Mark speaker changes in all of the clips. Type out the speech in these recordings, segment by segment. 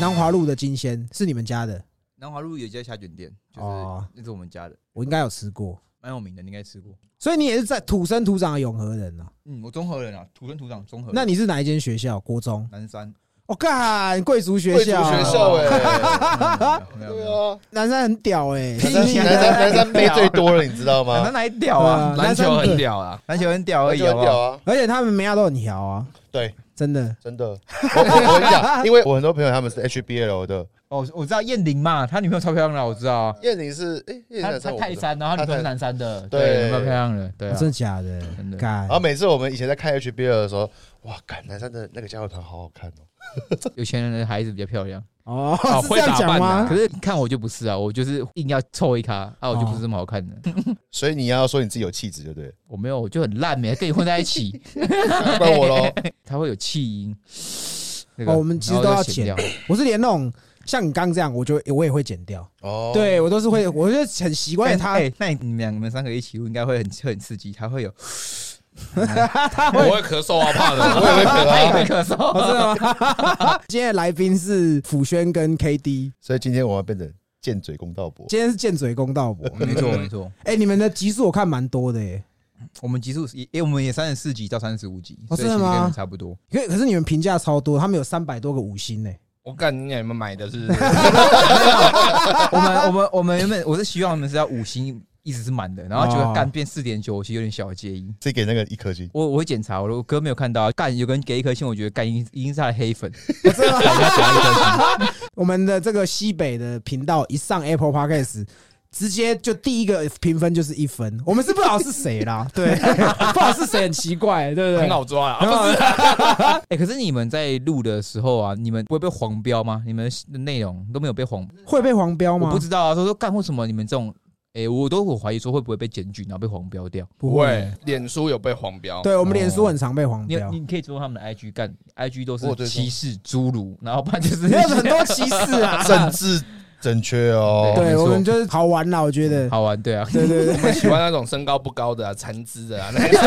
Speaker 1: 南华路的金鲜是你们家的，
Speaker 2: 南华路有一家虾卷店，就是
Speaker 1: 哦
Speaker 2: 那是我们家的，
Speaker 1: 我应该有吃过，
Speaker 2: 蛮有名的，你应该吃过。
Speaker 1: 所以你也是在土生土长的永和人啊？
Speaker 2: 嗯，我综合人啊，土生土长综合人。
Speaker 1: 那你是哪一间学校？国中？
Speaker 2: 南山
Speaker 1: 我、哦、干贵族学校，
Speaker 3: 贵族学
Speaker 2: 哦
Speaker 3: 校哎
Speaker 4: 嗯
Speaker 2: 哎，没有没有没
Speaker 3: 对
Speaker 2: 有，
Speaker 3: 啊，
Speaker 1: 南山很屌哎、
Speaker 3: 南山南山南山杯最多了，你知 道
Speaker 2: 南
Speaker 3: 吗
Speaker 2: 山？哪里屌
Speaker 1: 啊
Speaker 2: 啊？
Speaker 1: 男
Speaker 4: 嗯篮
Speaker 1: 生
Speaker 4: 球
Speaker 1: 的
Speaker 4: 很屌啊，
Speaker 2: 篮球很屌而
Speaker 3: 很
Speaker 2: 已，好不
Speaker 3: 屌
Speaker 2: 好？
Speaker 3: 啊，
Speaker 1: 而且他们每样都很调啊，
Speaker 3: 对，
Speaker 1: 真的。
Speaker 3: 真的。我我跟你讲， 因为我很多朋友他们是 HBL 的，
Speaker 2: 哦，我知道燕玲嘛，她女朋友超漂亮的，我知道啊。
Speaker 3: 燕玲是哎，燕玲
Speaker 4: 他
Speaker 3: 在
Speaker 4: 他
Speaker 3: 上我
Speaker 4: 泰
Speaker 3: 不知道
Speaker 4: 山，然后他女朋
Speaker 3: 他泰
Speaker 4: 友是南山的，
Speaker 3: 对
Speaker 4: 蛮漂亮的，对
Speaker 1: 哦
Speaker 4: 啊，
Speaker 1: 真的假的
Speaker 2: 真？的
Speaker 1: 干
Speaker 3: 然后每次我们以前在看 HBL 的时候，哇，干南山的那个加油团好好看哦。
Speaker 4: 有钱人的孩子比较漂亮，
Speaker 1: 哦
Speaker 4: 啊，，
Speaker 1: 是
Speaker 4: 会
Speaker 1: 这样
Speaker 4: 打
Speaker 1: 讲
Speaker 4: 扮啊。
Speaker 1: 吗
Speaker 4: 可？是你看我就不是啊，我就是硬要凑一咖啊，我就不是这么好 看的，
Speaker 3: 所以你要说你自己有气质，对不对？
Speaker 4: 我没有，我就很烂，没跟你混在一起，
Speaker 3: 怪我喽。
Speaker 4: 他会有气音。那个
Speaker 1: 哦我们其实都
Speaker 4: 然后
Speaker 1: 要
Speaker 4: 就掉，
Speaker 1: 我是连那种像你刚这样，我就我也会剪掉，
Speaker 3: 哦，
Speaker 1: 对我都是会，我就很习惯他，
Speaker 2: 哎那你们两个你们三个一起录，应该会很会很刺激，他会有
Speaker 4: 我会咳 嗽啊，怕的，
Speaker 3: 我也会咳
Speaker 4: 他也
Speaker 3: 啊。
Speaker 4: 会咳嗽，
Speaker 1: 哦真的吗？今天的来宾是辅轩跟 KD，
Speaker 3: 所以今天我们变成剑嘴公道伯，
Speaker 1: 今天是剑嘴公道 博。
Speaker 2: 没错没错，
Speaker 1: 哎、你们的集数我看蛮多的欸耶，
Speaker 2: 我们集数也，哎诶我们也三十四集到三十五集，
Speaker 1: 哦
Speaker 2: 所以其
Speaker 1: 真的
Speaker 2: 实跟
Speaker 1: 吗
Speaker 2: 你们差不多。
Speaker 1: 可可是你们评价超多，他们有三百多个五星呢。
Speaker 4: 我干，你们买的是
Speaker 2: 我们我们我们原本我是希望你们是要五星一直是满的，然后结
Speaker 1: 哦
Speaker 2: 果干变四点九，我其实有点小介意。
Speaker 3: 这给那个一颗星。
Speaker 2: 我我会检查，我如果哥没有看到，啊干有个人给一颗星，我觉得干一定一定是他的黑
Speaker 1: 哦
Speaker 2: 粉。
Speaker 1: 我们的这个西北的频道一上 Apple Podcast，直接就第一个评分就是一分。我们是不知道是谁 啦，对，不知道是谁很奇怪，对不对？
Speaker 4: 抓啊
Speaker 1: 很好
Speaker 2: 哎、可是你们在录的时候啊，你们不会被黄标吗？你们的内容都没有被黄，
Speaker 1: 会被黄标
Speaker 2: 我
Speaker 1: 吗？
Speaker 2: 不知道啊。他说干为什么你们这种，哎、我都我怀疑说会不会被检举，然后被黄标掉。
Speaker 1: 不会，，
Speaker 4: 脸书有被黄标，
Speaker 1: 对我们脸书很常被黄
Speaker 2: 你
Speaker 1: 标，
Speaker 2: 哦你可以追踪他们的 IG，干 IG 都
Speaker 3: 我有
Speaker 2: 是
Speaker 3: 追踪
Speaker 2: 歧视、侏儒，然后不然就 是
Speaker 1: 没有很多歧视啊。
Speaker 3: 政治正确哦。
Speaker 2: 没
Speaker 1: 对
Speaker 2: 错
Speaker 1: 我们就是好玩啦，我觉得。
Speaker 2: 好玩，对 啊。
Speaker 1: 对对对，
Speaker 4: 喜欢那种身高不高的、啊、残肢 的啊，那种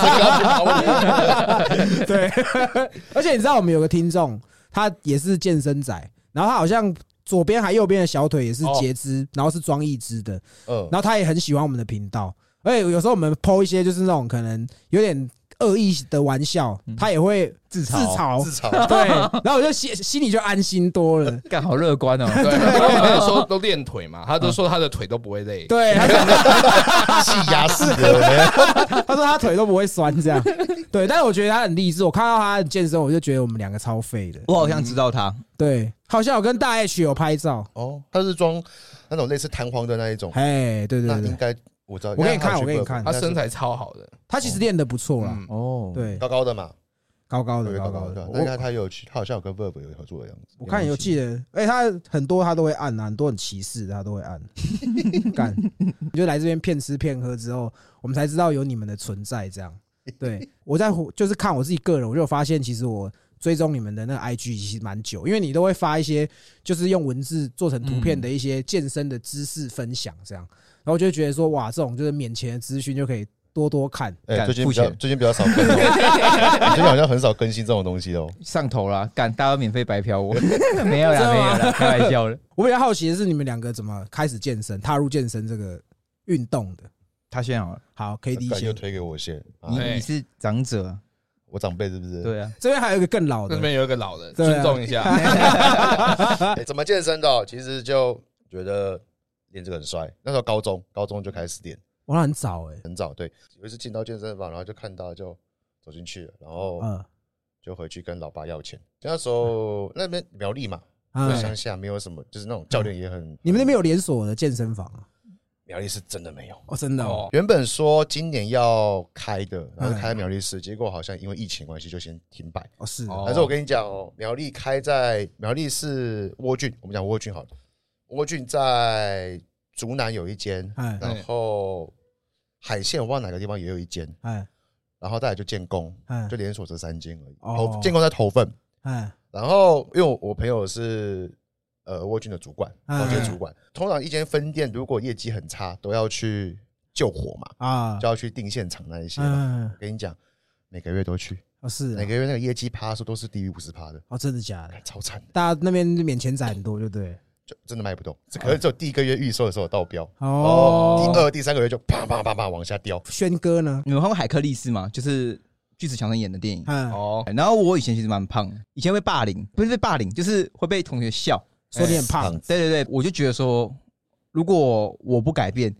Speaker 4: 身高不高的。
Speaker 1: 对， 而且你知道我们有个听众，他也是健身仔，然后他好像左边还右边的小腿也是截肢，
Speaker 2: 哦
Speaker 1: 然后是装义肢的，
Speaker 3: 嗯，
Speaker 1: 然后他也很喜欢我们的频道，而且有时候我们剖一些就是那种可能有点恶意的玩笑，他也会自
Speaker 2: 嘲
Speaker 3: 哦自
Speaker 1: 嘲。
Speaker 3: 嘲。
Speaker 1: 对，然后我就心心里就安心多 了。
Speaker 2: 干好乐 观哦！
Speaker 4: 对，他们说都练腿嘛，他都说他的腿都不会累。
Speaker 1: 对，他说
Speaker 3: 气压式的，有 没有
Speaker 1: 他说他腿都不会酸这样。 对，但是我觉得他很励志，我看到他健身，我就觉得我们两个超废的。
Speaker 2: 我好像知道他，
Speaker 1: 对，好像有跟大 H 有拍照。
Speaker 3: 哦，他是装那种类似弹簧的那一种，
Speaker 1: 哎，对对
Speaker 3: 那
Speaker 1: 对
Speaker 3: 应，该我知道。
Speaker 1: 我给你看
Speaker 3: 因为他有
Speaker 1: 我给你
Speaker 3: 去
Speaker 1: 看
Speaker 3: 过
Speaker 4: 他
Speaker 3: 但是
Speaker 4: 身材超好的，
Speaker 1: 他其实练的不错啦。
Speaker 4: 嗯，
Speaker 2: 哦，
Speaker 1: 对，
Speaker 3: 高高的嘛，
Speaker 1: 高高的，
Speaker 3: 对
Speaker 1: 高高
Speaker 3: 高高
Speaker 1: 的
Speaker 3: 的。。
Speaker 1: 我
Speaker 3: 那他他有去，他好像有跟 Verb 有合作的样子。
Speaker 1: 我看有记得，哎，他很多他都会按啊，很多很歧视的他都会按。干， 你就来这边骗吃骗喝之后，我们才知道有你们的存在。这样，对我在乎就是看我自己个人，我就有发现其实我。追踪你们的那个 IG 其实蛮久，因为你都会发一些就是用文字做成图片的一些健身的知识分享，这样，然后我就觉得说哇，这种就是免钱的资讯就可以多多看。
Speaker 3: 哎，
Speaker 2: 干
Speaker 3: 最近
Speaker 2: 付
Speaker 3: 比较
Speaker 2: 钱
Speaker 3: 最近比较少 更新，哦最近好像很少更新这种东西哦。
Speaker 2: 上头啦，干大家免费白 嫖我，没有啦，
Speaker 1: 真的
Speaker 2: 没
Speaker 1: 吗
Speaker 2: 有 啦，开玩笑的。
Speaker 1: 我比较好奇的是，你们两个怎么开始健身、踏入健身这个运动的？
Speaker 2: 他先好了，
Speaker 1: 好，KD
Speaker 3: 干又
Speaker 1: 先，
Speaker 3: 推给我先，啊
Speaker 2: 你
Speaker 4: 对
Speaker 2: 你是长者啊，
Speaker 3: 我长辈是不是？
Speaker 2: 对啊，
Speaker 1: 这边还有一个更老
Speaker 4: 那
Speaker 1: 的，
Speaker 4: 边有一个老人，
Speaker 1: 对啊
Speaker 4: 尊重一下。
Speaker 3: 欸怎么健身的哦？其实就觉得练这个很帅。那时候高中，高中就开始练，
Speaker 1: 我那很早哎、
Speaker 3: 很早。对，有一次进到健身房，然后就看到就走进去了，然后
Speaker 1: 嗯
Speaker 3: 就回去跟老爸要钱。那时候那边苗栗嘛，就
Speaker 1: 嗯，
Speaker 3: 乡下啊没有什么，就是那种教练也很。
Speaker 1: 你们那边有连锁的健身房啊？
Speaker 3: 苗栗是真的没有。
Speaker 1: 哦，真的哦，
Speaker 4: 哦，
Speaker 3: 原本说今年要开的，
Speaker 1: 嗯
Speaker 3: 然后开苗栗市，结果好像因为疫情关系就先停摆。
Speaker 1: 哦是
Speaker 4: 哦
Speaker 3: 但是我跟你讲哦，苗栗开在苗栗市窝郡，我们讲窝郡好了，窝郡在竹南有一间，
Speaker 1: 哎
Speaker 3: 然后海线我忘了哪个地方也有一间，
Speaker 1: 哎
Speaker 3: 然后再来就建工，
Speaker 1: 哎
Speaker 3: 就连锁这三间而已。
Speaker 1: 哦
Speaker 3: 头建工在头份，
Speaker 1: 哎
Speaker 3: 然后因为我我朋友是呃沃郡的主管，
Speaker 1: 哎
Speaker 3: 房间主管，通常一间分店如果业绩很差，都要去救火嘛，
Speaker 1: 啊
Speaker 3: 就要去定现场那一些嘛。
Speaker 1: 嗯
Speaker 3: 我跟你讲，每个月都去，
Speaker 1: 哦，是啊
Speaker 3: 每个月那个业绩趴数都是低于五十趴的，
Speaker 1: 哦，真的假的？
Speaker 3: 超惨，
Speaker 1: 大家那边免钱仔很多，就对了。
Speaker 3: 就真的卖不动。这可能只有第一个月预售的时候有到标，
Speaker 1: 啊哦，
Speaker 3: 第二、第三个月就啪啪啪啪往下掉。
Speaker 1: 轩哥呢？
Speaker 2: 你们看过《海克力士》吗？就是巨石强森演的电影。
Speaker 1: 嗯，
Speaker 4: 哦，
Speaker 2: 然后我以前其实蛮胖的，以前被霸凌，不是被霸凌，就是会被同学笑。
Speaker 1: 说你很
Speaker 3: 哎
Speaker 1: 胖，
Speaker 2: 对对对，我就觉得说，如果我不改变，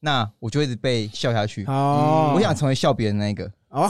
Speaker 2: 那我就一直被笑下去。
Speaker 1: 哦，
Speaker 2: 我想成为笑别人那一个。
Speaker 1: 哦，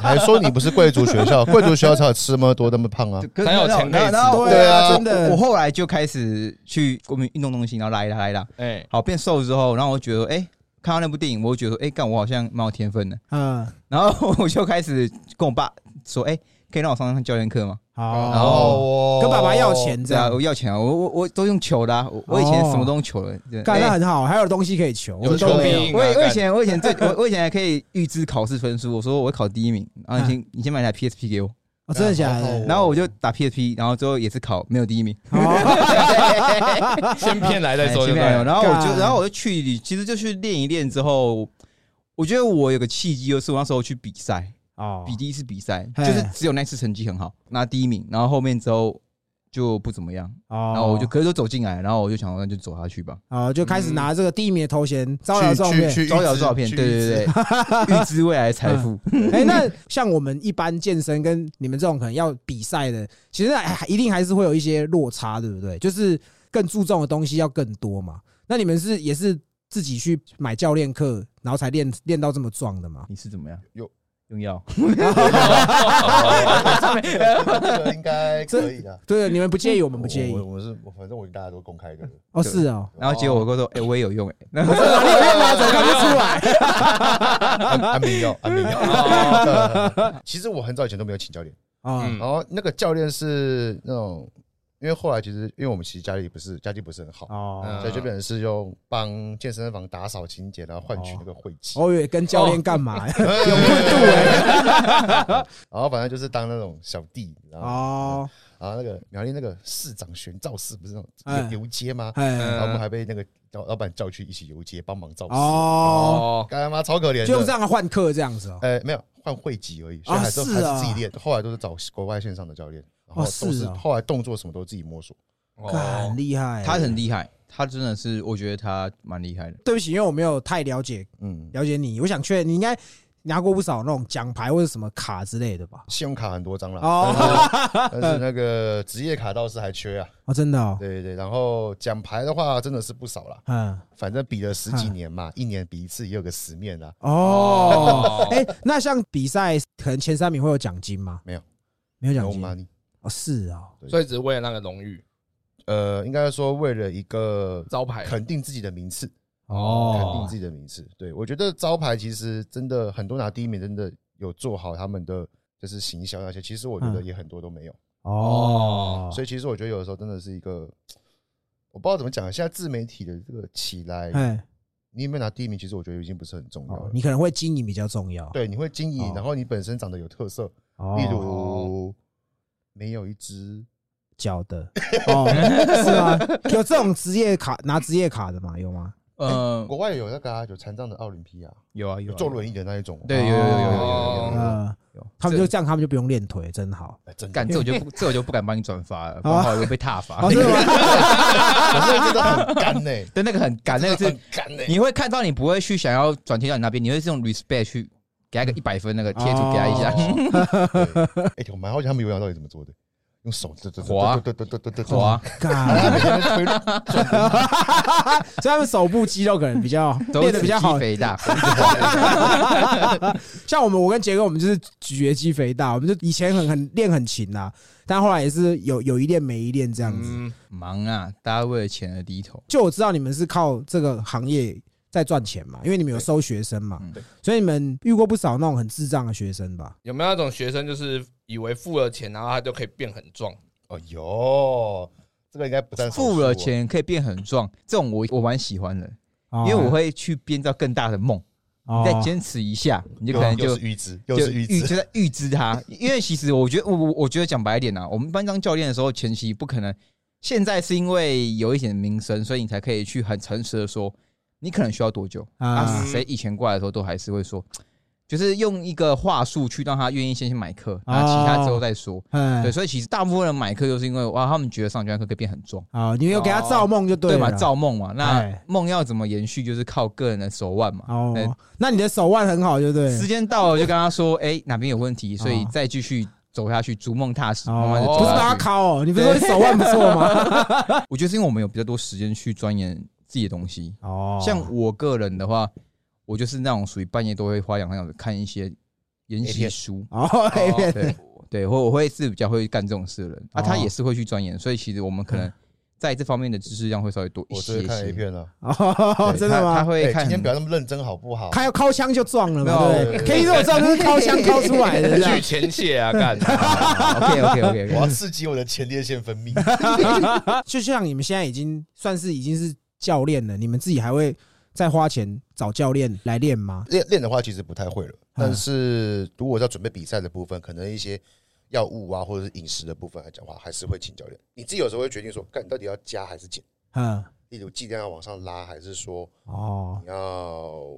Speaker 3: 还说你不是贵族学校，贵族学校才有吃那么多那么胖啊！
Speaker 2: 可是
Speaker 4: 才有
Speaker 2: 然后
Speaker 4: 钱可以
Speaker 2: 然后
Speaker 4: 吃
Speaker 2: 我
Speaker 3: 对啊
Speaker 1: 真的
Speaker 2: 我后来就开始去国民运动中心，然后拉一拉拉一拉，
Speaker 4: 哎，
Speaker 2: 好变瘦之后，然后我觉得，哎、看到那部电影，我就觉得说，哎、干我好像蛮有天分的。
Speaker 1: 嗯，
Speaker 2: 然后 我就开始跟我爸说，哎、可以让我上上教练课吗？然
Speaker 1: 好，
Speaker 2: 后
Speaker 3: 哦
Speaker 1: 跟爸爸要，钱这
Speaker 2: 对啊，
Speaker 1: 样，
Speaker 2: 我要钱啊，我我我都用求的、啊，我我以前什么都用求的。对
Speaker 1: 哦干
Speaker 2: 哎
Speaker 1: 那很好，还有东西可以求，我
Speaker 4: 有
Speaker 1: 们
Speaker 4: 求
Speaker 1: 都没
Speaker 4: 必
Speaker 1: 有。
Speaker 4: 应
Speaker 2: 我
Speaker 4: 啊，
Speaker 2: 我以
Speaker 4: 干
Speaker 2: 前我以前最我我以前还可以预知考试分数，我说我会考第一名，然后你
Speaker 1: 啊
Speaker 2: 先你先买台 PSP 给我，
Speaker 1: 哦真的假
Speaker 3: 好好
Speaker 1: 的？
Speaker 2: 然后我就打 PSP，然后最后也是考没有第一名，
Speaker 1: 哦
Speaker 4: 先骗来再说，
Speaker 2: 哎先
Speaker 4: 对不
Speaker 2: 没有，
Speaker 4: 对？
Speaker 2: 然后我就
Speaker 1: 干
Speaker 2: 然后我就去，其实就去练一练之后，我觉得我有个契机，就是我那时候去比赛，
Speaker 1: 哦
Speaker 2: 比第一次比赛，
Speaker 1: 嘿
Speaker 2: 就是只有那次成绩很好，拿第一名，然后后面之后就不怎么样，
Speaker 1: 哦
Speaker 2: 然后我就可是就走进来，然后我就想说那就走下去吧，
Speaker 1: 哦，就开始拿这个地名的头衔招摇
Speaker 3: 去
Speaker 1: 撞
Speaker 3: 去
Speaker 1: 骗。
Speaker 3: 去
Speaker 2: 招摇
Speaker 3: 预支
Speaker 2: 照片，
Speaker 3: 去
Speaker 2: 对
Speaker 3: 预支
Speaker 2: 对对，预知未来的财富，
Speaker 1: 哎，那像我们一般健身跟你们这种可能要比赛的，其实还一定还是会有一些落差，对不对？就是更注重的东西要更多嘛。那你们是也是自己去买教练课，然后才练练到这么壮的吗？
Speaker 2: 你是怎么样？
Speaker 3: 有
Speaker 2: 用药。
Speaker 3: 这个应该可以啊的。
Speaker 1: 对，你们不介意，我们不介意
Speaker 3: 我。我我是我反正我跟大家都公开的。
Speaker 1: 哦，是哦，
Speaker 2: 然 后结果我跟我说，哎、我也有用、哎，然后
Speaker 3: 安安眠药，安眠药。 其实我很早以前都没有请教练，
Speaker 1: 哦，
Speaker 4: 嗯
Speaker 3: 然后那个教练是那种，因为后来其实因为我们其实家里不是家境不是很好，
Speaker 1: 哦，
Speaker 4: 嗯
Speaker 3: 所以就变成是用帮健身房打扫清洁，然后换
Speaker 1: 哦
Speaker 3: 取那个晦气。
Speaker 1: 我以为跟教练干嘛呀？
Speaker 3: 有
Speaker 1: 困度哎。
Speaker 3: 然后反正就是当那种小弟，然后
Speaker 1: 哦，
Speaker 3: 然后那个苗栗那个市长选造势不是那
Speaker 1: 哎
Speaker 3: 种游街吗？
Speaker 1: 哎，
Speaker 4: 嗯
Speaker 3: 然后我们还被那个老老板叫去一起游街帮忙造势，
Speaker 1: 哦，
Speaker 4: 哦，
Speaker 3: 干妈超可怜的。
Speaker 1: 就用这样换课这样子哦。
Speaker 3: 呃，没有换会籍而已，所以
Speaker 1: 啊
Speaker 3: 还是
Speaker 1: 是
Speaker 3: 还
Speaker 1: 啊
Speaker 3: 是自己练。后来都是找国外线上的教练，然后
Speaker 1: 哦
Speaker 3: 都
Speaker 1: 是
Speaker 3: 是
Speaker 1: 啊
Speaker 3: 后来动作什么都自己摸索。
Speaker 1: 干很
Speaker 4: 哦，
Speaker 1: 厉害，
Speaker 2: 他很厉害，他真的是，我觉得他蛮厉害的。
Speaker 1: 对不起，因为我没有太了解
Speaker 3: 嗯，
Speaker 1: 了解你，我想确认你应该拿过不少那种奖牌或者什么卡之类的吧？
Speaker 3: 信用卡很多张了，
Speaker 1: 哦，
Speaker 3: 但是那个职业卡倒是还缺啊。
Speaker 1: 哦，真的哦，
Speaker 3: 对对对，然后奖牌的话真的是不少啦，
Speaker 1: 嗯，
Speaker 3: 反正比了十几年嘛，一年比一次也有个十面啊啦。
Speaker 1: 哦，
Speaker 4: 哦，
Speaker 1: 哎，那像比赛可能前三名会有奖金吗？
Speaker 3: 没有，
Speaker 1: 没有奖
Speaker 3: No
Speaker 1: 金
Speaker 3: money，
Speaker 1: 哦，是哦，
Speaker 4: 所以只是为了那个荣誉
Speaker 3: 呃，应该说为了一个
Speaker 4: 招牌，
Speaker 3: 肯定自己的名次，肯定
Speaker 1: 哦，
Speaker 3: 自己的名次。对我觉得招牌其实真的很多拿第一名，真的有做好他们的就是行销那些，其实我觉得
Speaker 1: 嗯
Speaker 3: 也很多都没有。
Speaker 1: 哦，
Speaker 3: 所以其实我觉得有的时候真的是一个，我不知道怎么讲。现在自媒体的这个起来，
Speaker 1: 哎，
Speaker 3: 你有没有拿第一名，其实我觉得已经不是很重要
Speaker 1: 哦
Speaker 3: 了。
Speaker 1: 你可能会经营比较重要，，
Speaker 3: 对，你会经营
Speaker 1: 哦，
Speaker 3: 然后你本身长得有特色，
Speaker 1: 哦
Speaker 3: 例
Speaker 4: 哦
Speaker 3: 如没有一只
Speaker 1: 脚的，哦，是吗？有这种职业卡拿职业卡的吗？有吗？
Speaker 2: 呃，
Speaker 3: 国外有那个啊，有残障的奥林匹亚，
Speaker 2: 有啊有
Speaker 3: 有
Speaker 2: 啊
Speaker 3: 坐轮椅的那一种，哦
Speaker 2: 对，有有有有有有有有有
Speaker 1: 呃，他们就这样，他们就不用练腿，真好。
Speaker 3: 哎真的
Speaker 2: 干这 我就不这我就不敢帮你 转发了，不然我就被踏伐
Speaker 1: 哦，。是吗？
Speaker 3: 可是真的很干欸呢，
Speaker 2: 对，那个很赶，那个是
Speaker 3: 很干呢。
Speaker 2: 你会看到，你不会去想要转贴到你那边，你会是用 respect 去给他个一百分那个贴图给他一下。
Speaker 3: 哦对哎，我蛮好奇他们有氧到底怎么做的，用手对对
Speaker 2: 滑
Speaker 3: 对对对对
Speaker 1: 哦
Speaker 3: 对 对，
Speaker 2: 哇，
Speaker 1: 干，
Speaker 3: 每天推轮
Speaker 1: 所以他们手部肌肉可能比较
Speaker 2: 都
Speaker 1: 练的比较好。
Speaker 2: 肥大，
Speaker 1: 像我们，我跟杰哥，我们就是咀嚼肌肥大，我们就以前很很练很勤啦，但后来也是有有一练没一练这样子。
Speaker 4: 嗯，
Speaker 2: 忙啊，大家为了钱而低头。
Speaker 1: 就我知道你们是靠这个行业在赚钱嘛，因为你们有收学生嘛
Speaker 2: 嗯对，
Speaker 1: 所以你们遇过不少那种很智障的学生吧？
Speaker 4: 有没有那种学生就是以为付了钱，然后他就可以变很壮？
Speaker 3: 哦哟，这个应该不占少数哦
Speaker 2: 付了，钱可以变很壮，这种我我蛮喜欢的，
Speaker 3: 哦
Speaker 2: 因为我会去编造更大的梦。
Speaker 1: 哦
Speaker 2: 你再坚持一下，你就
Speaker 3: 又
Speaker 2: 可能
Speaker 3: 又
Speaker 2: 就是
Speaker 3: 预知，
Speaker 2: 就
Speaker 3: 又是预知
Speaker 2: 就，在预知它。因为其实我觉得，我我我觉得讲白一点啊，我们班当教练的时候，前期不可能，现在是因为有一点名声，所以你才可以去很诚实的说，你可能需要多久
Speaker 1: 啊
Speaker 3: 嗯
Speaker 2: 啊？谁以前过来的时候都还是会说，就是用一个话术去让他愿意先去买课，然后其他之
Speaker 3: 哦
Speaker 2: 后再说。
Speaker 1: 哎
Speaker 2: 对，，所以其实大部分人买课就是因为哇，他们觉得上专科可以变很壮，
Speaker 1: 好，你有给他造梦就
Speaker 2: 对
Speaker 1: 了
Speaker 2: 嘛，造梦嘛。那
Speaker 1: 啊哎
Speaker 2: 梦要怎么延续，就是靠个人的手腕嘛。对
Speaker 1: 哦，那你的手腕很好，就对了
Speaker 2: 时。间到了就跟他说，哎，哪边有问题，所以
Speaker 1: 哦
Speaker 2: 再继续走下去，逐梦踏实，慢慢的
Speaker 1: 哦，
Speaker 2: 走
Speaker 1: 不是
Speaker 2: 下
Speaker 1: 把他
Speaker 2: 去
Speaker 1: 敲哦，你不是说你手腕不错吗？
Speaker 2: 我觉得是因为我们有比较多时间去钻研自己的东西。
Speaker 1: 哦，
Speaker 2: 像我个人的话，我就是那种属于半夜都会花两三小时看一些研习书，
Speaker 1: 哦 A 片
Speaker 2: 对对，或我会是比较会干这种事的人啊。
Speaker 1: 哦嗯
Speaker 2: 他也是会去钻研，所以其实我们可能在这方面的知识量会稍微多一
Speaker 3: 我
Speaker 2: 些
Speaker 3: 最近看 A
Speaker 2: 些。
Speaker 3: 片了，
Speaker 1: 哦，
Speaker 2: 对
Speaker 1: 真的
Speaker 2: 他他
Speaker 1: 吗？
Speaker 2: 会
Speaker 3: 哎
Speaker 2: 看
Speaker 3: 今天
Speaker 2: 很
Speaker 3: 不要那么认真好不好？
Speaker 1: 他要靠枪就撞了嘛，
Speaker 2: 没
Speaker 1: 对
Speaker 2: 有
Speaker 1: 不对
Speaker 3: 对对对
Speaker 1: 可以这么撞，就是靠枪敲出来的，这
Speaker 4: 去
Speaker 1: 样
Speaker 4: 前蟹啊， 干！
Speaker 2: OK OK OK
Speaker 3: 我要
Speaker 2: OK，
Speaker 3: 刺激我的前列腺分泌。
Speaker 1: 就像你们现在已经算是已经是教练了，你们自己还会再花钱找教练来练吗？
Speaker 3: 练练的话，其实不太会了。但是如果要准备比赛的部分，可能一些药物啊，或者是饮食的部分来讲的话，还是会请教练。你自己有时候会决定说，干你到底要加还是减？
Speaker 1: 嗯，
Speaker 3: 例如剂量要往上拉，还是说
Speaker 1: 哦
Speaker 3: 你要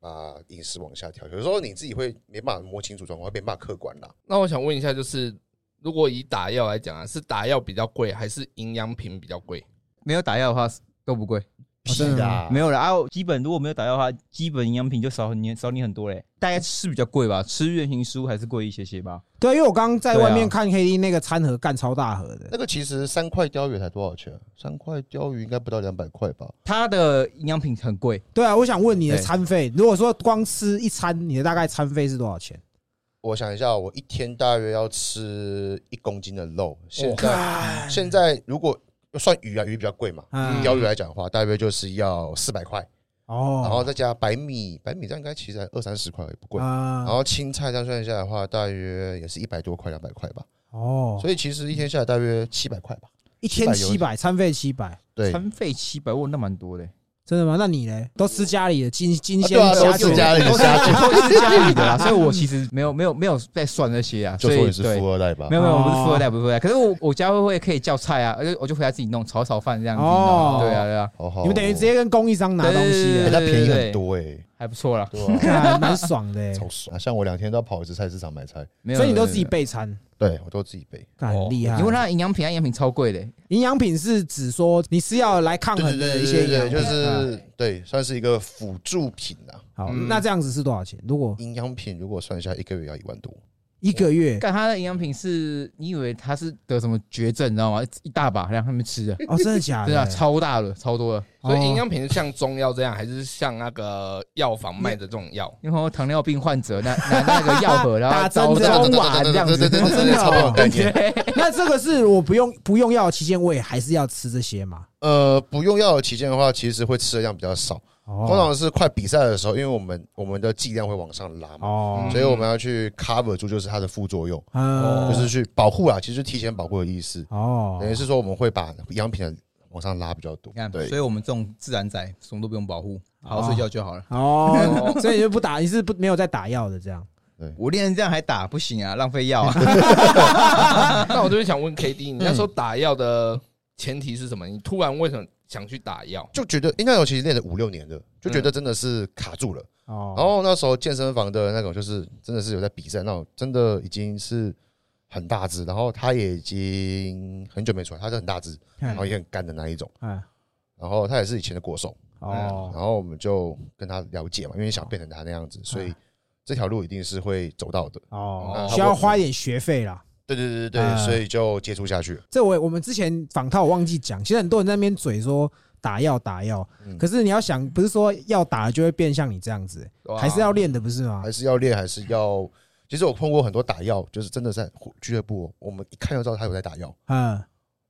Speaker 3: 把饮食往下调？有时候你自己会没办法摸清楚状况，会没办法客观啦。
Speaker 4: 那我想问一下，就是如果以打药来讲啊，是打药比较贵，还是营养品比较贵？
Speaker 2: 没有打药的话都不贵，
Speaker 1: 哦真的吗
Speaker 3: 啦
Speaker 2: 没有了啊。基本如果没有打药的话，基本营养品就少你少你很多嘞。大概吃比较贵吧，吃原型食物还是贵一些些吧。
Speaker 1: 对，因为我刚刚在
Speaker 2: 对啊
Speaker 1: 外面看 K D 那个餐盒干超大盒的，
Speaker 3: 那个其实三块鲷鱼才多少钱啊？三块鲷鱼应该不到两百块吧？
Speaker 2: 它的营养品很贵，
Speaker 1: 对啊，我想问你的
Speaker 2: 对
Speaker 1: 餐费，如果说光吃一餐，你的大概餐费是多少钱？
Speaker 3: 我想一下，我一天大约要吃一公斤的肉。现在
Speaker 1: 看，
Speaker 3: 现在如果算鱼啊，鱼比较贵嘛。
Speaker 1: 嗯
Speaker 3: 鲷鱼来讲的话，大约就是要四百块，
Speaker 1: 哦，
Speaker 3: 然后再加白米，白米这样应该其实才二三十块也不贵。然
Speaker 1: 啊，
Speaker 3: 后青菜这样算下来的话，大约也是一百多块、两百块吧。
Speaker 1: 哦，
Speaker 3: 所以其实一天下来大约七百块吧。
Speaker 1: 一天七百，餐费七百，
Speaker 3: 对，啊
Speaker 2: 餐费七百，我那蛮多的。
Speaker 1: 真的吗？那你嘞，都吃家里的金金鲜
Speaker 3: 对啊，
Speaker 1: 虾
Speaker 3: 都是
Speaker 1: 子
Speaker 3: 家里的
Speaker 2: 都是
Speaker 3: 虾子，
Speaker 2: 都是家里的啦，所以我其实没有没有没有在算那些啊，
Speaker 3: 就
Speaker 2: 所以
Speaker 3: 说你是
Speaker 2: 对
Speaker 3: 富二代吧
Speaker 2: 没。有没有，我不是富
Speaker 1: 哦
Speaker 2: 二代，不是富二代。可是我我家会会可以叫菜啊，而且我就回家自己弄炒炒饭这样子，
Speaker 1: 哦
Speaker 2: 弄对啊对啊，
Speaker 3: 好好哦，
Speaker 1: 你们等于直接跟供应商拿东西了
Speaker 2: 对对对
Speaker 3: 哎，那便宜很多哎，
Speaker 2: 还不错啦。
Speaker 3: 对啊，
Speaker 1: 看蛮爽的 欸，
Speaker 3: 超爽。像我两天都要跑一次菜市场买菜，
Speaker 2: 没有，
Speaker 1: 所以你都自己
Speaker 2: 备。
Speaker 1: 备餐，
Speaker 3: 对我都自己备。
Speaker 1: 干很厉害。
Speaker 2: 你问他营养品啊，营养品超贵的，
Speaker 1: 营养品是指说你是要来抗衡的一些营养品，
Speaker 3: 对，就
Speaker 1: 嗯
Speaker 3: 是对，算是一个辅助品啊。
Speaker 1: 好。
Speaker 4: 嗯
Speaker 1: 那这样子是多少钱？如果
Speaker 3: 营养品如果算一下，一个月要一万多。
Speaker 1: 一个月
Speaker 2: 但他的营养品是你以为他是得什么绝症，你知道吗？一大把让他们吃的，
Speaker 1: 哦，真的假的？
Speaker 2: 对啊，超大的，超多的。
Speaker 1: 哦
Speaker 4: 所以营养品是像中药这样，还是像那个药房卖的这种 药？
Speaker 2: 因为我糖尿病患者拿拿那个药盒，然后
Speaker 1: 打针
Speaker 2: 早
Speaker 1: 这
Speaker 2: 中
Speaker 1: 样
Speaker 2: 晚这样子，
Speaker 3: 对对对对对
Speaker 1: 真的
Speaker 3: 对，
Speaker 1: 哦
Speaker 3: 差不多的概念。
Speaker 1: 那这个是我不用不用药的期间，我也还是要吃这些嘛？
Speaker 3: 呃，不用药的期间的话，其实会吃的量比较少。通
Speaker 1: 哦
Speaker 3: 常是快比赛的时候，因为我们我们的剂量会往上拉嘛，
Speaker 1: 哦，
Speaker 3: 所以我们要去 cover 住就是它的副作用，
Speaker 1: 嗯
Speaker 3: 就是去保护啊，其实就是提前保护的意思。
Speaker 1: 哦
Speaker 3: 等于是说我们会把营养品的往上拉比较多
Speaker 2: 你看，。所
Speaker 3: 对
Speaker 2: 以，我们这种自然仔什么都不用保护，好
Speaker 1: 哦
Speaker 2: 好睡觉就好了。
Speaker 1: 哦，所以你就不打，你是不没有在打药的这样。
Speaker 2: 我练成这样还打不行啊，浪费药 啊！
Speaker 4: 那我就是想问 K D，你那时候打药的前提是什么？你突然为什么想去打药？
Speaker 1: 嗯
Speaker 3: 就觉得应该有，其实练了五六年的，就觉得真的是卡住了。
Speaker 1: 哦，
Speaker 3: 然后那时候健身房的那种，就是真的是有在比赛那种，真的已经是很大只，然后他也已经很久没出来，他是很大只，然后也很干的那一种。
Speaker 1: 哎，
Speaker 3: 然后他也是以前的国手，然
Speaker 1: 哦，
Speaker 3: 后我们就跟他了解嘛，因为想变成他那样子，所以这条路一定是会走到的。
Speaker 1: 哦
Speaker 4: 嗯，
Speaker 1: 需要花一点学费啦。
Speaker 3: 对对对对
Speaker 1: 嗯
Speaker 3: 对，所以就接触下去了。
Speaker 1: 这我也我们之前访套我忘记讲，其实很多人在那边嘴说打药打药，
Speaker 3: 嗯
Speaker 1: 可是你要想，不是说药打了就会变像你这样子，
Speaker 4: 对吧
Speaker 1: 还是要练的，不是吗
Speaker 3: 啊还？是要练，还是要。其实我碰过很多打药，就是真的在俱乐部，我们一看就知道他有在打药，
Speaker 1: 嗯，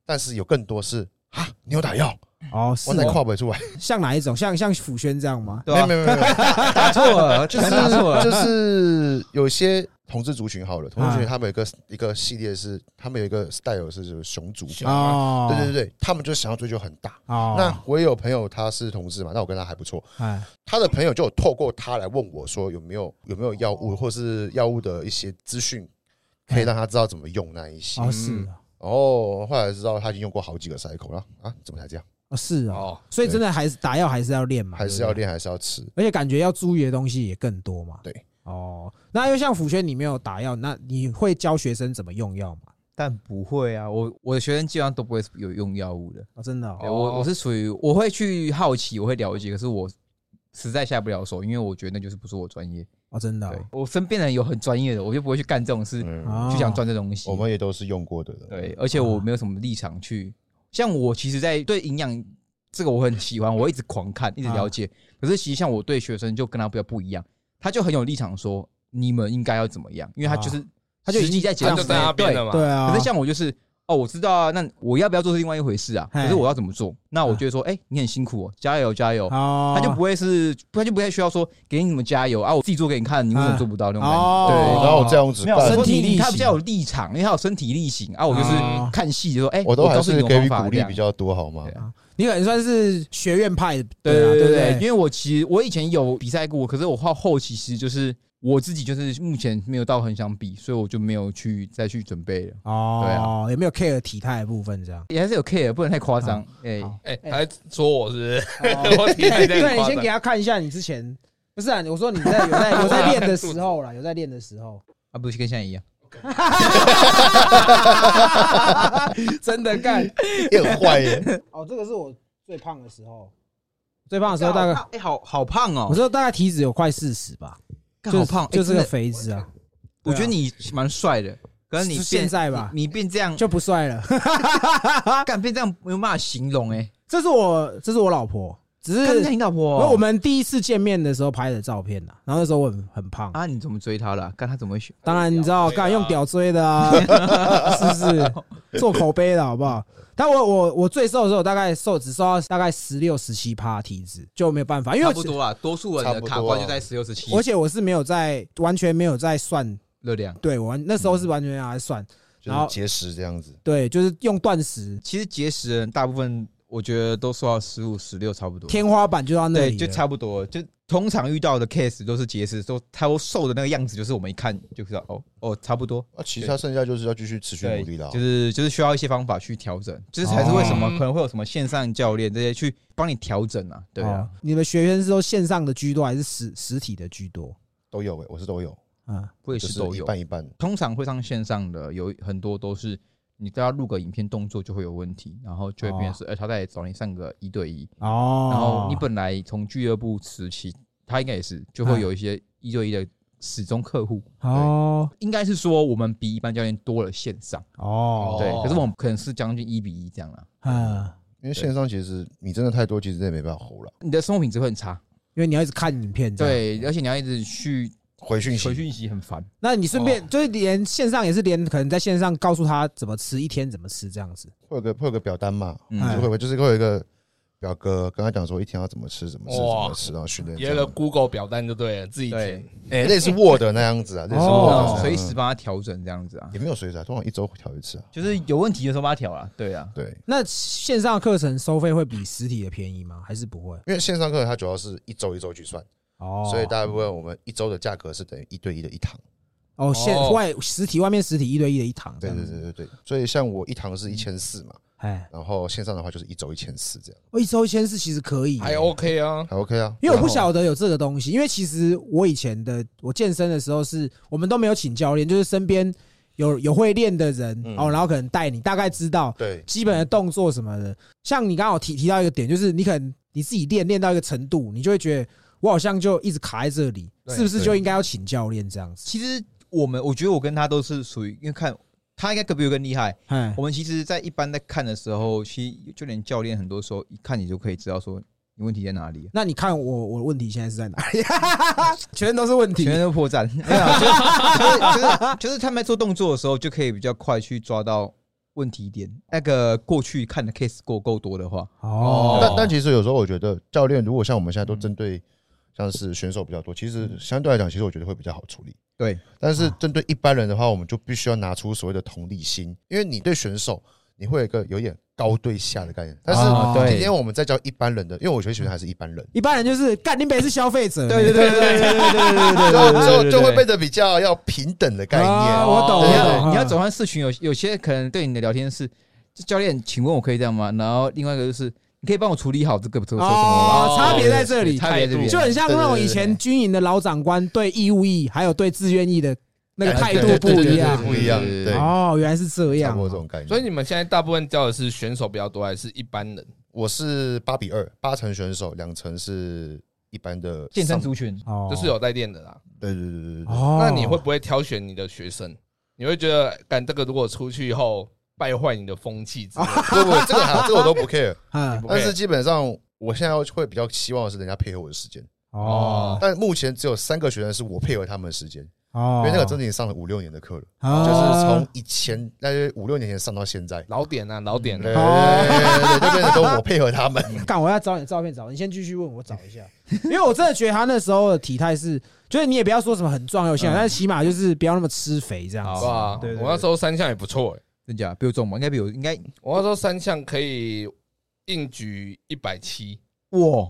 Speaker 3: 但是有更多是啊，你有打药，
Speaker 1: 哦，啊
Speaker 3: 我
Speaker 1: 是
Speaker 3: 在
Speaker 1: 哦
Speaker 3: 跨不出来，
Speaker 1: 像哪一种？像像辅轩这样吗？
Speaker 2: 对吧
Speaker 3: 没？有 没有没有，
Speaker 2: 打错了，
Speaker 3: 就
Speaker 2: 全
Speaker 3: 是
Speaker 2: 打错
Speaker 1: 啊
Speaker 2: 了。
Speaker 3: 就是有些同志族群好了，同志族
Speaker 1: 啊
Speaker 3: 群他们有一个一个系列是，他们有一个 style 是就是熊族，对啊
Speaker 1: 哦，
Speaker 3: 对对对，他们就想要追求很大。
Speaker 1: 哦，
Speaker 3: 那我也有朋友他是同志嘛，那我跟他还不错，
Speaker 1: 哎，
Speaker 3: 他的朋友就有透过他来问我说有没有有没有药物或是药物的一些资讯，可
Speaker 1: 嗯
Speaker 3: 以让他知道怎么用那一些。
Speaker 1: 哦是哦
Speaker 3: 然后后来知道他已经用过好几个 cycle 了啊，怎么才这样？
Speaker 1: 哦是哦，
Speaker 4: 哦，
Speaker 1: 所以真的还是打药还是要练嘛，
Speaker 3: 还是要
Speaker 1: 对不对，
Speaker 3: 练，还是要吃？
Speaker 1: 而且感觉要注意的东西也更多嘛。
Speaker 3: 对，
Speaker 1: 哦，那因为像辅轩你没有打药，那你会教学生怎么用药吗？
Speaker 2: 但不会啊，我我的学生基本上都不会有用药物的。
Speaker 1: 哦，真的、
Speaker 2: 对
Speaker 1: 哦，
Speaker 2: 我
Speaker 4: 哦
Speaker 2: 我是属于我会去好奇，我会了解，可是我实在下不了手，因为我觉得那就是不是我专业。
Speaker 1: 哦，真的、
Speaker 2: 对
Speaker 1: 哦，
Speaker 2: 啊我身边人有很专业的，我就不会去干这种事，
Speaker 3: 嗯，
Speaker 1: 哦
Speaker 2: 去想赚这东西
Speaker 3: 我。们也都是用过的。
Speaker 2: 啊对，，而且我没有什么立场去。像我其实，在对营养这个我很喜欢，我一直狂看，一直了解。可是其实像我对学生就跟他比较不一样，他就很有立场说你们应该要怎么样，因为他就是
Speaker 1: 他就已
Speaker 2: 实际
Speaker 1: 经
Speaker 2: 在
Speaker 1: 这
Speaker 2: 解
Speaker 4: 他
Speaker 1: 样
Speaker 2: 放
Speaker 4: 就
Speaker 1: 子
Speaker 4: 在那边了嘛。
Speaker 1: 对啊，
Speaker 2: 可是像我就是，哦，我知道啊，那我要不要做是另外一回事啊。
Speaker 1: 嘿
Speaker 2: 可是我要怎么做？那我就会说，哎、你很辛苦哦，加油加油。
Speaker 1: 哦，
Speaker 2: 他就不会是，他就不太需要说给你们加油啊，我自己做给你看，你为什么做不到那种感觉？
Speaker 1: 哦
Speaker 3: 对，然后这样子
Speaker 2: 没有，
Speaker 3: 办
Speaker 1: 身
Speaker 2: 身
Speaker 1: 体
Speaker 2: 体
Speaker 1: 力行
Speaker 2: 他比较有立场，因为他有身体力行啊。我就是
Speaker 1: 哦
Speaker 2: 看戏就说，哎，
Speaker 3: 我都还
Speaker 2: 告诉你
Speaker 3: 是
Speaker 2: 有
Speaker 3: 给
Speaker 2: 方
Speaker 3: 予
Speaker 2: 法
Speaker 3: 鼓励
Speaker 2: 这样
Speaker 3: 比较多，好吗
Speaker 2: 对？
Speaker 1: 你可能算是学院派的，
Speaker 2: 对
Speaker 1: 啊，
Speaker 2: 对
Speaker 1: 对
Speaker 2: 对
Speaker 1: 不
Speaker 2: 对，因为我其实我以前有比赛过，可是我后后期其实就是我自己就是目前没有到很想比，所以我就没有去再去准备了，对啊
Speaker 1: 哦，有没有 care 体态的部分这样？
Speaker 2: 哎也还是有 care，不能太夸张。哎，
Speaker 1: 好
Speaker 4: 哎，还说我是不是？
Speaker 1: 哦
Speaker 4: 我体态在
Speaker 1: 对，你
Speaker 4: 夸
Speaker 1: 先
Speaker 4: 张
Speaker 1: 给他看一下你之前，不是啊？我说你 在有在有在练的时候啦，有在练的时候，
Speaker 2: 啊，不是跟现在一样。
Speaker 1: 真的干。
Speaker 3: 也很坏 耶，
Speaker 1: 哦，这个是我最胖的时候，最胖的时候大概，
Speaker 2: 哎，好好胖哦
Speaker 1: 我说大概体脂有快四十吧，
Speaker 2: 干
Speaker 1: 就
Speaker 2: 好
Speaker 1: 是
Speaker 2: 胖，哎
Speaker 1: 就是
Speaker 2: 真
Speaker 1: 个
Speaker 2: 的
Speaker 1: 肥子啊，
Speaker 2: 我觉得你蛮帅的，可是你
Speaker 1: 是
Speaker 2: 变
Speaker 1: 现在吧
Speaker 2: 你你变这样
Speaker 1: 就不啊帅了。
Speaker 2: 干变这样没有办法形容哎。
Speaker 1: 这是我，这是我老婆，只
Speaker 2: 干
Speaker 1: 是
Speaker 2: 你老婆
Speaker 1: 我
Speaker 2: 哦，
Speaker 1: 我们第一次见面的时候拍的照片呐，然后那时候我很很胖，
Speaker 2: 啊，你怎么追她了？干她怎么会选？
Speaker 1: 当然你知道，
Speaker 4: 屌
Speaker 1: 干
Speaker 4: 追啊
Speaker 1: 用屌追的啊， 是不是？做口碑的好不好？但我我我最瘦的时候，大概瘦只瘦到大概十六十七趴体脂，就没有办法，因为
Speaker 2: 差
Speaker 1: 我
Speaker 2: 不多啊，多数人
Speaker 3: 差
Speaker 2: 的
Speaker 3: 不多
Speaker 2: 卡关就在十六十七
Speaker 1: 而且我是没有在完全没有在算，
Speaker 2: 热量。
Speaker 1: 对我完那时候是完全拿来算，
Speaker 3: 就
Speaker 1: 然后
Speaker 3: 是节食这样子。
Speaker 1: 对，就是用断食
Speaker 2: 其实节食的人大部分我觉得都瘦到十五十六差不多，
Speaker 1: 天花板就到那
Speaker 2: 对
Speaker 1: 里，
Speaker 2: 就。差不多。就通常遇到的 case 都是节食，都他瘦的那个样子，就是我们一看就知道哦哦，差不多。
Speaker 3: 啊，其他剩下就是要继续持续努力啦。
Speaker 2: 就是就是需要一些方法去调整，这才是为什么
Speaker 4: 哦
Speaker 2: 可能会有什么线上教练这些去帮你调整啊，对啊
Speaker 1: 哦，，你们学生是都线上的居多还是实实体的居多？
Speaker 3: 都有诶，我是都有，
Speaker 1: 嗯，
Speaker 2: 我也
Speaker 3: 就是是
Speaker 2: 都
Speaker 3: 一
Speaker 2: 有。
Speaker 3: 半一半。
Speaker 2: 通常会上线上的有很多都是你都要录个影片，动作就会有问题，然后就会变成是，哎、他在找你上个一对一，
Speaker 1: 哦，
Speaker 2: 然后你本来从俱乐部时期，他应该也是就会有一些一对一的始终客户，
Speaker 1: 哦
Speaker 2: 应该是说我们比一般教练多了线上，
Speaker 1: 哦，
Speaker 2: 对，可是我们可能是将近一比一这样啊
Speaker 1: 嗯，
Speaker 2: 啦。
Speaker 3: 因为线上其实你真的太多，其实真的没办法 hold 了。
Speaker 2: 你的生活品质会很差，
Speaker 1: 因为你要一直看影片，这样。
Speaker 2: 对，而且你要一直去
Speaker 3: 回讯
Speaker 2: 回
Speaker 3: 息，
Speaker 2: 讯息很烦，
Speaker 1: 那你顺
Speaker 3: 哦
Speaker 1: 便就是连线上也是连，可能在线上告诉他怎么吃，一天怎么吃这样子。
Speaker 3: 会有个会有个表单嘛，
Speaker 2: 嗯
Speaker 3: 就是会有就是会有一个表格跟他讲说一天要怎么吃，怎么吃，怎
Speaker 4: 哇
Speaker 3: 么吃，然后训练这
Speaker 4: 有
Speaker 3: 样。
Speaker 4: 一个 Google 表单就对了，自己填
Speaker 2: 对。，
Speaker 3: 哎，类似 Word 那样 子啊，类似
Speaker 1: 哦
Speaker 3: Word
Speaker 2: 然
Speaker 3: 那样
Speaker 2: 后
Speaker 3: 子
Speaker 2: 随时帮他调整这样子啊，
Speaker 3: 也没有随时啊，通常一周会调一次啊。
Speaker 2: 就是有问题的时候帮他调啊，对啊。
Speaker 3: 对，
Speaker 1: 那线上课程收费会比实体的便宜吗？还是不会？
Speaker 3: 因为线上课它主要是一周一周去算，
Speaker 1: 哦，
Speaker 3: 所以大部分我们一周的价格是等于一对一的一堂。
Speaker 1: 哦线
Speaker 4: 哦
Speaker 1: 外实体外面实体一对一的一堂，
Speaker 3: 对对，对对对，所以像我一堂是一千四嘛，
Speaker 1: 哎，哦
Speaker 3: 然后线上的话就是一周一千四这样，
Speaker 1: 我一周一千四其实可以耶，哎
Speaker 4: 还 OK 啊，
Speaker 3: 还 OK 啊。
Speaker 1: 因为我不
Speaker 3: 然后
Speaker 1: 晓得有这个东西，因为其实我以前的我健身的时候是，我们都没有请教练，就是身边有有会练的人
Speaker 3: 嗯
Speaker 1: 哦，然后可能带你大概知道
Speaker 3: 对
Speaker 1: 基本的动作什么的。像你刚好提提到一个点，就是你可能你自己练练到一个程度，你就会觉得我好像就一直卡在这里，
Speaker 2: 对
Speaker 1: 是不是就应该要请教练这样子？
Speaker 2: 其实我们，我觉得我跟他都是属于，因为看他应该可比我更厉害。
Speaker 1: 哎
Speaker 2: 我，们其实，在一般在看的时候，其实就连教练很多时候一看你就可以知道说你问题在哪里，
Speaker 1: 那你看我我的问题现在是在哪里？全都是问题
Speaker 2: 全。都破绽。没有就是就是就是就是他们在做动作的时候，就可以比较快去抓到问题点。那个过去看的 case 够够多的话，
Speaker 1: 哦，
Speaker 3: 但但其实有时候我觉得，教练如果像我们现在
Speaker 2: 嗯
Speaker 3: 都针对像是选手比较多，其实相对来讲，其实我觉得会比较好处理。
Speaker 2: 对，啊
Speaker 3: 但是针对一般人的话，我们就必须要拿出所谓的同理心，因为你对选手，你会有一个有点高对下的概念。但
Speaker 1: 啊
Speaker 3: 是
Speaker 2: 对
Speaker 3: 今天我们在教一般人的，因为我觉得选手还是一般人，
Speaker 1: 一般人就是干，你本是消费者，
Speaker 2: 对对对对对对对
Speaker 3: 就就就会被的比较要平等的概
Speaker 1: 啊
Speaker 3: 念。
Speaker 1: 我懂，啊
Speaker 2: 你
Speaker 1: 我
Speaker 2: 要
Speaker 1: 懂
Speaker 2: 你要转换社群，有有些可能对你的聊天是，就教练，请问我可以这样吗？然后另外一个就是你可以帮我处理好这个这个这个什么
Speaker 1: 哦，差别在这里，
Speaker 2: 差别在这边
Speaker 1: 就很像那种以前军营的老长官对义务役还有对志愿役的那
Speaker 4: 哎
Speaker 1: 个态度不一样
Speaker 3: 对对对对对。不一样，
Speaker 2: 对对对
Speaker 3: 对，
Speaker 1: 哦，原来是这
Speaker 3: 差
Speaker 1: 样
Speaker 2: 啊
Speaker 3: 不。多这种概念。
Speaker 4: 所以你们现在大部分教的是选手比较多，还是一般人？
Speaker 3: 我是八比二，八成选手，两成是一般的
Speaker 2: 健身
Speaker 3: 上。
Speaker 2: 族群，
Speaker 1: 哦，
Speaker 4: 就是有在练的啦。
Speaker 3: 对对对对对对，
Speaker 1: 哦，
Speaker 4: 那你会不会挑选你的学生？你会觉得，干这个如果出去以后败坏你的风气之类的，
Speaker 3: 不不，这个还好这个我都不 care，
Speaker 1: 嗯
Speaker 3: 但是基本上我现在会比较希望的是人家配合我的时间，
Speaker 1: 哦
Speaker 3: 但目前只有三个学生是我配合他们的时间，
Speaker 1: 哦
Speaker 3: 因为那个真的已经上了五六年的课了，
Speaker 1: 啊
Speaker 3: 就是从以前那些五六年前上到现在，
Speaker 1: 哦
Speaker 4: 老点啊，老点
Speaker 1: 嗯
Speaker 3: 对
Speaker 4: 啊，
Speaker 3: 对对对，就变成都我配合 他们，
Speaker 1: 干，我要找你的照片找，你先继续问我找 一下，因为我真的觉得他那时候的体态是，就是你也不要说什么很壮有型，
Speaker 2: 嗯
Speaker 1: 但是起码就是不要那么吃肥这样
Speaker 4: 好啊
Speaker 1: 子。
Speaker 4: 吧
Speaker 1: 对对？对
Speaker 4: 我那时候三项也不错欸，
Speaker 2: 真假比我重吗？应该比我应该
Speaker 4: 我那时候三项可以硬举一百七，
Speaker 2: 哇，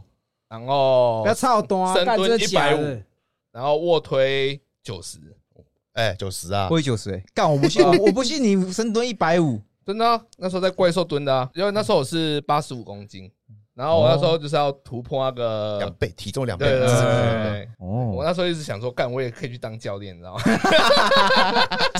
Speaker 4: 然后
Speaker 1: 不要操多啊，
Speaker 4: 深
Speaker 1: 干
Speaker 4: 蹲
Speaker 1: 真的假的
Speaker 4: 150？然后卧推九十，
Speaker 3: 哎，九十啊
Speaker 2: 我，也九十哎，干我不信，我我不信你深蹲一百五，
Speaker 4: 真的啊、那时候在怪兽蹲的、啊，因为那时候我是八十五公斤，然后我那时候就是要突破那
Speaker 1: 呃
Speaker 4: 个，
Speaker 3: 两倍体重两倍
Speaker 4: 对，对对对对
Speaker 3: 嗯
Speaker 4: 对我
Speaker 2: 哦，
Speaker 4: 那时候一直想说，干我也可以去当教练，你 知道吗？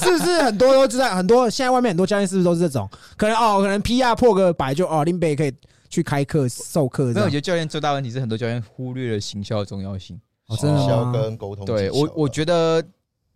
Speaker 1: 是不是很多都知道？很多现在外面很多教练是不是都是这种？可能哦，可能 PR 破个百就哦，林北可以去开课授课
Speaker 2: 没
Speaker 1: 这
Speaker 2: 有，我
Speaker 1: 样
Speaker 2: 觉。得教练最大问题是很多教练忽略了行销的重要性。
Speaker 1: 哦真的
Speaker 3: 行销
Speaker 1: 吗？
Speaker 3: 跟沟通技巧啊，
Speaker 2: 对我，我觉得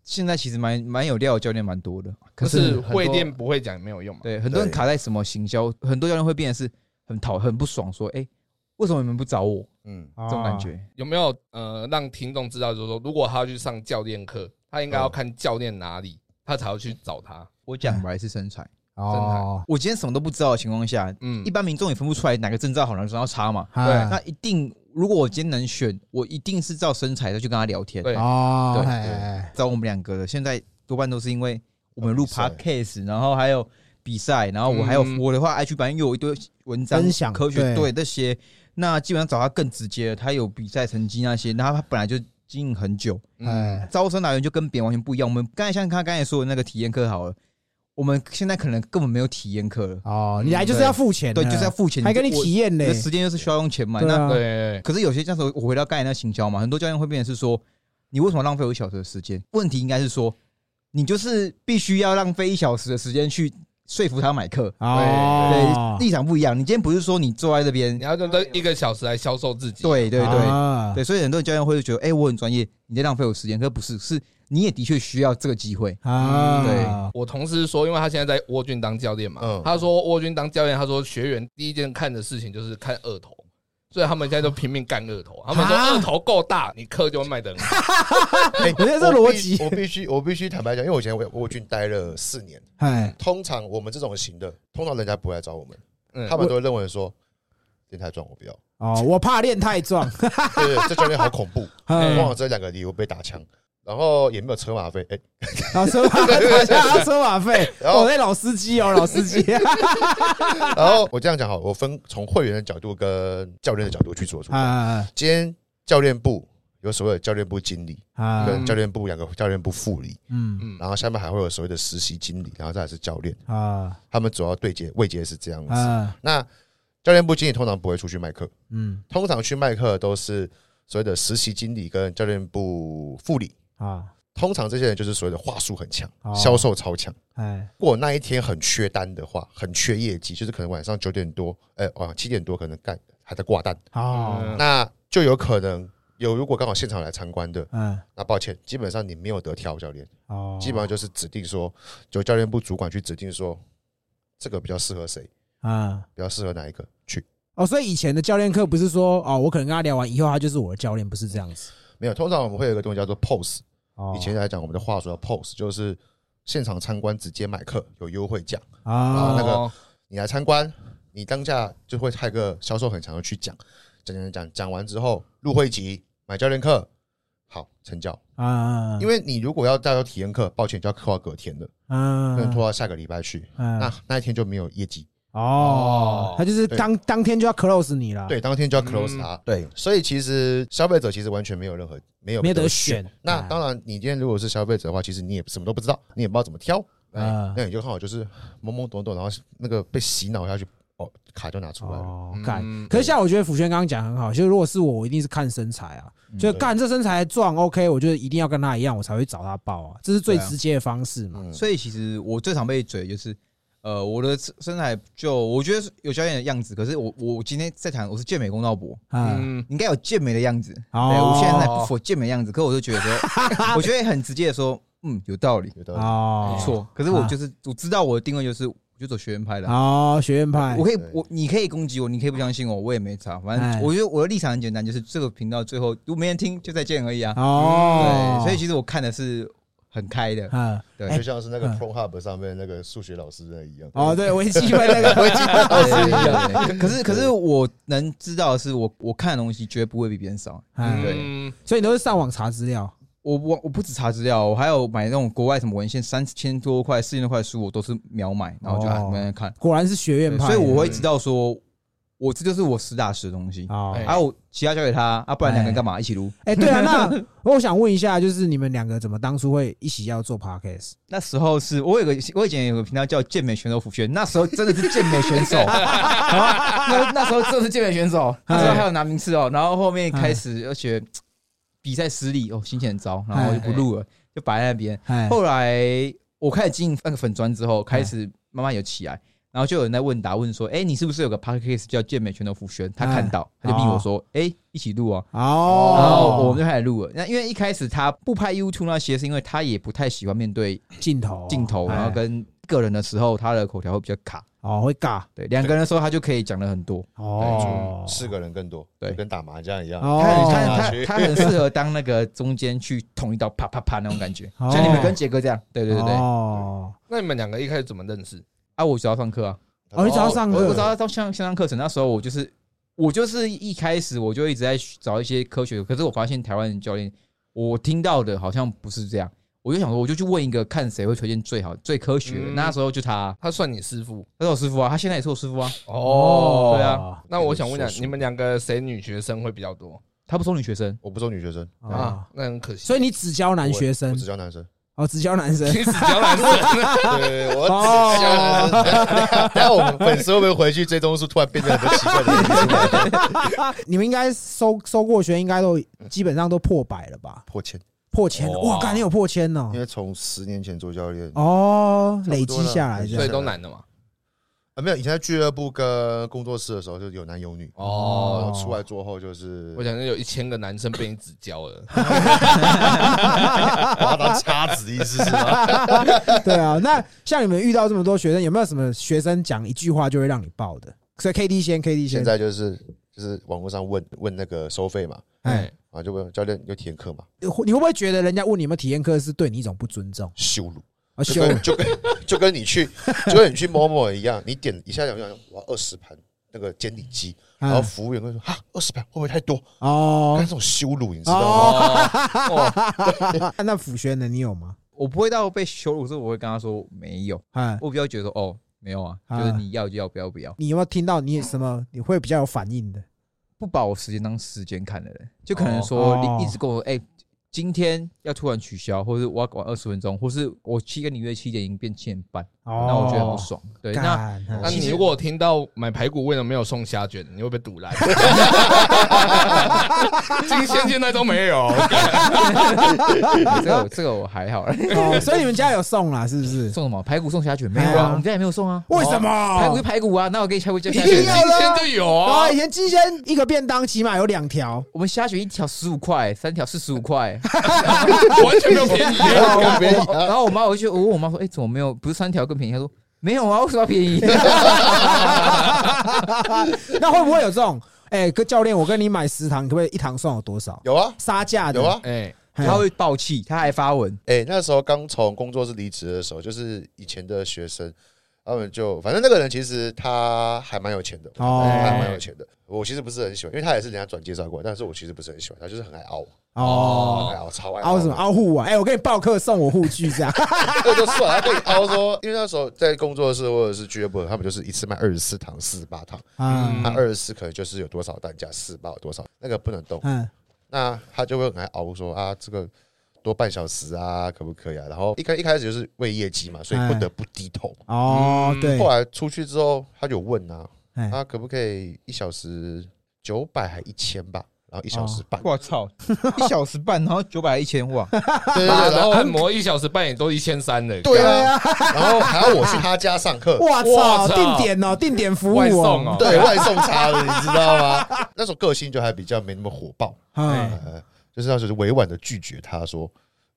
Speaker 2: 现在其实蛮蛮有料的教练蛮多的，可
Speaker 4: 就是是
Speaker 2: 很多
Speaker 4: 会练不会讲也没有用嘛。
Speaker 2: 对很多人卡在什么行销，很多教练会变得是很讨很不爽，说哎、为什么你们不找我？
Speaker 3: 嗯，
Speaker 1: 这
Speaker 2: 这种感觉。
Speaker 4: 有没有呃让听众知道，就是说如果他要去上教练课，他应该要看教练哪里，他才要去找他。
Speaker 2: 我讲白是身材，
Speaker 1: 哦，
Speaker 2: 我今天什么都不知道的情况下，
Speaker 4: 嗯
Speaker 2: 一，般民众也分不出来哪个证照好，哪个证照差嘛。
Speaker 1: 对
Speaker 4: 对
Speaker 2: 那一定，如果我今天能选，我一定是照身材再去跟他聊天。
Speaker 4: 对
Speaker 1: 哦，
Speaker 2: 对
Speaker 1: 哎
Speaker 2: 找我们两个的，现在多半都是因为我们
Speaker 3: 哦
Speaker 2: 录
Speaker 3: 比赛
Speaker 2: podcast，然后还有比赛，然后我还有、
Speaker 4: 嗯
Speaker 2: 我的话，IG 版又有一堆文章
Speaker 1: 分享
Speaker 2: 科学
Speaker 1: 对
Speaker 2: 对这些，那基本上找他更直接了，他有比赛成绩那些，然后他本来就经营很久，
Speaker 4: 嗯，
Speaker 1: 哎，
Speaker 2: 招生来源就跟别人完全不一样。我们刚才像他刚才说的那个体验课好了，我们现在可能根本没有体验课了，
Speaker 1: 哦，你来就是要付钱的，
Speaker 2: 嗯对，就是要付钱，
Speaker 1: 啊还跟你
Speaker 2: 我
Speaker 1: 体验呢
Speaker 2: 我的。时间就是需要用钱买，
Speaker 1: 对
Speaker 2: 那
Speaker 1: 啊，
Speaker 4: 对，
Speaker 2: 可是有些这样子，我回到刚才那个行销嘛，很多教练会变成是说，你为什么浪费我一小时的时间？问题应该是说，你就是必须要浪费一小时的时间去说服他买课。
Speaker 1: 哦
Speaker 2: 对，，立场不一样。你今天不是说你坐在这边
Speaker 4: 你，要用这一个小时来销售自己。，
Speaker 2: 对对对
Speaker 1: 啊
Speaker 2: 对，所以很多教练会觉得，哎，我很专业，你在浪费我时间。可不是，是你也的确需要这个机会。
Speaker 4: 嗯
Speaker 1: 啊，
Speaker 2: 对
Speaker 4: 我同事说，因为他现在在沃郡当教练嘛
Speaker 3: 嗯，
Speaker 4: 他说沃郡当教练，他说学员第一件看的事情就是看二头。所以他们现在都拼命干二头，他们说
Speaker 1: 啊
Speaker 4: 二头够大，你课就会卖得很好。
Speaker 3: 哎
Speaker 1: 我觉得这
Speaker 3: 必
Speaker 1: 逻辑
Speaker 3: 我必须我必须坦白讲，因为我以前我我军待了四年，
Speaker 1: 哎，
Speaker 3: 通常我们这种型的，通常人家不会来找我们，
Speaker 4: 嗯
Speaker 3: 他们都会认为说电太壮我不要，
Speaker 1: 哦，我怕练太壮，
Speaker 3: 对对，对这教练好恐怖，
Speaker 1: 嗯
Speaker 3: 通常这两个理由被打枪，然后也没有车马费，哎，
Speaker 1: 然后哦车 马，好像还要车马 费，哦
Speaker 3: 然后
Speaker 1: 我那老司机哦，老司机，
Speaker 3: 然后我这样讲好，我分从会员的角度跟教练的角度去做出发。
Speaker 1: 啊
Speaker 3: 今天教练部有所谓的教练部经理
Speaker 1: 啊，
Speaker 3: 跟教练部两个教练部副理，
Speaker 1: 嗯
Speaker 4: 嗯
Speaker 3: 然后下面还会有所谓的实习经理，然后再来是教练，
Speaker 1: 啊
Speaker 3: 他们主要对接位接是这样子。
Speaker 1: 啊
Speaker 3: 那教练部经理通常不会出去卖课，
Speaker 1: 嗯
Speaker 3: 通常去卖课都是所谓的实习经理跟教练部副理。
Speaker 1: 啊，
Speaker 3: 通常这些人就是所谓的话术很强
Speaker 1: 哦，
Speaker 3: 销售超强。
Speaker 1: 哎
Speaker 3: 如果那一天很缺单的话，很缺业绩，就是可能晚上九点多，哎，晚上七点多可能干还在挂单，
Speaker 4: 哦
Speaker 1: 好，
Speaker 3: 那就有可能有如果刚好现场来参观的，
Speaker 1: 嗯
Speaker 3: 那抱歉，基本上你没有得挑教练，
Speaker 1: 哦，
Speaker 3: 基本上就是指定说，就教练部主管去指定说，这个比较适合谁，
Speaker 1: 啊。
Speaker 3: 比较适合哪一个去。
Speaker 1: 哦，所以以前的教练课不是说哦，我可能跟他聊完以后，他就是我的教练，不是这样子。
Speaker 3: 没有，通常我们会有一个东西叫做 pose，
Speaker 1: 哦，
Speaker 3: 以前来讲我们的话说叫 pose，就是现场参观直接买课有优惠价，
Speaker 1: 啊
Speaker 3: 啊那个
Speaker 4: 哦
Speaker 3: 你来参观，你当下就会派个销售很强的去讲，讲讲讲讲完之后入会籍买教练课，好成交。
Speaker 1: 啊，
Speaker 3: 因
Speaker 1: 为
Speaker 3: 为你如果要带到体验课，抱歉就要拖到隔天的，
Speaker 1: 啊，
Speaker 3: 不能拖到下个礼拜去，
Speaker 1: 嗯
Speaker 3: 那那一天就没有业绩，
Speaker 1: 哦，他就是
Speaker 3: 对
Speaker 1: 当当天就要 close 你了，
Speaker 3: 对，当天就要
Speaker 1: 嗯
Speaker 3: close 它。对，所以其实消费者其实完全没有任何没有
Speaker 1: 没
Speaker 3: 得
Speaker 1: 得选。
Speaker 3: 那
Speaker 1: 哎
Speaker 3: 当然，你今天如果是消费者的话，其实你也什么都不知道，你也不知道怎么挑，
Speaker 1: 啊
Speaker 3: 那你就刚好就是懵懵懂懂，然后那个被洗脑下去，哦，卡就拿出来了。
Speaker 1: 哦
Speaker 4: 嗯，
Speaker 1: 干。
Speaker 4: 嗯
Speaker 1: 可是像我觉得辅轩刚刚讲得很好，就是如果是我，我一定是看身材啊，
Speaker 2: 嗯
Speaker 1: 就
Speaker 3: 对
Speaker 1: 干这身材壮，OK，我就一定要跟他一样，我才会找他报啊，这是最
Speaker 2: 对啊
Speaker 1: 直接的方式嘛。
Speaker 3: 嗯，
Speaker 2: 所以其实我最常被嘴就是，呃，我的身材就我觉得是有教练的样子，可是我我今天在讲我是健美公道博，
Speaker 1: 啊，
Speaker 4: 嗯，
Speaker 2: 你应该有健美的样子。
Speaker 1: 哦
Speaker 2: 对，我现在不否健美的样子，可我就觉得说， 我觉得很直接的说，嗯，有道理，
Speaker 3: 有道理。
Speaker 1: 哦，
Speaker 2: 嗯没错。可是我就是我知道我的定位就是，我就走学院派的啊。
Speaker 1: 哦，学院派
Speaker 2: 我，可以
Speaker 3: 对，
Speaker 2: 我你可以攻击我，你可以不相信我，我也没差。反
Speaker 1: 哎
Speaker 2: 正我觉得我的立场很简单，就是这个频道最后如果没人听就再见而已啊。
Speaker 1: 哦
Speaker 2: 对，，所以其实我看的是很 开的。
Speaker 1: 嗯，
Speaker 2: 对，
Speaker 3: 就像是那个
Speaker 1: 嗯
Speaker 3: Pro Hub 上面那个数学老师那一样。
Speaker 1: 哦，对，微 积分那个，哦
Speaker 2: 对 对对可是可是我能知道的是我我看的东西绝对不会比别人少。
Speaker 1: 嗯
Speaker 2: 对
Speaker 4: 嗯
Speaker 1: 所以你都是上网查资料，
Speaker 2: 我我我不止查资料，哦我还有买那种国外什么文献三千多块、四千多块的书，我都是秒买，然后就
Speaker 1: 哦
Speaker 2: 啊慢慢看。
Speaker 1: 果然是学院
Speaker 2: 对
Speaker 1: 派，啊
Speaker 2: 所以我会知道说，我这就是我实打实的东西。
Speaker 1: 哦，
Speaker 4: 哎
Speaker 2: 啊，我其他交给他啊，不然两个人干嘛一起撸？
Speaker 1: 哎，对啊， 那我想问一下，就是你们两个怎么当初会一起要做 podcast？
Speaker 2: 那时候是我有个我以前有个频道叫健美选手辅选，那时候真的是健美 选手，好吧那那时候真的是健美选手，
Speaker 1: 哎
Speaker 2: 那时候还有拿名次哦。然后后面开始而且比赛失利哦，心情很糟，然后我就不录了，就摆在那边。
Speaker 1: 哎，
Speaker 2: 后来我开始经营那个粉砖之后，开始慢慢有起来，然后就有人在问答问说：“哎，你是不是有个 podcast 叫健美选手辅选？”他看到他就逼我说：“哎，一起录啊。”然后我
Speaker 1: 啊哦
Speaker 2: 们，就开始录了。那因为一开始他不拍 YouTube 那些，是因为他也不太喜欢面对
Speaker 1: 镜头，
Speaker 2: 镜头，然后
Speaker 1: 哎
Speaker 2: 跟个人的时候，他的口条会比较卡。
Speaker 1: 哦会尬
Speaker 2: 对，两个人的时候，他就可以讲的很多。
Speaker 1: 哦，
Speaker 3: 四个人更多，
Speaker 2: 对
Speaker 3: 就跟打麻将一样。
Speaker 2: 他
Speaker 1: 哦
Speaker 2: 很
Speaker 3: 看
Speaker 2: 他他他很适合当那个中间去捅一刀啪啪啪那种感觉，
Speaker 1: 哦
Speaker 2: 像你们跟杰哥这样。对对对对。
Speaker 1: 哦，
Speaker 4: 那你们两个一开始怎么认识？
Speaker 2: 啊，我只要上课啊，
Speaker 1: 哦你只要上
Speaker 2: 我
Speaker 1: 课
Speaker 2: 我只要到上线上课程，那时候我就是我就是一开始我就一直在找一些科学，可是我发现台湾的教练，我听到的好像不是这样。我就想说，我就去问一个，看谁会推荐最好、最科学的。
Speaker 4: 嗯
Speaker 2: 那时候就他，
Speaker 4: 他算你师傅
Speaker 2: 他是我师傅啊，他现在也是我师傅啊。
Speaker 4: 哦
Speaker 2: 对啊，
Speaker 4: 那我想问一
Speaker 3: 说
Speaker 4: 下，
Speaker 3: 说
Speaker 4: 你们两个谁女学生会比较多
Speaker 2: 他不收女学生，
Speaker 3: 我不收女学生，
Speaker 1: 哦
Speaker 4: 啊？那很可惜，
Speaker 1: 所以你只教男学
Speaker 3: 我
Speaker 1: 生
Speaker 3: 只教 男生。
Speaker 1: 哦，只教男生
Speaker 4: 你只教男 生，
Speaker 3: 对，我
Speaker 1: 哦
Speaker 3: 只教男生。然后我们粉丝会不会回去追踪数突然变成很多奇怪的人数？
Speaker 1: 你们应该收收过学，应该都基本上都破百了吧？
Speaker 3: 破千，
Speaker 1: 破千，
Speaker 2: 哇
Speaker 1: 哇，干你有破千哦
Speaker 3: 因！为从十年前做教练
Speaker 1: 哦，累积
Speaker 3: 差不多了
Speaker 1: 下来这
Speaker 4: 所以
Speaker 1: 样，
Speaker 4: 都男的嘛。
Speaker 3: 啊，没有以前在俱乐部跟工作室的时候就有男有女。
Speaker 1: 哦
Speaker 3: 哦，出来做后就是
Speaker 4: 我想说有一千个男生被你指教 了，
Speaker 3: 把它当叉子意思是吗？
Speaker 1: 对啊。那像你们遇到这么多学生，有没有什么学生讲一句话就会让你爆的？所以 K D 先，K D 先，
Speaker 3: 现在就是就是网络上问问那个收费嘛，
Speaker 1: 哎，
Speaker 3: 啊就问教练有体验课嘛，
Speaker 1: 你会不会觉得人家问你有没有体验课是对你一种不尊重
Speaker 3: 羞辱。
Speaker 1: 啊？
Speaker 3: 就
Speaker 1: 羞辱
Speaker 3: 跟就跟就跟你去就跟你去某某一样，你点一下讲讲，我要二十盘那个煎底鸡，然后
Speaker 1: 啊
Speaker 3: 服务员会说啊二十盘会不会太多？但
Speaker 1: 哦
Speaker 3: 这种羞辱你知道吗？
Speaker 1: 哦，那辅轩呢？你有吗？
Speaker 2: 我不会到被羞辱，是我会跟他说没有，
Speaker 1: 哎，
Speaker 2: 我比较觉得说哦没有啊，
Speaker 1: 啊
Speaker 2: 就是你要就要，不要不要，
Speaker 1: 你有没有听到你什么你会比较有反应的？
Speaker 2: 不把我时间当时间看的人，就可能说
Speaker 1: 哦
Speaker 2: 你一直跟我说哎。今天要突然取消，或者我要晚二十分钟，或是我七跟你约七点已经变七点半，
Speaker 1: 哦
Speaker 2: 那我觉得很不爽。对，那
Speaker 1: 干啊
Speaker 4: 那 你如果听到买排骨为什么没有送虾卷，你会 被堵来？今天现在都 没有，
Speaker 2: 这个我这个我还好。
Speaker 1: 哦，所以你们家有送啦，是不是？
Speaker 2: 送什么排骨送虾卷没
Speaker 1: 哎
Speaker 2: 有
Speaker 1: 呀
Speaker 2: 啊？我们家也没有送啊。
Speaker 1: 为什么？
Speaker 2: 排骨就排骨啊，那我给你排骨加虾
Speaker 1: 一定要
Speaker 2: 卷。
Speaker 4: 今天就有啊
Speaker 1: 啊，以。前金鲜一个便当起码有两条，
Speaker 2: 我们虾卷一条十五块，三条四十五块。
Speaker 4: 完全没有便 宜。
Speaker 3: 更便宜啊
Speaker 2: 然后我妈我就我问我妈说，哎、怎么没有？不是三条更便宜？她说没有啊，为什么要便
Speaker 1: 哎
Speaker 2: 宜？
Speaker 1: 那会不会有这种？哎，哥教练，我跟你买十堂，可不可以一堂送我多少？
Speaker 3: 有啊
Speaker 1: 杀价的
Speaker 3: 有，啊，
Speaker 4: 哎，
Speaker 1: 嘿
Speaker 2: 她会爆气，她还发 文。
Speaker 3: 哎、那时候刚从工作室离职的时候，就是以前的学生，他们就反正那个人其实他还蛮有钱的，
Speaker 1: 哦
Speaker 3: 他还蛮有钱的。我其实不是很喜欢，因为他也是人家转介绍过来，但是我其实不是很喜欢他，就是很爱凹，
Speaker 1: 哦，
Speaker 3: 很爱凹，超爱
Speaker 1: 凹什么？凹护腕？哎，我给你报课送我护具这样。
Speaker 3: 这就算了，他可以凹说，因为那时候在工作室或者是俱乐部，他们就是一次卖二十四堂、四十八堂，
Speaker 1: 嗯
Speaker 3: 那二十四可能就是有多少单价，四十八有多少，那个不能动。
Speaker 1: 嗯，
Speaker 3: 那他就会很爱熬说啊，这个多半小时啊，可不可以啊？然后一开一开始就是为业绩嘛，所以不得不低头。嗯
Speaker 1: 哦，对，
Speaker 3: 后来出去之后，他就有问啊，
Speaker 1: 哎
Speaker 3: 他可不可以一小时九百还一千吧？然后一小时半，
Speaker 4: 哦
Speaker 2: 我操，一小时半，然后九百一千哇，
Speaker 3: 对
Speaker 1: 啊
Speaker 3: 对对，
Speaker 4: 然
Speaker 3: 然
Speaker 4: 后
Speaker 3: 后
Speaker 4: 啊按摩一小时半也都一千三了，
Speaker 3: 对啊，然后还要我去他家上课，
Speaker 1: 哇操，
Speaker 4: 哇操
Speaker 1: 定点哦，定点服务
Speaker 4: 外送
Speaker 1: 哦
Speaker 4: 哦，
Speaker 3: 对外送差的，你知道吗？ 那时候个性就还比较没那么火爆，
Speaker 1: 哎，
Speaker 3: 呃，就是那时候就委婉的拒绝他说，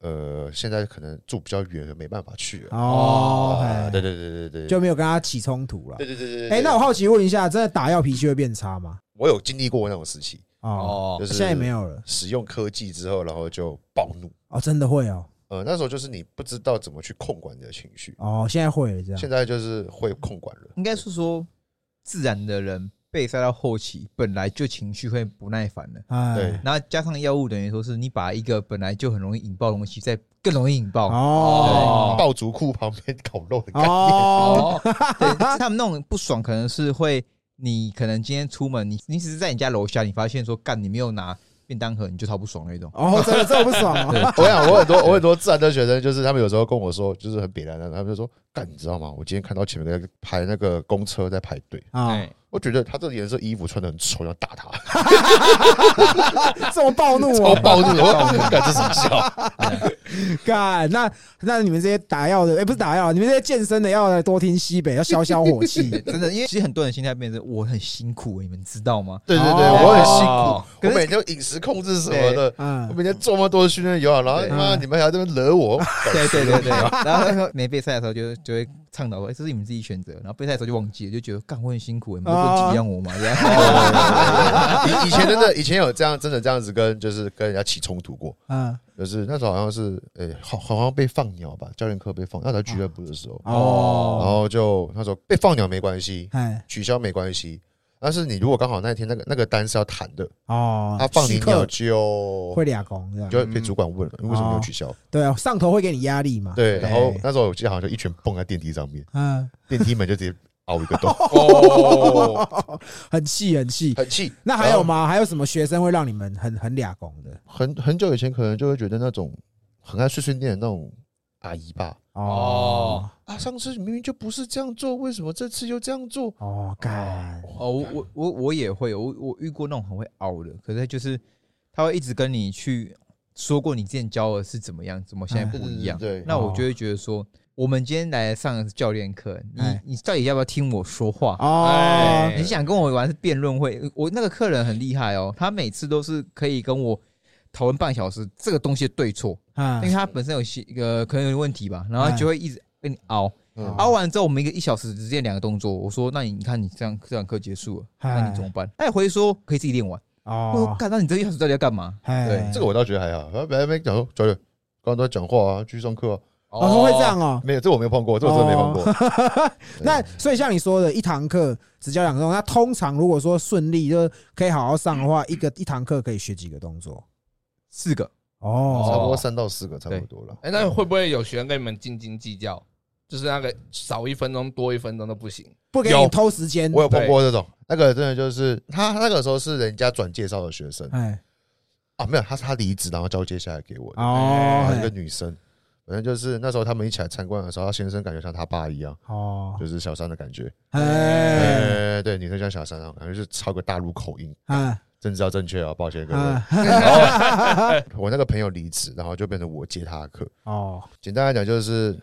Speaker 3: 呃，现在可能住比较远，没办法去了。
Speaker 1: 哦，
Speaker 3: 啊
Speaker 1: 哎
Speaker 3: 对对对对对，
Speaker 1: 就没有跟他起冲突了
Speaker 3: 对。对对对。对
Speaker 1: 哎，那我好奇问一下，真的打药脾气会变差吗？
Speaker 3: 我有经历过那种时期，
Speaker 1: 哦，
Speaker 2: 哦，
Speaker 3: 就是
Speaker 1: 现在也没有了。
Speaker 3: 使用科技之后，然后就暴怒。
Speaker 1: 哦，真的会哦，
Speaker 3: 呃，那时候就是你不知道怎么去控管你的情绪，
Speaker 1: 哦，现在会了这样
Speaker 3: 现。在就是会控管了。
Speaker 2: 应该是说自然的人被塞到后期，本来就情绪会不耐烦了。
Speaker 1: 哎，
Speaker 3: 对
Speaker 2: 然后加上药物，等于说是你把一个本来就很容易引爆的东西，再更容易引爆。
Speaker 1: 哦
Speaker 3: 爆竹库旁边烤肉的概念，
Speaker 1: 哦，
Speaker 4: 哦，
Speaker 2: 对，他们那种不爽可能是会，你可能今天出门，你你只是在你家楼下，你发现说干你没有拿便当盒，你就超不爽那种。
Speaker 1: 哦，真的这么不爽哦。
Speaker 2: 对，
Speaker 3: 我想，我很多我很多自然的学生，就是他们有时候跟我说，就是很别然的，他们就说：“干，你知道吗？我今天看到前面在排那个公车在排队，
Speaker 1: 啊，
Speaker 4: 哎
Speaker 3: 我觉得他这个颜色衣服穿的很丑，要打他，
Speaker 1: 这么暴怒
Speaker 3: 超
Speaker 1: 哦，
Speaker 3: 暴怒的。 我干这什么笑？
Speaker 1: 干！那那你们这些打药的，哎，不是打药，你们这些健身的要来多听西北，要消消火 气。
Speaker 2: 真的，因为其实很多人心态变成我很辛苦，你们知道吗？
Speaker 3: 对对对，啊
Speaker 1: 哦
Speaker 3: 我很辛
Speaker 4: 哦
Speaker 3: 苦，我每天饮食控制什么的，我
Speaker 1: 嗯，
Speaker 3: 每天做那么多训练有啊氧，然后
Speaker 2: 对
Speaker 3: 他妈
Speaker 1: 嗯
Speaker 3: 你们还在那边惹我，
Speaker 2: 对对对对。然后那时候没备赛的时候就，就会倡导说，哎这是你们自己选择。然后备赛的时候就忘记了，就觉得干我很辛苦，你们不体谅我嘛？这样
Speaker 3: 以以前真的以前有这样真的这样子跟就是跟人家起冲突过，
Speaker 1: 嗯，
Speaker 3: 就是那时候好像是呃、好好像被放鸟吧，教练课被放，那时候在俱乐部的时候，然
Speaker 1: 哦，
Speaker 3: 后就那时候被放鸟没关系，
Speaker 1: 哎，
Speaker 3: 取消没关系。但是你如果刚好那天那个那个单是要谈的，
Speaker 1: 哦，
Speaker 3: 他放你
Speaker 1: 时刻
Speaker 3: 鸟就
Speaker 1: 会俩工这样
Speaker 3: 就。会被主管问了，你为什么没有取消？
Speaker 1: 对啊，上头会给你压力嘛。
Speaker 3: 对，
Speaker 1: 对
Speaker 3: 然后那时候我记得好像就一拳蹦在电梯上面，
Speaker 1: 嗯，
Speaker 3: 电梯门就直接凹一个洞，
Speaker 4: 哦，
Speaker 1: 很气很气。
Speaker 3: 很气。
Speaker 1: 那还有吗？还有什么学生会让你们很很俩工的？
Speaker 3: 很很久以前可能就会觉得那种很爱碎碎念的那种阿姨吧，
Speaker 1: 哦
Speaker 3: 啊，上次明明就不是这样做，为什么这次又这样做？
Speaker 1: 哦，干
Speaker 2: 哦，我我我我也会，我我遇过那种很会熬的，可是就是他会一直跟你去说过你之前教的是怎么样，怎么现在不一样。
Speaker 3: 嗯对，
Speaker 2: 那我就会觉得说，我们今天来上的是教练课，你
Speaker 1: 哎
Speaker 2: 你到底要不要听我说话？
Speaker 1: 哦
Speaker 4: 哎
Speaker 2: 你想跟我玩是辩论会？我那个客人很厉害哦，他每次都是可以跟我讨论半小时这个东西的对错，因为
Speaker 1: 嗯
Speaker 2: 他本身有些一个可能有问题吧，然后他就会一直跟你熬，
Speaker 3: 嗯
Speaker 2: 熬完之后我们一个一小时只练两个动作，我说那你你看你这样这堂课结束了，那你怎么办？他也回说可以自己练完。我说
Speaker 1: 哦，
Speaker 2: 干，那你这一小时到底要干嘛？
Speaker 1: 哎
Speaker 2: 对，
Speaker 3: 这个我倒觉得还好，然后别人讲说教练刚刚都在讲话啊，继续上课啊，
Speaker 1: 哦他会这样哦。
Speaker 3: 没有，这我没有碰过，这我真的没碰过。
Speaker 1: 那所以像你说的，一堂课只教两个动作，那通常如果说顺利，就是可以好好上的话，一个一堂课可以学几个动作？
Speaker 2: 四个
Speaker 3: 差不
Speaker 1: 哦
Speaker 3: 多三到四个差不多了。
Speaker 4: 哎，那会不会有学员跟你们斤斤计较？就是那个少一分钟多一分钟都不行。
Speaker 1: 不给你
Speaker 3: 有
Speaker 1: 偷时间
Speaker 3: 我。有碰过这种，那个真的就是他那个时候是人家转介绍的学生
Speaker 1: 哎，
Speaker 3: 啊，没有，他是他离职然后交接下来给我的，
Speaker 1: 哦
Speaker 3: 啊，一个
Speaker 1: 哎
Speaker 3: 女生，反正就是那时候他们一起来参观的时候，他先生感觉像他爸一样，
Speaker 1: 哦，
Speaker 3: 就是小三的感觉，
Speaker 1: 哎，
Speaker 3: 哎，对，女生像小三啊，感觉就是超个大陆口音，
Speaker 1: 嗯
Speaker 3: 政治要正确啊，抱歉各位。
Speaker 1: 嗯，
Speaker 3: 我那个朋友离职，然后就变成我接他的课，
Speaker 1: 哦
Speaker 3: 简单来讲就是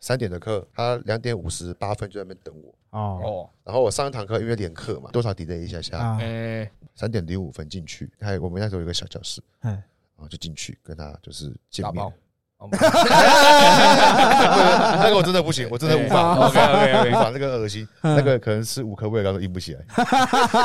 Speaker 3: 三点的课，他两点五十八分就在那边等我。
Speaker 1: 哦
Speaker 4: 哦，
Speaker 3: 然后我上一堂课因为连课嘛，多少 delay 一下下，
Speaker 1: 啊，
Speaker 4: 哎，
Speaker 3: 三点零五分进去，还有我们那时候有个小教室，
Speaker 1: 嗯
Speaker 3: 然后就进去跟他就是见
Speaker 4: 打
Speaker 3: 面
Speaker 4: 爆。。哦
Speaker 3: 那个我真的不行，我真的无
Speaker 1: 哎
Speaker 3: 法，
Speaker 4: OK OK
Speaker 3: 无
Speaker 4: OK，
Speaker 3: 法那个恶心，
Speaker 1: 嗯
Speaker 3: 那个可能是五颗胃膏都硬不 起来。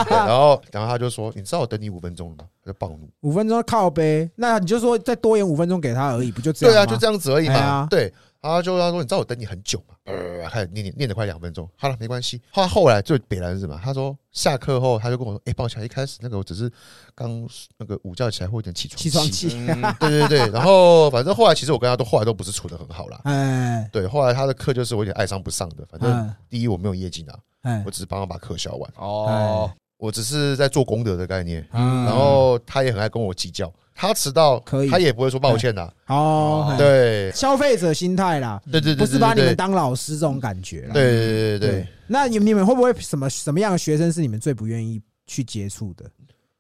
Speaker 3: 对然后，然后他就说：“你知道我等你五分钟了吗？”他就暴怒。
Speaker 1: 五分钟靠背，那你就说再多延五分钟给他而已，不就这样
Speaker 3: 对
Speaker 1: 吗？
Speaker 3: 啊，就这样子而已
Speaker 1: 哎
Speaker 3: 嘛
Speaker 1: 呀。
Speaker 3: 对，他就他说：“你知道我等你很久嘛？”呃，开始念念念了快两分钟。好了，没关系。他后来最北兰是什么？他说下课后他就跟我说：“哎，抱歉，一开始那个我只是刚那个午觉起来会有点起床
Speaker 1: 起床气。
Speaker 4: 嗯
Speaker 3: 对对 对，然后反正后来其实我跟他都后来都不是处的很好啦。
Speaker 1: 哎
Speaker 3: 对，后来他的课就是我有点爱上不上的，反正
Speaker 1: 嗯
Speaker 3: 第一我没有业绩拿，
Speaker 1: 哎
Speaker 3: 我只是帮他把课销完。
Speaker 4: 哦，
Speaker 3: 我只是在做功德的概念。
Speaker 1: 嗯
Speaker 3: 然后他也很爱跟我计较，他迟到
Speaker 1: 可以
Speaker 3: 他也不会说抱歉的。
Speaker 1: 哦，对，
Speaker 3: 对
Speaker 1: 消费者心态啦，
Speaker 3: 对对
Speaker 1: 不
Speaker 3: 对，
Speaker 1: 是把你
Speaker 3: 对
Speaker 1: 们当老师这种感觉啦。
Speaker 3: 对对对对对
Speaker 1: 对，那你们你们会不会什么什么样的学生是你们最不愿意去接触的？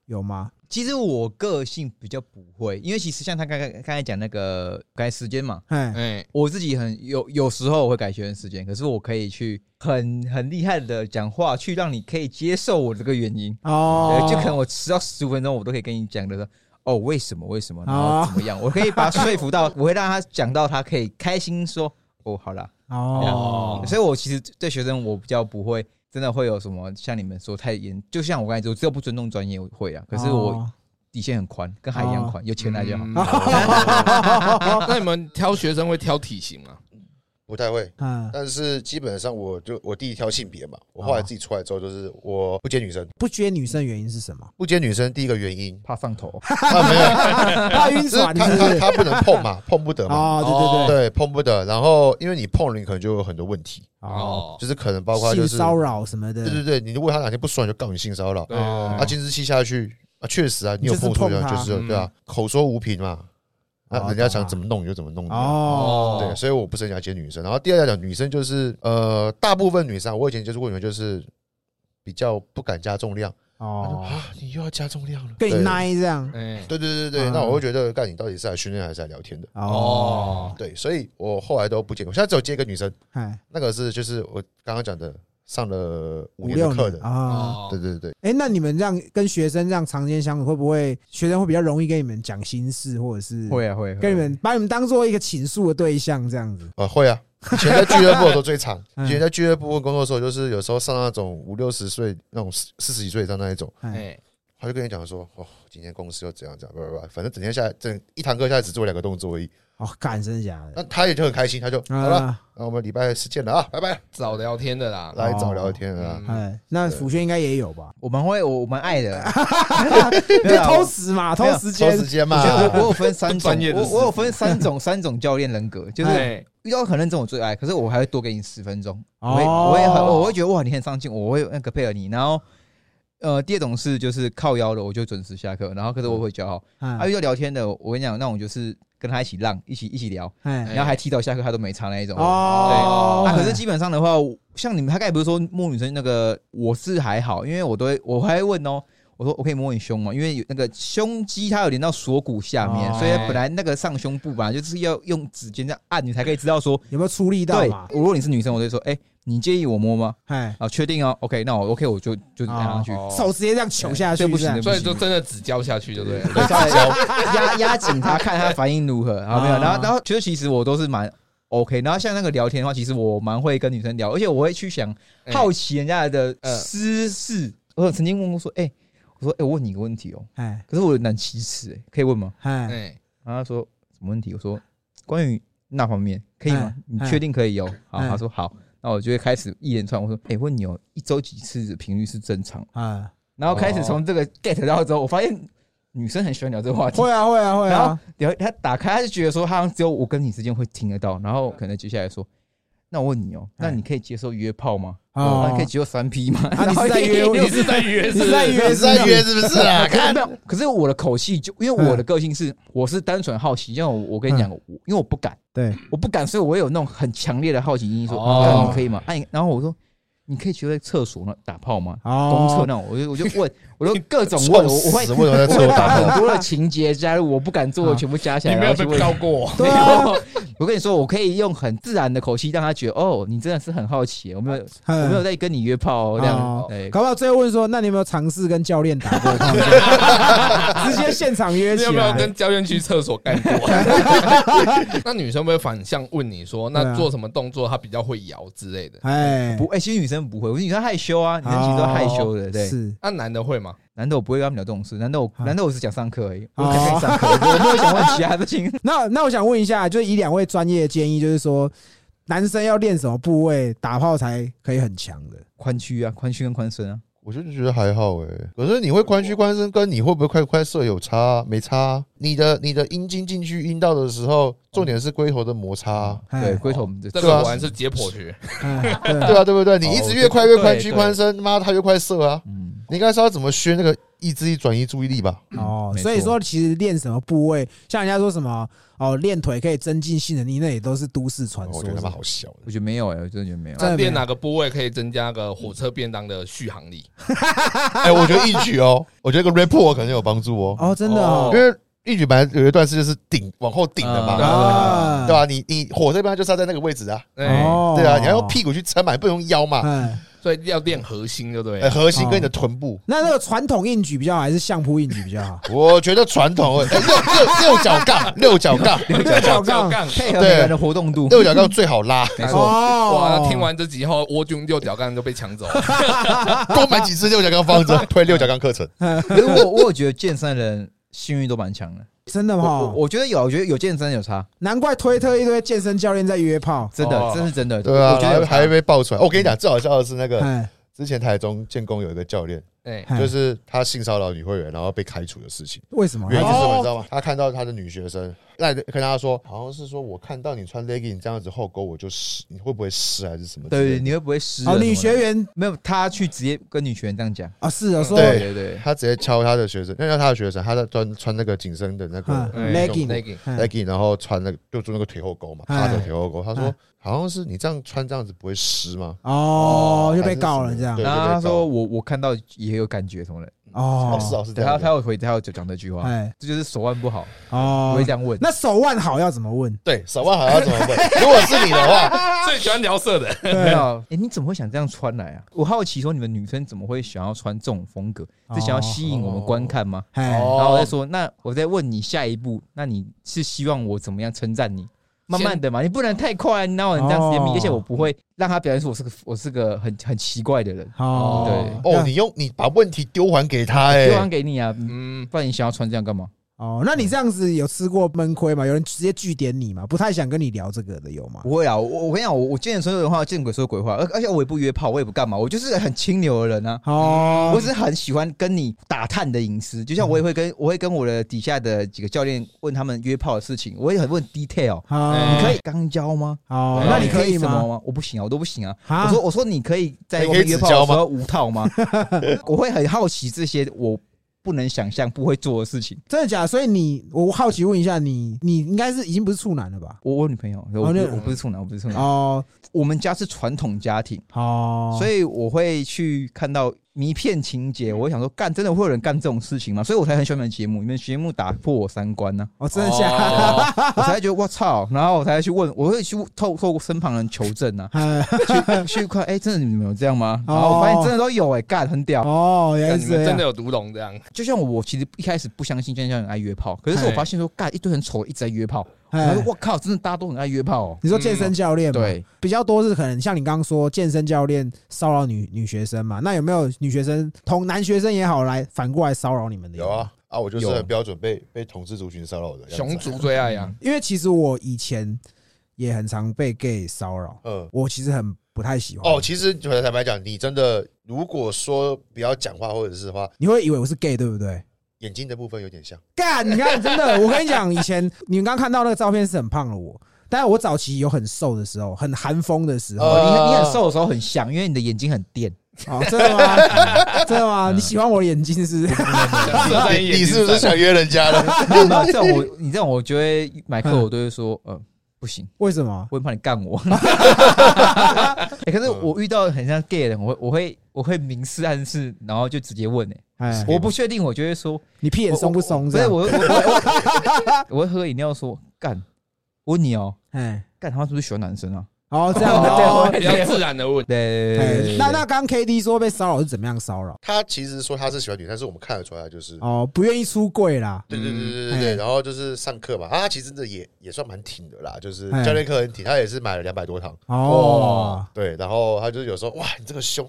Speaker 1: 有吗？
Speaker 2: 其实我个性比较不会，因为其实像他刚刚刚才讲那个改时间嘛，
Speaker 1: 哎，
Speaker 4: 哎，
Speaker 2: 我自己很有有时候我会改学生时间，可是我可以去很很厉害的讲话，去让你可以接受我这个原因。
Speaker 1: 哦
Speaker 2: 对，，呃哎就可能我迟到十五分钟，我都可以跟你讲的说，哦，为什么为什么，然
Speaker 1: 哦
Speaker 2: 后怎么样，我 可以把他说服到， 我会让他讲到他可以开心说，哦，好啦。这样
Speaker 1: 哦，
Speaker 2: 所以我其实对学生我比较不会。真的会有什么像你们说太严？就像我刚才说，只有不尊重专业我会啊，可是
Speaker 1: 哦
Speaker 2: 我底线很宽，跟海一样宽，有钱来就
Speaker 4: 嗯
Speaker 2: 好。，
Speaker 4: 好。哦那你们挑学生会挑体型吗？
Speaker 3: 不太会。
Speaker 1: 嗯，
Speaker 3: 但是基本上我就我第一挑性别嘛，我
Speaker 1: 哦
Speaker 3: 后来自己出来之后就是我不接女生，
Speaker 1: 不接女生的原因是什 么？
Speaker 3: 不接女生第一个 原因
Speaker 2: 怕上头，
Speaker 3: 啊没有，
Speaker 1: 怕晕
Speaker 3: 就是他
Speaker 1: 船是不
Speaker 3: 他
Speaker 1: 是？
Speaker 3: 他不能碰嘛，碰不得嘛，
Speaker 1: 哦，对对对，
Speaker 3: 对，碰不得。然后因为你碰了，你可能就有很多问题，
Speaker 1: 哦，
Speaker 3: 就是可能包括就
Speaker 1: 性
Speaker 3: 是
Speaker 1: 骚扰什么的
Speaker 3: 对，对对，你如果他哪天不爽，就告你性骚扰。
Speaker 4: 对
Speaker 1: 哦
Speaker 3: 啊，监视器下去啊，确实啊，你有
Speaker 1: 就是
Speaker 3: 碰触
Speaker 1: 碰
Speaker 3: 到，
Speaker 1: 他
Speaker 3: 就是有对啊，口说无凭嘛，
Speaker 1: 哦
Speaker 3: 那人家
Speaker 1: 懂
Speaker 3: 想
Speaker 1: 啊
Speaker 3: 怎么弄你就怎么弄你啊。
Speaker 1: 哦，
Speaker 3: 对，所以我不是很了解女生。然后第二要讲女生就是呃，大部分女生啊，我以前接触过女生就是比较不敢加重量，她说
Speaker 1: 哦，
Speaker 3: 啊，你又要加重量了，
Speaker 1: 跟你
Speaker 3: 对
Speaker 1: 奶这样，
Speaker 4: 哎，
Speaker 3: 对对对对，对
Speaker 1: 嗯
Speaker 3: 那我会觉得，干你到底是来训练还是来聊天的？
Speaker 1: 哦，
Speaker 4: 哦，
Speaker 3: 对，所以我后来都不接，我现在只有接一个女生，
Speaker 1: 哎，
Speaker 3: 那个是就是我刚刚讲的上了五
Speaker 1: 五
Speaker 3: 年的
Speaker 1: 六
Speaker 3: 课
Speaker 1: 年
Speaker 3: 的，
Speaker 1: 啊。
Speaker 4: 哦
Speaker 3: 对对对，
Speaker 1: 哎，那你们这样跟学生这样常见相处，会不会学生会比较容易跟你们讲心事，或者是
Speaker 2: 会啊会啊，
Speaker 1: 跟你们把你们当做一个倾诉的对象这样子？
Speaker 3: 呃，会啊。以前在俱乐部我都最长，
Speaker 1: 嗯
Speaker 3: 以前在俱乐部工作的时候，就是有时候上那种五六十岁那种四四十几岁以上那一种，
Speaker 1: 哎，
Speaker 4: 哎，
Speaker 3: 他就跟你讲说，哦，今天公司又怎样怎样，不不不，反正整天下来，整一堂课下来只做两个动作而已。
Speaker 1: 哦，干，真的假的？
Speaker 3: 那他也就很开心，他就
Speaker 2: 嗯
Speaker 3: 好了，
Speaker 1: 啊，
Speaker 3: 那我们礼拜四见了啊，拜拜，
Speaker 4: 早聊天的啦，
Speaker 3: 来找聊天了啊。
Speaker 4: 哦嗯
Speaker 1: 哎，那辅轩应该也有 吧？
Speaker 2: 我蛮会，我我蛮爱的。
Speaker 1: 就偷时嘛，偷时
Speaker 3: 抽
Speaker 1: 间
Speaker 3: 时间嘛
Speaker 2: 我，觉 得我我有分三
Speaker 4: 不专业
Speaker 2: 种，
Speaker 4: 的
Speaker 2: 我
Speaker 4: 事
Speaker 2: 我有分三种三种教练人格，就是
Speaker 4: 哎
Speaker 2: 遇到很认真我最爱，可是我还会多给你十分钟，我会
Speaker 1: 哦
Speaker 2: 我会很我会觉得哇你很上进，我会那个配合你，然后。呃，第二种是就是靠腰的，我就准时下课，然后可是我会骄傲。啊，
Speaker 1: 哎
Speaker 2: 遇到聊天的，我跟你讲，那种就是跟他一起浪，一起一起聊，
Speaker 1: 哎
Speaker 2: 然后还踢到下课他都没差那一种。
Speaker 1: 哦，
Speaker 2: 对，啊，可是
Speaker 1: 哎
Speaker 2: 基本上的话，我像你们他刚才不是说摸女生那个，我是还好，因为我都会我还会问哦，我说我可以摸你胸吗？因为有那个胸肌它有连到锁骨下面，
Speaker 1: 哦
Speaker 2: 所以本来那个上胸部本来就是要用指尖这样按，你才可以知道说，
Speaker 1: 有没有出力到
Speaker 2: 对，
Speaker 1: 嘛？
Speaker 2: 如果你是女生，我就说，哎、你介意我摸吗？
Speaker 1: 哎，
Speaker 2: 啊，确定哦，OK，那我 OK，我就就按上去，
Speaker 1: 手直接这样球下去
Speaker 2: 对，不
Speaker 1: 这
Speaker 2: 行
Speaker 1: 样
Speaker 2: 的，
Speaker 4: 哦所以就真的只教下去就对了。
Speaker 2: 对，稍微压压紧他，看他反应如何，然后没有，
Speaker 1: 啊
Speaker 2: 然后然后其实其实我都是蛮 OK，然后像那个聊天的话，其实我蛮会跟女生聊，而且我会去想
Speaker 4: 哎
Speaker 2: 好奇人家的
Speaker 4: 呃
Speaker 2: 私事。我有曾经问过说，哎，我说哎，我问你个问题哦，
Speaker 1: 哎
Speaker 2: 可是我有点难启齿，哎，可以问吗？
Speaker 1: 哎
Speaker 4: 哎，
Speaker 2: 然后他说什么问题？我说关于那方面可以吗
Speaker 1: 嗯？
Speaker 2: 你确定可以哦？好，
Speaker 1: 嗯
Speaker 2: 他说好，那我就会开始一连串，我说哎，问你哦，一周几次的频率是正常？
Speaker 1: 哎，
Speaker 2: 然后开始从这个 get 到之后，我发现女生很喜欢聊这个话题。
Speaker 1: 会啊会啊会
Speaker 2: 然后
Speaker 1: 啊，
Speaker 2: 聊他打开，他就觉得说，他好像只有我跟你之间会听得到。然后可能接下来说，那我问你哦，
Speaker 1: 哎
Speaker 2: 那你可以接受约炮吗？
Speaker 1: 哦
Speaker 2: 哦，那可以接受三 P 吗？
Speaker 1: 啊你是在约
Speaker 2: 然后
Speaker 1: 你是
Speaker 4: 在约
Speaker 1: 你是在约
Speaker 3: 你是在 约是不是啊？看
Speaker 2: 没有，可是我的口气就因为我的个性是，我是单纯好奇，像我我跟你讲，
Speaker 1: 嗯
Speaker 2: 我因为我不敢，
Speaker 1: 对，
Speaker 2: 我不敢，所以我有那种很强烈的好奇心，说
Speaker 4: 哦
Speaker 2: 那你可以吗？哎，然后我说。你可以去在厕所那打炮吗？公厕
Speaker 1: 哦，
Speaker 2: 那种，我就我就问，我就各种问，我我会
Speaker 3: 为什么
Speaker 2: 我
Speaker 3: 在
Speaker 2: 啊会
Speaker 3: 厕所
Speaker 2: 把
Speaker 3: 打炮？
Speaker 2: 很多的情节加入，我不敢做的全部加起来，
Speaker 4: 你没
Speaker 2: 然
Speaker 4: 有
Speaker 2: 后去
Speaker 4: 被
Speaker 2: 问
Speaker 4: 告过，
Speaker 1: 对
Speaker 2: 没
Speaker 1: 啊，
Speaker 2: 有，我跟你说，我可以用很自然的口气让他觉得，哦，你真的是很好奇，我没有，我
Speaker 1: 我
Speaker 2: 没有在跟你约炮哦这样
Speaker 1: 哦，
Speaker 2: 对，
Speaker 1: 搞不好最后问说，那你有没有尝试跟教练打过炮？直接现场约
Speaker 4: 你
Speaker 1: 起
Speaker 4: 有没有
Speaker 1: 来
Speaker 4: 跟。教练去厕所干过？ 那女生会不会反向问你说，
Speaker 1: 对
Speaker 4: 那
Speaker 1: 啊
Speaker 4: 做什么动作她比较会摇之类的？
Speaker 1: 哎，
Speaker 2: 不，哎，其实女生不会，我觉得女生害羞啊，女生其实都害羞的，对，
Speaker 1: 是
Speaker 4: 那啊男的会吗？
Speaker 2: 难道我不会跟他们聊这种事？难道我
Speaker 1: 啊
Speaker 2: 难道我只讲上课而已？
Speaker 1: 哦
Speaker 2: 我只讲上课，我没有想问其他事情。
Speaker 1: 那那我想问一下，就是以两位专业的建议，就是说男生要练什么部位打炮才可以很强的？
Speaker 2: 宽区啊，宽区跟宽深啊，
Speaker 3: 我就觉得还好哎、可是你会关虚关身，跟你会不会快快射有差啊、没差啊、你的你的阴茎进去阴道的时候，重点是龟头的摩擦啊、
Speaker 2: 对，
Speaker 1: 哎
Speaker 2: 龟头我们的
Speaker 4: 这
Speaker 3: 对
Speaker 4: 个
Speaker 3: 啊
Speaker 4: 果然是解剖学，
Speaker 1: 哎对
Speaker 3: 对啊，对不对？你
Speaker 2: 哦
Speaker 3: 一直越快越宽
Speaker 2: 对
Speaker 3: 屈
Speaker 2: 对
Speaker 3: 宽身，妈它越快射啊！
Speaker 2: 嗯，
Speaker 3: 你应该知道怎么削那个意志力转移注意力吧？
Speaker 1: 哦
Speaker 2: 没，
Speaker 1: 所以
Speaker 2: 错
Speaker 1: 说其实练什么部位，像人家说什么哦，练腿可以增进性能力，那也都是都市传
Speaker 3: 哦我
Speaker 1: 说
Speaker 3: 觉。得他妈好笑的。
Speaker 2: 我觉得没有哎，我真的觉得没有
Speaker 1: 真。的
Speaker 4: 那
Speaker 1: 没有
Speaker 4: 练哪个部位可以增加个火车便当的续航力？
Speaker 3: 哎，我觉得一举哦， 我觉得个 report 可能有帮助哦，
Speaker 1: 哦，真的哦
Speaker 3: 因为一举本来有一段是就是顶往后顶的
Speaker 2: 嗯
Speaker 3: 嘛，对
Speaker 2: 啊
Speaker 3: 吧？你你火这边就是要在那个位置啊，
Speaker 4: 哎，
Speaker 1: 哦，
Speaker 3: 对啊，你要啊用屁股去撑嘛，你不能用腰
Speaker 2: 啊
Speaker 3: 嘛，
Speaker 1: 哎，
Speaker 4: 所以要练核心，对不对
Speaker 3: 哎，？核心跟你的臀部。
Speaker 1: 那那个传统硬举比较好，还是相扑硬举比较好？
Speaker 3: 我觉得传统哎六六六角 杠，六角杠，
Speaker 1: 六角
Speaker 4: 杠
Speaker 1: 杠，
Speaker 4: 杠，
Speaker 2: 配合每个人的活动度，
Speaker 3: 六角杠最好拉，
Speaker 2: 没错，
Speaker 1: 哦，
Speaker 4: 哇！那听完这集后，蜗军六角杠就被抢走了。
Speaker 3: 多买几只六角杠放着，推六角杠课程。
Speaker 2: 可是我我有觉得健身的人性欲都蛮强的。
Speaker 1: 真的
Speaker 2: 我我
Speaker 1: 哈，
Speaker 2: 我觉得有，我觉得有健身有差，
Speaker 1: 难怪推特一堆健身教练在约炮。
Speaker 2: 真的
Speaker 4: 哦，
Speaker 2: 这是真的。
Speaker 3: 对啊，
Speaker 2: 我觉得
Speaker 3: 还
Speaker 2: 有差
Speaker 3: 还被爆出来。我跟你讲，最好笑的是那个
Speaker 1: 哎，
Speaker 3: 之前台中建工有一个教练，
Speaker 4: 哎，
Speaker 1: 哎
Speaker 3: 就是他性骚扰女会员，然后被开除的事情。
Speaker 1: 为什么？
Speaker 3: 原因是
Speaker 1: 哦
Speaker 3: 什么，你知道吗？他看到他的女学生，那跟他说，好像是说我看到你穿 legging 这样子后勾，我就湿，你会不会湿还是什么之类的？
Speaker 2: 对，你会不会湿？
Speaker 1: 哦，女学员
Speaker 2: 没有，他去直接跟女学员这样讲。
Speaker 1: 啊，是啊，说
Speaker 3: 对
Speaker 2: 对对，
Speaker 3: 他直接敲他的学生，那叫他的学生，他在穿穿那个紧身的那个
Speaker 1: 嗯
Speaker 4: 哎
Speaker 1: legging
Speaker 4: 那个
Speaker 1: 哎
Speaker 3: legging，然后穿那个就做那个腿后勾嘛，
Speaker 2: 嗯
Speaker 1: 哎
Speaker 3: 趴着腿后勾。他说
Speaker 1: 哎
Speaker 3: 好像是你这样穿这样子不会湿吗？
Speaker 1: 哦，就被告了这样
Speaker 3: 对
Speaker 2: 然后
Speaker 3: 对
Speaker 2: 他
Speaker 3: 对
Speaker 2: 说我我看到也有感觉什么的，
Speaker 1: 哦
Speaker 3: 哦，，是哦，是这
Speaker 2: 对他
Speaker 3: 样
Speaker 2: 他
Speaker 3: 子。
Speaker 2: 有回他有讲这句话，
Speaker 1: 哎
Speaker 2: 这就是手腕不好，啊我
Speaker 1: 哦
Speaker 2: 会，这样问。
Speaker 1: 那手腕好要怎么问？
Speaker 3: 对，手腕好像怎么问？如果是你的话，
Speaker 4: 最喜欢聊色的，
Speaker 2: 没有，哎、你怎么会想这样穿来啊？我好奇说，你们女生怎么会想要穿这种风格？是想要吸引我们观看吗？
Speaker 1: 哎，
Speaker 2: 然后我
Speaker 3: 哦
Speaker 2: 再，说，那我再问你下一步，那你是希望我怎么样称赞你？慢慢的嘛，你不能太快，那我这样直接
Speaker 1: 哦
Speaker 2: 而且我不会让他表现出我是个我是个很很奇怪的人，
Speaker 1: 哦，
Speaker 2: 对啊
Speaker 3: 哦，你用你把问题丢还给他，哎
Speaker 2: 丢，还给你啊，
Speaker 4: 嗯，
Speaker 2: 不然你想要穿这样干嘛？
Speaker 1: 哦，那你这样子有吃过闷亏吗？有人直接据点你吗？不太想跟你聊这个的有吗？
Speaker 2: 不会啊，我我跟你讲，我我见人说人话，见鬼说鬼话，而而且我也不约炮，我也不干嘛，我就是很清流的人啊。
Speaker 1: 哦，
Speaker 2: 我只是很喜欢跟你打探的隐私，就像我也会跟我会跟我的底下的几个教练问他们约炮的事情，我也很问 detail。
Speaker 1: 好，
Speaker 2: 你可以肛交吗？
Speaker 1: 嗯哦，
Speaker 4: 对
Speaker 1: 那
Speaker 4: 啊
Speaker 1: 你可以
Speaker 2: 什么
Speaker 1: 吗？
Speaker 2: 吗？我不行啊，我都不行啊。
Speaker 1: 啊
Speaker 2: 我说我说你可以在
Speaker 3: 你
Speaker 2: 我
Speaker 3: 可以
Speaker 2: 们约
Speaker 3: 指
Speaker 2: 炮的
Speaker 3: 交
Speaker 2: 时
Speaker 3: 吗
Speaker 2: 候无套 吗？我会很好奇这些我不能想象不会做的事情。
Speaker 1: 真的假的？所以你，我好奇问一下你，你应该是已经不是处男了吧？
Speaker 2: 我我女朋友，我不
Speaker 1: 哦那
Speaker 2: 我不是处男，我不是处男。
Speaker 1: 哦，
Speaker 2: 我们家是传统家庭，
Speaker 1: 哦，嗯
Speaker 2: 所以我会去看到迷片情节，我会想说，干真的会有人干这种事情吗？所以我才很喜欢你们节目，你们节目打破我三观 呢、
Speaker 1: 哦，真的假的？，
Speaker 4: 哦
Speaker 2: 我才觉得我操，然后我才去问，我会去透透过身旁人求证啊
Speaker 1: 哎
Speaker 2: 去去看，哎、真的你们有这样吗？
Speaker 1: 哦
Speaker 2: 然后我发现真的都有、哎，干很屌。
Speaker 1: 哦，原来
Speaker 4: 看
Speaker 1: 是
Speaker 4: 你
Speaker 1: 这
Speaker 4: 们真
Speaker 1: 样
Speaker 4: 的。有读懂这样，
Speaker 2: 就像我，我其实一开始不相信，就像很爱约炮，可是是我
Speaker 4: 哎
Speaker 2: 发现说，干一堆很丑的一直在约炮，
Speaker 1: 哎
Speaker 2: 然后我靠，真的大家都很爱约炮、哦。
Speaker 1: 你说健身教练嘛，
Speaker 2: 对，
Speaker 1: 比较多是可能像你刚刚说健身教练骚扰女女学生嘛，那有没有女学生同男学生也好来反过来骚扰你们的？
Speaker 3: 有，啊啊，我就是
Speaker 2: 有
Speaker 3: 很标准被被同志族群骚扰的样子啊
Speaker 4: 熊族最爱呀。
Speaker 1: 因为其实我以前也很常被 gay 骚扰，
Speaker 3: 嗯，
Speaker 1: 我其实很不太喜欢。
Speaker 3: 哦，其实坦白讲，你真的如果说不要讲话或者是的话，
Speaker 1: 你会以为我是 gay 对不对？
Speaker 3: 眼睛的部分有点像，
Speaker 1: 干，你看，真的，我跟你讲，以前你们刚看到那个照片是很胖的我，但是我早期有很瘦的时候，很韩风的时候。
Speaker 2: 哦，
Speaker 3: 呃
Speaker 2: 你很你很瘦的时候很像，因为你的眼睛很 电。
Speaker 1: 哦，真的吗？真的吗？你喜欢我的眼睛是不是？
Speaker 4: 想射在
Speaker 3: 你
Speaker 4: 眼
Speaker 3: 你
Speaker 4: 睛
Speaker 3: 是不是
Speaker 4: 上
Speaker 3: 想约人家了？
Speaker 2: 没有没有，这种我你这种我就会买课，我都 会说，呃，不行，
Speaker 1: 为什么？
Speaker 2: 我很怕你干 我。 欸可是
Speaker 1: 嗯
Speaker 2: 我遇到很像 gay 的人，我会我会我会明示暗示，然后就直接问诶、欸
Speaker 1: 哎，
Speaker 2: 我不确定，我就会说
Speaker 1: 你屁眼松不松？
Speaker 2: 不
Speaker 1: 这
Speaker 2: 是
Speaker 1: 样，
Speaker 2: 我我我我 我会喝饮料说干，我问你哦、
Speaker 1: 哎，
Speaker 2: 干他们是不是喜欢男生啊？
Speaker 1: 哦，这样
Speaker 4: 哦
Speaker 1: 哦。
Speaker 4: 比较自然的问，
Speaker 2: 对对对对
Speaker 1: 哎
Speaker 2: 对，
Speaker 1: 那那刚刚 K D 说被骚扰是怎么样骚扰？
Speaker 3: 他其实说他是喜欢女，但是我们看得出来他就是。
Speaker 1: 哦，不愿意出柜啦。
Speaker 3: 对对对对对
Speaker 1: 哎
Speaker 3: 对，然后就是上课嘛，啊，他其实真的也也算蛮挺的啦，就是
Speaker 1: 哎
Speaker 3: 教练课很挺，他也是买了两百多堂，
Speaker 1: 哦，
Speaker 3: 对，然后他就是有时候哇，你这个胸，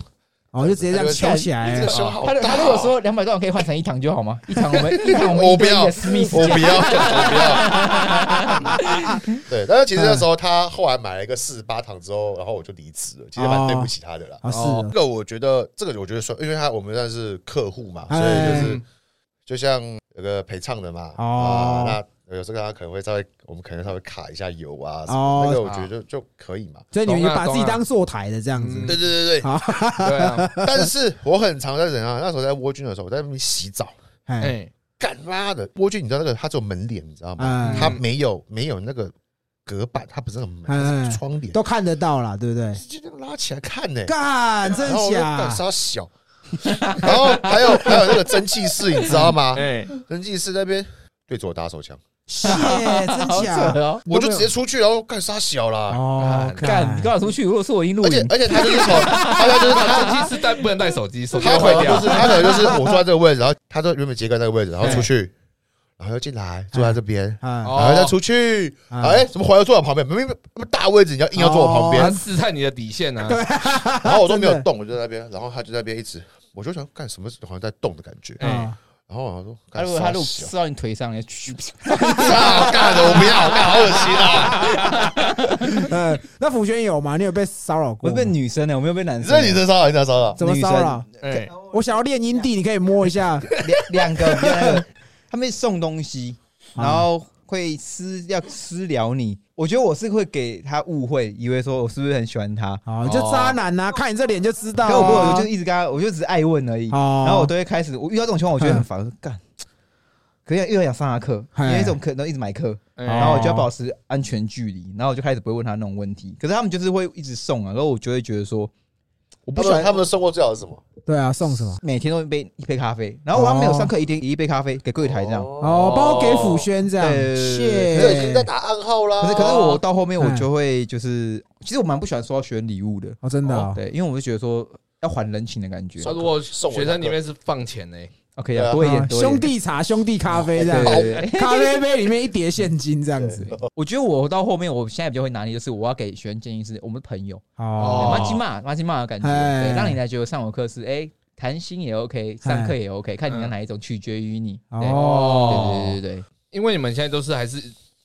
Speaker 1: 哦，就直接这样敲起
Speaker 3: 你
Speaker 1: 来哦
Speaker 3: 这个
Speaker 1: 了。
Speaker 3: 胸好
Speaker 2: 他
Speaker 3: 大哦
Speaker 2: 他如果说两百段，我可以换成一堂就好 吗？一堂我们一堂我们
Speaker 3: 我不
Speaker 2: 一对一
Speaker 3: 要，
Speaker 2: 的私密时
Speaker 3: 我
Speaker 2: 间
Speaker 3: 不要，我不要。对，但是其实那时
Speaker 1: 嗯
Speaker 3: 候他后来买了一个四十八堂之后，然后我就离职了，其实蛮对不起他的啦。
Speaker 1: 啊，是
Speaker 3: 这
Speaker 1: 的，
Speaker 3: 个我觉得，这个我觉得算，因为他我们算是客户嘛，所以
Speaker 1: 哎
Speaker 3: 就是就像有个陪唱的嘛，
Speaker 1: 哦
Speaker 3: 啊，那有时候他可能会稍微，我们可能稍微卡一下油啊，什
Speaker 1: 哦
Speaker 3: 么的那个我觉得就就可以嘛。
Speaker 1: 所以你们就把自
Speaker 4: 懂
Speaker 1: 己
Speaker 4: 啊
Speaker 1: 当坐台的这样子
Speaker 4: 嗯。
Speaker 3: 对对对对，
Speaker 4: 对啊，
Speaker 3: 但是我很常在怎样？那时候在蜗居的时候，我在那边洗澡，
Speaker 1: 哎，
Speaker 4: 哎，
Speaker 3: 干妈的蜗居，你知道那个它只有门帘，你知道吗？
Speaker 1: 哎
Speaker 3: 它没有没有那个隔板，它不是那种门，
Speaker 1: 哎
Speaker 3: 它是窗帘，
Speaker 1: 都看得到啦，对不对？
Speaker 3: 就这样拉起来看呢、
Speaker 1: 干，真
Speaker 3: 然后我就干
Speaker 1: 假？
Speaker 3: 啥小， 然后还有还有那个蒸汽室，你知 道吗？
Speaker 4: 哎，
Speaker 3: 蒸汽室那边对着我打手枪，
Speaker 1: 谢，真
Speaker 2: 好
Speaker 1: 假
Speaker 2: 扯？哦！
Speaker 3: 我就直接出去，然后干啥小啦。
Speaker 1: 哦，
Speaker 2: 干，你刚好出去，如果是我已经录
Speaker 3: 而且
Speaker 2: 影，
Speaker 3: 而且他就是从，他就是
Speaker 4: 他
Speaker 3: 他
Speaker 4: 这期是带不能带手机，手机
Speaker 3: 他
Speaker 4: 会
Speaker 3: 可能
Speaker 4: 掉
Speaker 3: 就。是他可能就是我坐在这个位置，然后他就原本杰哥那个位置，
Speaker 1: 哎
Speaker 3: 然后出去，然后又进来坐在这边，
Speaker 1: 啊
Speaker 4: 哦
Speaker 3: 然后再出去，
Speaker 1: 啊
Speaker 3: 哎，怎么回来坐我旁边？明明那么大位置，你要硬要坐我旁
Speaker 4: 他
Speaker 3: 边，
Speaker 4: 试探你的底线啊！
Speaker 3: 然后我都没有
Speaker 1: 真的
Speaker 3: 动，我就在那边，然后他就在那边一直，我就想干什么，好像在动的感觉。
Speaker 2: 哎
Speaker 1: 啊
Speaker 3: 然后我想说，
Speaker 2: 他
Speaker 3: 干
Speaker 2: 如果他
Speaker 3: 傻
Speaker 2: 录
Speaker 3: 小
Speaker 2: 刺到你腿上，你就嘘
Speaker 3: 啊干了，我不要，干好恶心啊！
Speaker 1: 嗯，那辅轩有吗？你有被骚扰
Speaker 2: 我
Speaker 1: 过
Speaker 2: 是
Speaker 1: 吗？
Speaker 2: 被女生的，我没有被男
Speaker 3: 你
Speaker 2: 生的。欸
Speaker 3: 这女生骚扰，你这骚扰，
Speaker 1: 怎么骚扰？
Speaker 4: 哎，
Speaker 1: 我想要练阴蒂，你可以摸一下。
Speaker 2: 两两个，两个， 他们送东西，然后会私要私聊你。我觉得我是会给他误会，以为说我是不是很喜欢他，
Speaker 1: 好，哦就渣男呐，看你这脸就知道啊。
Speaker 2: 哦可我不会，我就一直跟他，我就只是爱问而已。
Speaker 1: 哦嗯
Speaker 2: 然后我都会开始，我遇到这种情况，我觉得很烦，我说干，可是又想上他课，
Speaker 1: 嘿
Speaker 2: 因为这种可能一直买课，
Speaker 4: 哎
Speaker 2: 然后我就要保持安全距离，然后我就开始不会问他那种问题。可是他们就是会一直送啊，然后我就会觉得说，我不
Speaker 3: 不
Speaker 2: 喜
Speaker 3: 喜
Speaker 2: 欢
Speaker 3: 欢他们的生活最好是什么？
Speaker 1: 对啊，送什么？
Speaker 2: 每天都一杯一杯咖啡，然后我还没有上课，一天一杯咖啡给柜台这样。
Speaker 1: 哦，包给辅轩这样。
Speaker 2: 对
Speaker 1: 谢。
Speaker 3: 这已经在打暗号啦。
Speaker 2: 可是，可是我到后面我就会就是，
Speaker 1: 嗯
Speaker 2: 其实我蛮不喜欢收到学生礼物的，
Speaker 1: 哦，真的哦。
Speaker 2: 对，因为我就觉得说要还人情的感觉
Speaker 4: 他。如果学生里面是放钱呢，
Speaker 2: OK
Speaker 3: 对
Speaker 2: 啊，
Speaker 3: 啊
Speaker 2: 多一点，
Speaker 1: 啊
Speaker 2: 多一点
Speaker 1: 兄，弟茶、兄弟咖啡这
Speaker 2: 对
Speaker 1: 样，
Speaker 2: 对对。
Speaker 1: 咖啡杯里面一叠现金这样子。
Speaker 2: 我觉得我到后面，我现在比较会拿捏，就是我要给学生建议是，我们朋友，
Speaker 1: 哦
Speaker 4: 哦
Speaker 2: 马吉玛马吉玛的感觉，
Speaker 1: 哎
Speaker 2: 对，让你来觉得上我课是哎，谈心也 OK，上课也 OK，看你要哪一种，取决于你。对
Speaker 1: 哦
Speaker 2: 对对对对，
Speaker 4: 因为你们现在都是还是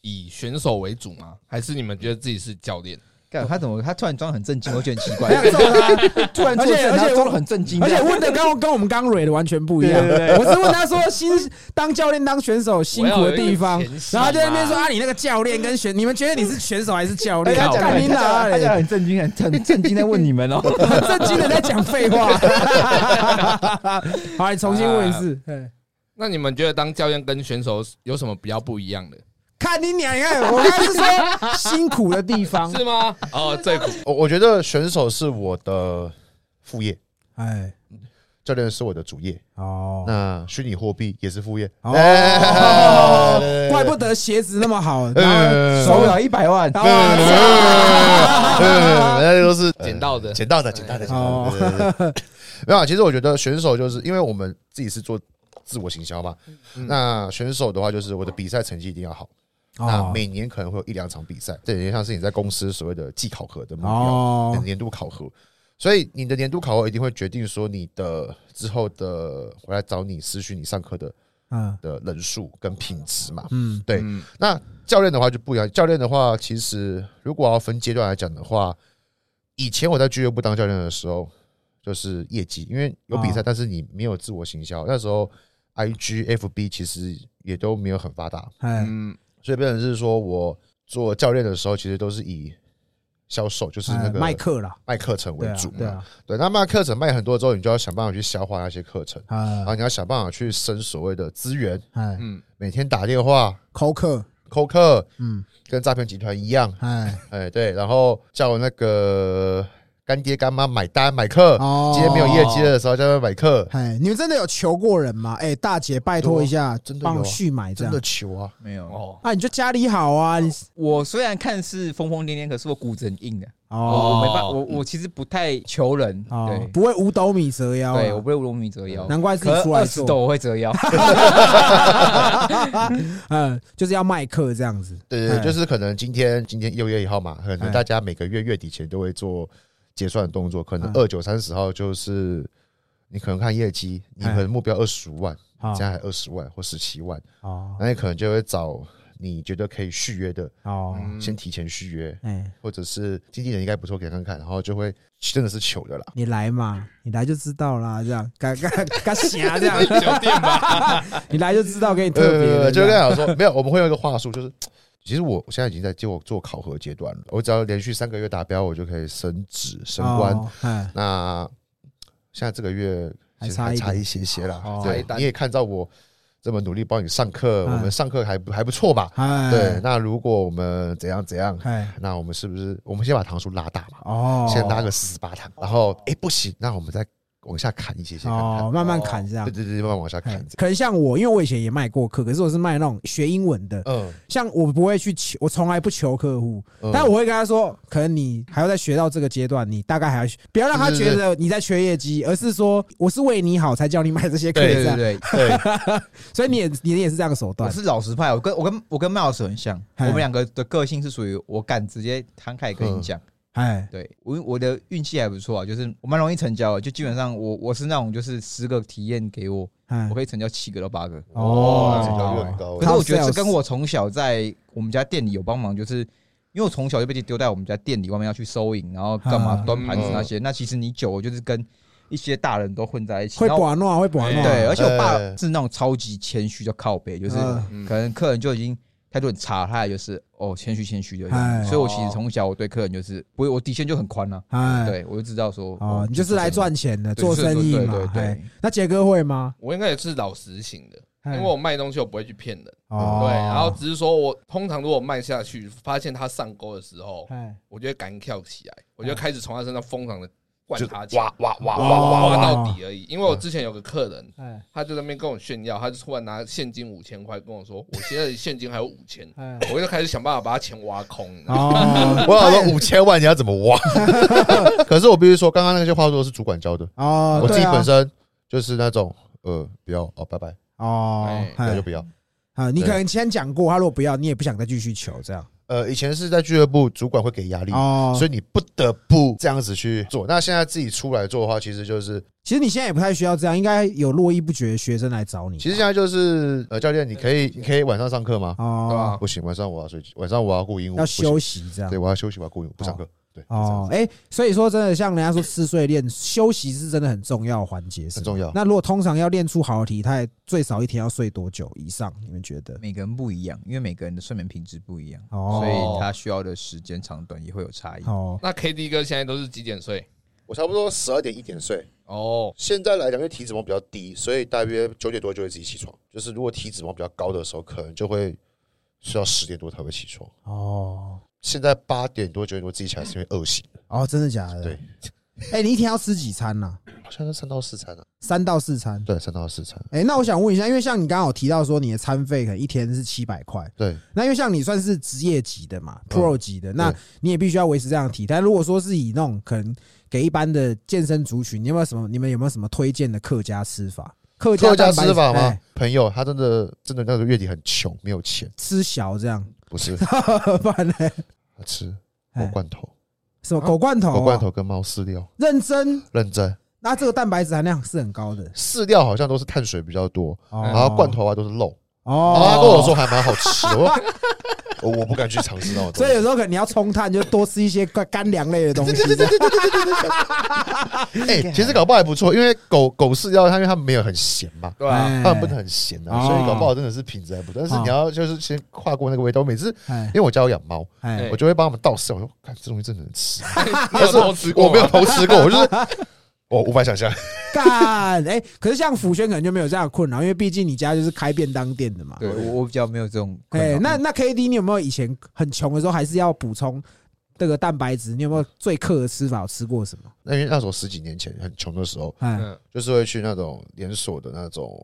Speaker 4: 以选手为主吗？还是你们觉得自己是教练？
Speaker 2: 干他怎么他突然装得很震惊，我觉得很奇
Speaker 1: 没
Speaker 2: 怪，
Speaker 1: 有揍他，
Speaker 2: 突然
Speaker 1: 而
Speaker 2: 做
Speaker 1: 且
Speaker 2: 事，
Speaker 1: 而
Speaker 2: 然
Speaker 1: 且
Speaker 2: 后
Speaker 1: 我
Speaker 2: 装得很震惊，
Speaker 1: 而且
Speaker 2: 这样
Speaker 1: 问的刚跟我们刚蕊的完全不一样。
Speaker 2: 对对对
Speaker 1: 我是问他说新当教练当选手辛苦的地方
Speaker 4: 我要有一个前戏，
Speaker 1: 然
Speaker 4: 嘛
Speaker 1: 后他就在那边说啊，你那个教练跟选，你们觉得你是选手还是教
Speaker 2: 哎
Speaker 1: 练？
Speaker 2: 他讲
Speaker 1: 干你
Speaker 2: 他
Speaker 1: 哪
Speaker 2: 讲他讲
Speaker 1: 里？
Speaker 2: 很震惊，很 很震惊在问你 们哦。
Speaker 1: 很震惊的在讲废话。好，你重新问一次。对
Speaker 4: 那你们觉得当教练跟选手有什么比较不一 样的？
Speaker 1: 看你俩，你看我刚才是说辛苦的地方，
Speaker 4: 是吗？ 哦，最苦
Speaker 3: 我我觉得选手是我的副业，
Speaker 1: 哎，
Speaker 3: 教练是我的主业，
Speaker 1: 哦，
Speaker 3: 那虚拟货币也是副业。
Speaker 1: 哦
Speaker 3: 哎
Speaker 1: 怪不得鞋子那么好，
Speaker 3: 呃
Speaker 1: 然后
Speaker 2: 手表一百万，
Speaker 1: 然
Speaker 3: 呃，
Speaker 1: 后
Speaker 3: 人家都是
Speaker 4: 呃捡到的嗯
Speaker 3: 捡到的，捡到的，捡到
Speaker 1: 哦
Speaker 3: 的对。对 对对没有啊，其实我觉得选手就是因为我们自己是做自我行销嘛，那选手的话就是我的比赛成绩一定要好，那
Speaker 1: 哦
Speaker 3: 每年可能会有一两场比赛，这有点像是你在公司所谓的季考核的目标，
Speaker 1: 哦
Speaker 3: 年度考核。所以你的年度考核一定会决定说你的之后的回来找你咨询你上课的
Speaker 1: 嗯
Speaker 3: 的人数跟品质嘛。
Speaker 1: 嗯
Speaker 3: 对，
Speaker 4: 嗯
Speaker 3: 那教练的话就不一样。教练的话，其实如果要分阶段来讲的话，以前我在俱乐部当教练的时候，就是业绩，因为有比赛，
Speaker 1: 哦
Speaker 3: 但是你没有自我行销，那时候 I G F B 其实也都没有很发达，
Speaker 1: 哎
Speaker 4: 嗯，
Speaker 3: 所以变成是说我做教练的时候，其实都是以销售，就是那
Speaker 1: 哎
Speaker 3: 个
Speaker 1: 麦克啦，
Speaker 3: 卖课程为
Speaker 1: 对啊
Speaker 3: 主嘛。
Speaker 1: 对啊，
Speaker 3: 对，那卖课程卖很多之后，你就要想办法去消化那些课程，然后
Speaker 1: 啊
Speaker 3: 你要想办法去升所谓的资源，
Speaker 1: 哎，
Speaker 4: 嗯，
Speaker 3: 每天打电话
Speaker 1: 口渴，
Speaker 3: 扣客，
Speaker 1: 嗯，
Speaker 3: 跟诈骗集团一样，
Speaker 1: 哎，
Speaker 3: 哎，对，然后叫那个干爹干妈买单买课，
Speaker 1: 哦
Speaker 3: 今天没有业绩的时候叫他们买课，
Speaker 1: 哎，你们真的有求过人吗？哎，大姐，拜托一下，
Speaker 3: 真的有啊
Speaker 1: 帮我续买这
Speaker 3: 真
Speaker 1: 样
Speaker 3: 的。求啊！
Speaker 2: 没有
Speaker 4: 哦，
Speaker 1: 啊，你就家里好啊，你
Speaker 2: 我虽然看似疯疯癫癫，可是我骨子很硬的，
Speaker 1: 哦
Speaker 2: 我我没办，我我其实不太求人，
Speaker 1: 哦
Speaker 2: 对，
Speaker 1: 不会五斗米折腰啊，
Speaker 2: 对，我不会五米折腰，
Speaker 1: 难怪自己
Speaker 2: 可
Speaker 1: 出来
Speaker 2: 二十
Speaker 1: 做
Speaker 2: 斗我会折腰，
Speaker 1: 嗯，就是要卖课这样子，
Speaker 3: 对对，
Speaker 1: 哎
Speaker 3: 对就是可能今天今天六月一号嘛，可
Speaker 1: 哎
Speaker 3: 能大家每个月月底前都会做结算的动作，可能
Speaker 1: 嗯
Speaker 3: 二九三十号就是你可能看业绩，你
Speaker 1: 哎
Speaker 3: 可能目标二十五万，
Speaker 1: 好
Speaker 3: 现在还二十万或十七万，
Speaker 1: 哦
Speaker 3: 那你可能就会找你觉得可以续约的，
Speaker 1: 哦，
Speaker 4: 嗯
Speaker 3: 先提前续约，
Speaker 1: 哎，
Speaker 3: 或者是经纪人应该不错，给他看看，然后就会真的是糗的啦。
Speaker 1: 你来嘛，你来就知道啦，这样，嘎嘎嘎霞这样，
Speaker 4: 酒店吧，
Speaker 1: 你来就知道，给你 特别
Speaker 3: 呃，
Speaker 1: 的
Speaker 3: 就
Speaker 1: 这
Speaker 3: 跟
Speaker 1: 样，
Speaker 3: 他讲说，没有，我们会有一个话术，就是其实我我现在已经在做做考核阶段了，我只要连续三个月达标，我就可以升职升官。
Speaker 1: 哦，哎，
Speaker 3: 那现在这个月
Speaker 1: 还
Speaker 3: 其实
Speaker 1: 差
Speaker 3: 还
Speaker 1: 一
Speaker 3: 差
Speaker 1: 点
Speaker 3: 一些些啦，
Speaker 1: 哦
Speaker 4: 差一
Speaker 3: 对，
Speaker 4: 单
Speaker 3: 你也看到我这么努力帮你上课，
Speaker 1: 嗯
Speaker 3: 我们上课还不还不错吧？
Speaker 1: 哎，
Speaker 3: 对，，那如果我们怎样怎样，
Speaker 1: 哎，
Speaker 3: 那我们是不是我们先把堂数拉大嘛？
Speaker 1: 哦，
Speaker 3: 先拉个四十八堂，然后哎不行，那我们再往下砍一些些看
Speaker 1: 哦，
Speaker 3: 看。
Speaker 1: 慢慢砍这样
Speaker 3: 对，对对，慢慢往下
Speaker 1: 哎
Speaker 3: 砍。
Speaker 1: 可能像我，因为我以前也卖过课，可是我是卖那种学英文的，
Speaker 3: 嗯，
Speaker 1: 像我不会去求，我从来不求客户，
Speaker 3: 嗯
Speaker 1: 但我会跟他说，可能你还要再学到这个阶段，你大概还要学，不要让他觉得你在缺业绩，而是说我是为你好才叫你买这些课，
Speaker 2: 对
Speaker 1: 这
Speaker 2: 对
Speaker 1: 样，
Speaker 2: 对，
Speaker 3: 对，
Speaker 1: 所以你也你也是这样的手
Speaker 2: 我
Speaker 1: 段，
Speaker 2: 是老实派，我跟我跟我跟麦老师很像，
Speaker 1: 嗨
Speaker 2: 我们两个的个性是属于我敢直接摊开跟你讲，
Speaker 1: 哎，
Speaker 2: 对我我的运气还不错啊，就是我蛮容易成交的，就基本上我我是那种就是十个体验给我，
Speaker 1: 哎
Speaker 2: 我，可以成交七个到八个，
Speaker 1: 哦
Speaker 3: 成交率很高
Speaker 2: 可是我觉得
Speaker 1: Top
Speaker 2: 这
Speaker 1: sales
Speaker 2: 跟我从小在我们家店里有帮忙，就是因为我从小就被丢在我们家店里外面要去收银，然后干嘛
Speaker 1: 嗯
Speaker 2: 端盘子那些。那其实你久，了就是跟一些大人都混在一起，
Speaker 1: 会
Speaker 2: 然后
Speaker 1: 寡诺，会啊寡诺，
Speaker 2: 对，而且我爸
Speaker 3: 哎
Speaker 2: 是那种超级谦虚的靠背，就是
Speaker 1: 嗯
Speaker 2: 可能客人就已经态度很差，他也就是哦谦虚谦虚的这样
Speaker 1: 哎
Speaker 2: 子。所以我其实从小我对客人就是不会，我底线就很宽啊，
Speaker 1: 哎，
Speaker 2: 对我就知道说
Speaker 1: 哦，你就是来赚钱的，
Speaker 2: 对
Speaker 1: 做生意
Speaker 2: 对
Speaker 1: 嘛
Speaker 2: 对对。对
Speaker 1: 哎，那杰哥会吗？
Speaker 4: 我应该也是老实型的，
Speaker 1: 哎
Speaker 4: 因为我卖东西我不会去骗人，
Speaker 1: 哦，
Speaker 4: 对，然后只是说我通常如果卖下去，发现他上钩的时候，
Speaker 1: 哎，
Speaker 4: 我就会赶紧跳起来，我就开始从他身上疯狂的灌
Speaker 3: 就
Speaker 4: 他钱，
Speaker 3: 哇哇哇
Speaker 1: 哇
Speaker 3: 哇哇
Speaker 4: 挖
Speaker 3: 哇！
Speaker 4: 到底而已。因为我之前有个客人，
Speaker 1: 哎，
Speaker 4: 他就在那边跟我炫耀，他就突然拿现金五千块跟我说，我现在现金还有五千，
Speaker 1: 哎，
Speaker 4: 我就开始想办法把他钱挖空。你知道吗
Speaker 1: 哦，
Speaker 3: 我想说五千万你要怎么挖？ 可是我必须说，刚刚那些话术都是主管教的，
Speaker 1: 哦，
Speaker 3: 我自己
Speaker 1: 对啊
Speaker 3: 本身就是那种呃，不要哦，拜拜，
Speaker 1: 哦
Speaker 4: 哎，
Speaker 3: 不要
Speaker 1: 哎
Speaker 3: 就不要。
Speaker 1: 啊，你
Speaker 3: 对
Speaker 1: 可能先讲过，他如果不要，你也不想再继续求这样。
Speaker 3: 呃，以前是在俱乐部，主管会给压力，
Speaker 1: 哦，
Speaker 3: 所以你不得不这样子去做。那现在自己出来做的话，其实就是，
Speaker 1: 其实你现在也不太需要这样，应该有络绎不绝的学生来找你。
Speaker 3: 其实现在就是呃，教练，你可以你可以晚上上课吗？
Speaker 4: 对吧
Speaker 1: 哦，
Speaker 3: 不行，晚上我要睡，晚啊上我要顾鹦鹉，
Speaker 1: 要
Speaker 3: 不行
Speaker 1: 休，息这样
Speaker 3: 对，。我要休息，我要顾鹦鹉，不上课，对，
Speaker 1: 哦，
Speaker 3: 哦，
Speaker 1: 哎，所以说真的，像人家说吃睡练，休息是真的很重要的环节。是
Speaker 3: 很
Speaker 1: 吗
Speaker 3: 重要。
Speaker 1: 那如果通常要练出好的体态，最少一天要睡多久以上？你们觉得？
Speaker 2: 每个人不一样，因为每个人的睡眠品质不一样，
Speaker 1: 哦
Speaker 2: 所以他需要的时间长短也会有差异。
Speaker 1: 哦，
Speaker 4: 那 K D 哥现在都是几点睡？
Speaker 3: 我差不多十二点一点睡，
Speaker 4: 哦，
Speaker 3: 现在来讲，因为体脂肪比较低，所以大约九点多就会自己起床。就是如果体脂肪比较高的时候，可能就会需要十点多才会起床。
Speaker 1: 哦，
Speaker 3: 现在八点多九点多自己起来是因为饿醒，
Speaker 1: 哦，真的假的？
Speaker 3: 对。
Speaker 1: 哎，你一天要吃几餐呐？
Speaker 3: 好像是三到四餐啊。
Speaker 1: 三到四餐。
Speaker 3: 对，三到四餐。
Speaker 1: 哎，那我想问一下，因为像你刚刚有提到说你的餐费可能一天是七百块，
Speaker 3: 对，
Speaker 1: 那因为像你算是职业级的嘛，Pro 级的，那
Speaker 3: 嗯对
Speaker 1: 你也必须要维持这样的体态。如果说是以那种可能给一般的健身族群，你有没有什么？你们有没有什么推荐的客家吃法？客
Speaker 3: 客家
Speaker 1: 蛋白
Speaker 3: 吃法吗
Speaker 1: 哎？
Speaker 3: 朋友，他真的真的那个月底很穷，没有钱，
Speaker 1: 吃小这样，
Speaker 3: 不是
Speaker 1: 不然呢？
Speaker 3: 他吃
Speaker 1: 哎
Speaker 3: 火罐头、
Speaker 1: 什么狗罐头、啊
Speaker 3: 火啊罐，头跟猫饲料。
Speaker 1: 认真。
Speaker 3: 认真，
Speaker 1: 那这个蛋白质含量是很高的，
Speaker 3: 饲料好像都是碳水比较多，然后罐头啊都是肉。然后他跟
Speaker 1: 哦。
Speaker 3: 我说还蛮好吃，我说 我我不敢去尝试那种东西。
Speaker 1: 所以有时候可能你要冲碳，就多吃一些干干粮类的 东西。啊这样
Speaker 3: 哎、其实搞不好还不错，因为狗狗饲料它因为它没有很咸嘛，
Speaker 4: 对啊，
Speaker 1: 哎
Speaker 3: 它们不能很咸啊，
Speaker 1: 哦
Speaker 3: 所以搞不好真的是品质还不错。但是你要就是先跨过那个味道。我每次
Speaker 1: 哎
Speaker 3: 因为我家有养猫，
Speaker 1: 哎
Speaker 3: 我就会帮它们倒饲料，我说看这东西真的能 吃，
Speaker 4: 你有偷吃过
Speaker 3: 我
Speaker 4: 吗
Speaker 3: 没有偷吃过，我就是我无法想象。
Speaker 1: 干哎，可是像福轩可能就没有这样的困扰，因为毕竟你家就是开便当店的嘛。
Speaker 2: 对我我比较没有这种困
Speaker 1: 哎、
Speaker 2: 扰。
Speaker 1: 那那 K D，你有没有以前很穷的时候还是要补充这个蛋白质？你有没有最克的吃法？有吃过什么？
Speaker 3: 那因为那时候十几年前很穷的时候，
Speaker 1: 哎
Speaker 4: 嗯，
Speaker 3: 就是会去那种连锁的那种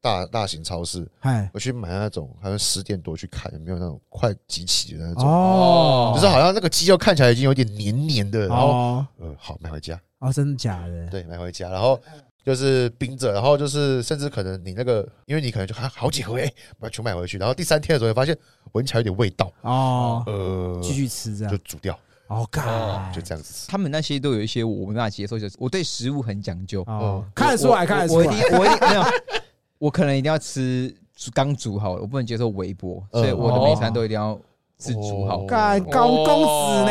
Speaker 3: 大大型超市，
Speaker 1: 哎
Speaker 3: 我去买那种好像十点多去看有没有那种快集齐的那种。
Speaker 1: 哦，
Speaker 3: 就是好像那个鸡肉看起来已经有点黏黏的，然后
Speaker 1: 哦
Speaker 3: 呃，好买回家，
Speaker 1: 哦，真的假的？
Speaker 3: 对，买回家，然后就是冰着，然后就是甚至可能你那个，因为你可能就还好几回， 把它全买回去，然后第三天的时候你发现闻起来有点味道，
Speaker 1: 哦，
Speaker 3: 呃，
Speaker 1: 继续吃这
Speaker 3: 就
Speaker 1: 样。
Speaker 3: 煮掉，
Speaker 1: 哦，
Speaker 4: 哦
Speaker 1: 干，
Speaker 3: 就这样 子吃。
Speaker 2: 他们那些都有一些我没办法接受，就是我对食物很讲究，
Speaker 1: 哦
Speaker 3: 嗯，
Speaker 1: 看得出来，
Speaker 2: 我
Speaker 1: 看得
Speaker 2: 我
Speaker 1: 出
Speaker 2: 我一
Speaker 1: 来。
Speaker 2: 定我一定没有，我可能一定要吃刚煮好，我不能接受微波，
Speaker 3: 嗯
Speaker 2: 所以
Speaker 1: 哦
Speaker 2: 我的每餐都一定要自煮好。
Speaker 3: 哦
Speaker 1: 干公公子呢？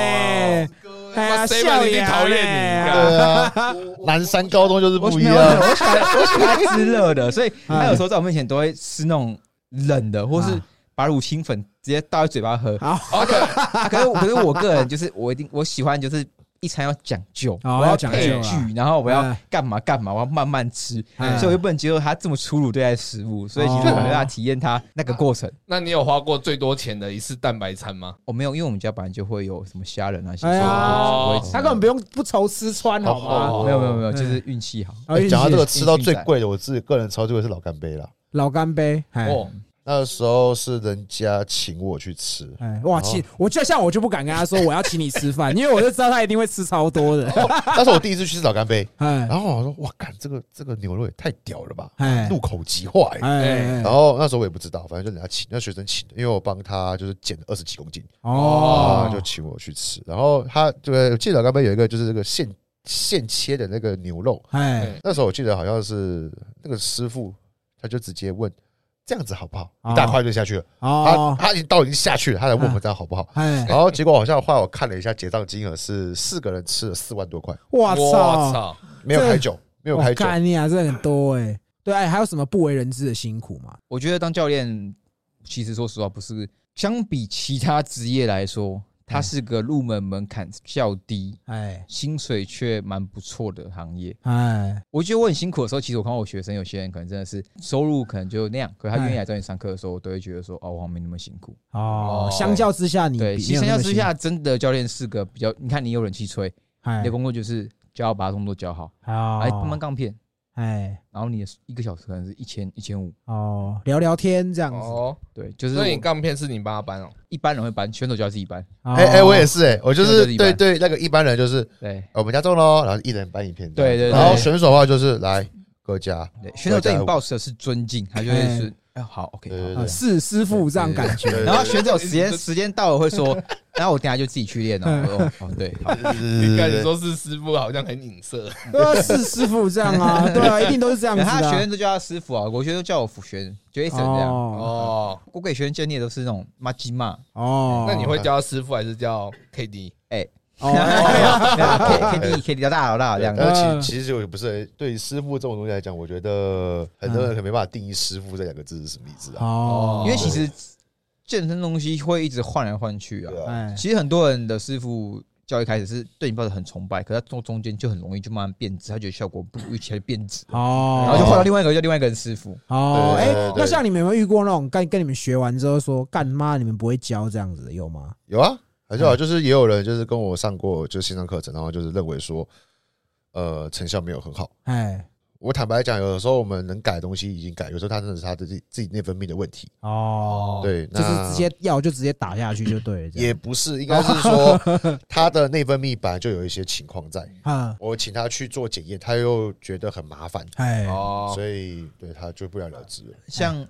Speaker 1: 哎呀，
Speaker 4: 哇，Seven
Speaker 1: 笑
Speaker 4: 一定
Speaker 1: 呀
Speaker 4: 讨厌你干
Speaker 3: 对啊，南山高中就是
Speaker 2: 我
Speaker 3: 不一
Speaker 2: 没有我
Speaker 3: 样。
Speaker 2: 我喜欢我喜欢吃热的，所以
Speaker 1: 哎
Speaker 2: 他有时候在我面前都会吃那种冷的，或是
Speaker 1: 啊
Speaker 2: 把乳清粉直接倒在嘴 巴喝。
Speaker 1: 好
Speaker 2: 啊，可是可是我个人就是我一定我喜欢就是一餐要讲究，
Speaker 1: 哦
Speaker 2: 我
Speaker 1: 要讲
Speaker 2: 配
Speaker 1: 究啊
Speaker 2: 剧，然后我要
Speaker 1: 哎
Speaker 2: 干嘛干嘛，我要慢慢吃，
Speaker 1: 哎哦
Speaker 2: 所以我就不能接受他这么粗鲁对待食物，所以其实我没办法体验他那个过程。
Speaker 4: 那你有花过最多钱的一次蛋白餐吗？
Speaker 2: 哦我没有，因为我们家本来就会有什么虾仁啊，
Speaker 1: 哎呀
Speaker 2: 所以我就不会吃
Speaker 1: 他根本不用不愁吃穿，好
Speaker 3: 哦
Speaker 1: 吗？
Speaker 2: 没有没有没有，
Speaker 1: 嗯
Speaker 2: 就是运气好。
Speaker 1: 啊
Speaker 3: 哎讲到这个吃到
Speaker 2: 运气
Speaker 3: 最
Speaker 2: 在
Speaker 3: 贵的，我自己个人超最贵是老干杯啦。
Speaker 1: 老干杯，哎
Speaker 4: 哦，
Speaker 3: 那时候是人家请我去吃，
Speaker 1: 哎，哇，请我就像我就不敢跟他说我要请你吃饭，因为我就知道他一定会吃超多的。
Speaker 3: 那是我第一次去吃老干杯，
Speaker 1: 哎
Speaker 3: 然后我说哇，干这个这个牛肉也太屌了吧，
Speaker 1: 哎
Speaker 3: 入口即化欸。
Speaker 1: 哎，
Speaker 3: 然后那时候我也不知道，反正就人家请，那学生请的，因为我帮他就是减了二十几公斤，啊，
Speaker 1: 哦，
Speaker 3: 就请我去吃。然后他对，我记得老干杯有一个就是这个现现切的那个牛肉，
Speaker 1: 哎
Speaker 3: 那时候我记得好像是那个师傅，他就直接问这样子好不好，
Speaker 1: 哦
Speaker 3: 一大块就下去了。他
Speaker 1: 哦，
Speaker 3: 他已经到已经下去了，他来问我们这样好不好。
Speaker 1: 哎，
Speaker 3: 然后结果好像后来我看了一下结账金额是四个人吃了四万多块，
Speaker 1: 我
Speaker 4: 哇
Speaker 1: 操，
Speaker 4: 操！
Speaker 3: 没有开酒，没有
Speaker 1: 我
Speaker 3: 开酒。
Speaker 1: 干你啊，这很多哎。对，哎，还有什么不为人知的辛苦吗？
Speaker 2: 我觉得当教
Speaker 1: 嗯
Speaker 2: 练，哦其实说实话，不是相比其他职业来说，它是个入门门槛较低，
Speaker 1: 哎
Speaker 2: 薪水却蛮不错的行业。
Speaker 1: 哎，
Speaker 2: 我觉得我很辛苦的时候，其实我看到我学生有些人可能真的是收入可能就那样，可是他愿意来找你上课的时候，我都会觉得说，哦，我好像没那么辛苦。
Speaker 1: 哦，相较之下你
Speaker 2: 对，
Speaker 1: 比
Speaker 2: 其实相较之，下，真的教练是个比较，你看你有冷气吹，
Speaker 1: 哎
Speaker 2: 你的工哎作就是教把动作教好，来慢慢
Speaker 1: 哦，
Speaker 2: 杠片，
Speaker 1: 哎
Speaker 2: 然后你的一个小时可能是一千一千五，
Speaker 1: 哦，聊聊天这样子。
Speaker 4: 哦，
Speaker 2: 对，就是
Speaker 4: 所以你
Speaker 2: 我
Speaker 4: 杠片是你帮他搬哦？
Speaker 2: 一般人会搬，选手就要自己搬，
Speaker 3: 哎哎，我也
Speaker 1: 是。
Speaker 3: 是哎，我就
Speaker 2: 就是是一
Speaker 3: 对
Speaker 2: 般
Speaker 3: 对那个一般人就是
Speaker 2: 对。
Speaker 3: 呃我们家中喽，然后一人搬一片这样子。
Speaker 2: 对对对
Speaker 3: 然后选手的话就是来各家，
Speaker 2: 对，选手对你 boss 的是尊敬，他就会是哎好 OK
Speaker 3: 对对
Speaker 2: 好。
Speaker 1: 啊是师傅这样感觉。
Speaker 3: 对
Speaker 2: 然后选手时间时间到了会说， 然后我等下就自己去练了。我说哦对，好
Speaker 3: 呃
Speaker 4: 你看你
Speaker 3: 对
Speaker 4: 说是师傅，好像很隐射。
Speaker 1: 对啊， 是师傅这样啊，对啊，一定都是这样子
Speaker 2: 然后他
Speaker 1: 的
Speaker 2: 的学
Speaker 1: 啊
Speaker 2: 生。都叫他师傅啊，我学生都叫我辅学生，就 a 成这样。
Speaker 1: 哦
Speaker 4: 哦，
Speaker 2: 我给学生建议都是那种骂鸡骂，
Speaker 1: 哦，
Speaker 4: 那你会叫他师傅还是叫 KD？
Speaker 2: 哎
Speaker 1: 哦，
Speaker 2: 啊 K D K D 较大老大这样子。
Speaker 3: 但呃其其实我也不是很对于师傅这种东西来讲，我觉得很多人可能没办法定义师傅这两个字是什么意思啊。
Speaker 1: 哦，
Speaker 2: 因为其实健身东西会一直换来换去啊
Speaker 3: 对。啊，
Speaker 1: 哎
Speaker 2: 其实很多人的师傅教一开始是对你抱着很崇拜，可是他中中间就很容易就慢慢变质，他觉得效果不如预期，他就变质。
Speaker 1: 哦，
Speaker 2: 然后就换到另外一个叫另外一个人师傅。
Speaker 1: 哦，
Speaker 3: 对对对
Speaker 1: 哎，那像你们有没有遇过那种跟跟你们学完之后说干妈你们不会教这样子的有吗？
Speaker 3: 有啊，很好，就是也有人就是跟我上过就是线上课程，然后就是认为说，呃，成效没有很好。
Speaker 1: 哎，
Speaker 3: 我坦白讲，有的时候我们能改的东西已经改，有时候他真的是他自己自己内分泌的问题。
Speaker 1: 哦，
Speaker 3: 对，
Speaker 1: 就
Speaker 3: 那
Speaker 1: 是直接药就直接打下去就对了，这
Speaker 3: 也
Speaker 1: 样
Speaker 3: 不是，应该是说他的内分泌本来就有一些情况在。
Speaker 1: 啊，
Speaker 3: 我请他去做检验，他又觉得很麻烦，
Speaker 1: 哎，
Speaker 4: 哦，
Speaker 3: 所以对他就不了了之了。
Speaker 2: 像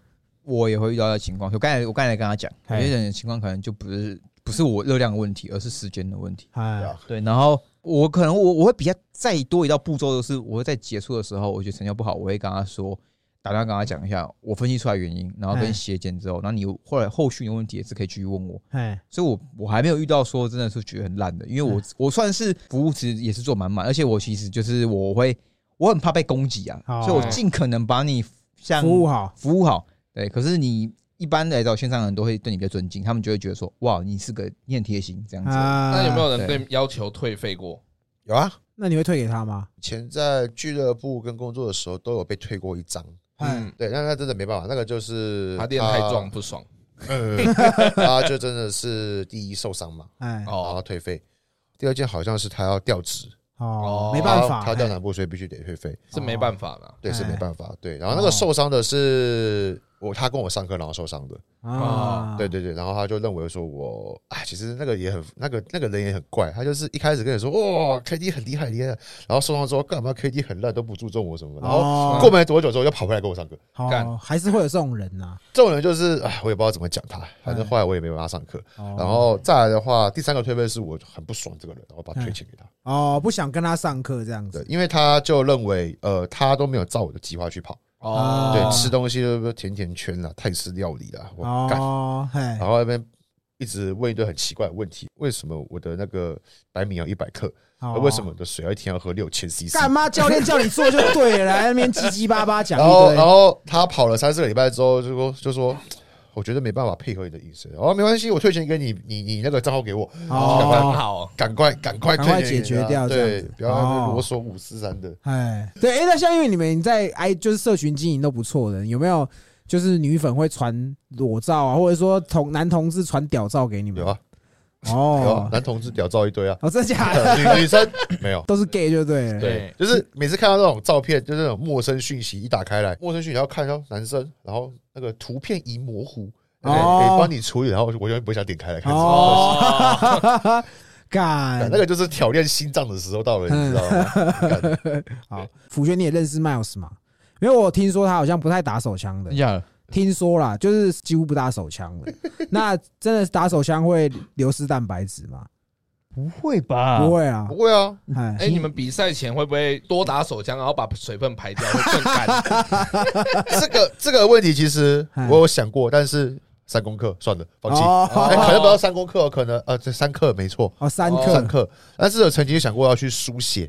Speaker 2: 我也会遇到的情况，就刚才我刚才跟他讲，有
Speaker 1: 嘿
Speaker 2: 些人的情况可能就不是不是我热量的问题，而是时间的问题。
Speaker 3: 对
Speaker 1: 哎
Speaker 3: 啊，
Speaker 2: 对，然后我可能我我会比较再多一道步骤，就是我会在结束的时候，我觉得成效不好，我会跟他说，打电话跟他讲一下，我分析出来原因，然后
Speaker 1: 嘿
Speaker 2: 跟写检之后，然后你后来后续的问题也是可以继续问我。
Speaker 1: 哎，
Speaker 2: 所以我我还没有遇到说真的是觉得很烂的，因为
Speaker 1: 嗯
Speaker 2: 我我算是服务值也是做满满，而且我其实就是我会我很怕被攻击啊，
Speaker 1: 哦
Speaker 2: 所以我尽可能把你像
Speaker 1: 服务好，
Speaker 2: 服务好，对。可是你一般来找线上的人都会对你比较尊敬，他们就会觉得说，哇，你是个你很贴心这样子。
Speaker 1: 啊，
Speaker 4: 那有没有人被要求退费过？
Speaker 3: 有啊，
Speaker 1: 那你会退给他吗？
Speaker 3: 以前在俱乐部跟工作的时候都有被退过一张。
Speaker 1: 哎，
Speaker 4: 嗯，
Speaker 3: 对，那那真的没办法，那个就是
Speaker 4: 他练太壮，不爽。
Speaker 3: 嗯，他就真的是第一受伤嘛，
Speaker 1: 哎，
Speaker 3: 然后
Speaker 4: 哦
Speaker 3: 退费。第二件好像是他要调职，
Speaker 1: 哦
Speaker 4: 哦，
Speaker 1: 没办法，
Speaker 3: 他调
Speaker 1: 哎
Speaker 3: 南部，所以必须得退费。
Speaker 4: 是没办法啦。
Speaker 3: 对，是
Speaker 1: 哎
Speaker 3: 没办法。对，然后那个受伤的是我他跟我上课然后受伤的，
Speaker 1: 啊，
Speaker 3: 对对对，然后他就认为说我啊，其实那个也很那个那个人也很怪，他就是一开始跟你说哇 K D 很厉害很厉害，然后受伤之后干嘛 K D 很烂都不注重我什么的，然后
Speaker 1: 哦，
Speaker 3: 过没多久之后又跑回来跟我上课，
Speaker 1: 好，
Speaker 4: 干
Speaker 1: 还是会有这种人呐。
Speaker 3: 这种人就是哎，我也不知道怎么讲他，
Speaker 1: 哎
Speaker 3: 反正后来我也没帮他上课，然
Speaker 1: 然
Speaker 3: 后再来的话，第三个推背是我很不爽这个人，然后把他推荐给他，
Speaker 1: 哦，不想跟他上课这样
Speaker 3: 对
Speaker 1: 子，，
Speaker 3: 因为他就认为呃他都没有照我的计划去跑，
Speaker 1: 啊
Speaker 3: 对，吃东西就是甜甜圈啦、泰式料理啦，我干，啊
Speaker 1: 哦，嘿，
Speaker 3: 然后那边一直问一堆很奇怪的问题，为什么我的那个白米要一百克？
Speaker 1: 哦
Speaker 3: 为什么我的水要一天要喝六千 CC？
Speaker 1: 干嘛？教练叫你做就对了，还在那边叽叽巴巴讲一
Speaker 3: 然 后，然
Speaker 1: 堆。
Speaker 3: 后他跑了三四个礼拜之后，就说就说，我觉得没办法配合你的饮食。哦，没关系，我退钱给你，你你那个账号给我，
Speaker 1: 哦
Speaker 4: 刚好，
Speaker 3: 赶快赶快
Speaker 1: 赶
Speaker 3: 退
Speaker 1: 快
Speaker 3: 钱给
Speaker 1: 解
Speaker 3: 你
Speaker 1: 决
Speaker 3: 啊
Speaker 1: 掉这样
Speaker 3: 对
Speaker 1: 子，
Speaker 3: 不要在那边
Speaker 1: 哦
Speaker 3: 啰嗦五四三的。
Speaker 1: 哎，对，哎，那像因为你们在哎，就是社群经营都不错的，有没有就是女粉会传裸照啊，或者说同男同志传屌照给你们
Speaker 3: 有？啊有啊
Speaker 1: 哦，，
Speaker 3: 男同志屌照一堆啊，
Speaker 1: 哦，真假 的
Speaker 3: 女女生没有。
Speaker 1: 都是 gay 就对了。
Speaker 3: 对，就是每次看到那种照片，就是那种陌生讯息一打开来，陌生讯息要看到男生，然后那个图片一模糊，
Speaker 1: 哦
Speaker 3: 对，可以帮你处理，然后我就我就不想点开来看。
Speaker 1: 哦，
Speaker 3: 干
Speaker 1: 干
Speaker 3: 那个就是挑练心脏的时候到了，你知道
Speaker 1: 嗯
Speaker 3: 吗？干
Speaker 1: 好，辅轩你也认识 Miles 嘛？因为我听说他好像不太打手枪的
Speaker 2: 真，假的？
Speaker 1: 听说啦，就是几乎不打手枪的。那真的是打手枪会流失蛋白质吗？
Speaker 2: 不会吧
Speaker 1: 不会啊
Speaker 3: 不，会啊，
Speaker 1: 哎，
Speaker 4: 哦哎，你们比赛前会不会多打手枪，然后把水分排掉，会更干？
Speaker 3: 这个这个问题其实
Speaker 1: 嗯
Speaker 3: 我有想过，但是三公克算了，放弃。
Speaker 1: 哦
Speaker 3: 哎，可能不到三公克哦，可能呃，这三克没错，
Speaker 1: 哦，三
Speaker 4: 哦
Speaker 1: 克
Speaker 3: 三，克。但是有曾经想过要去输血，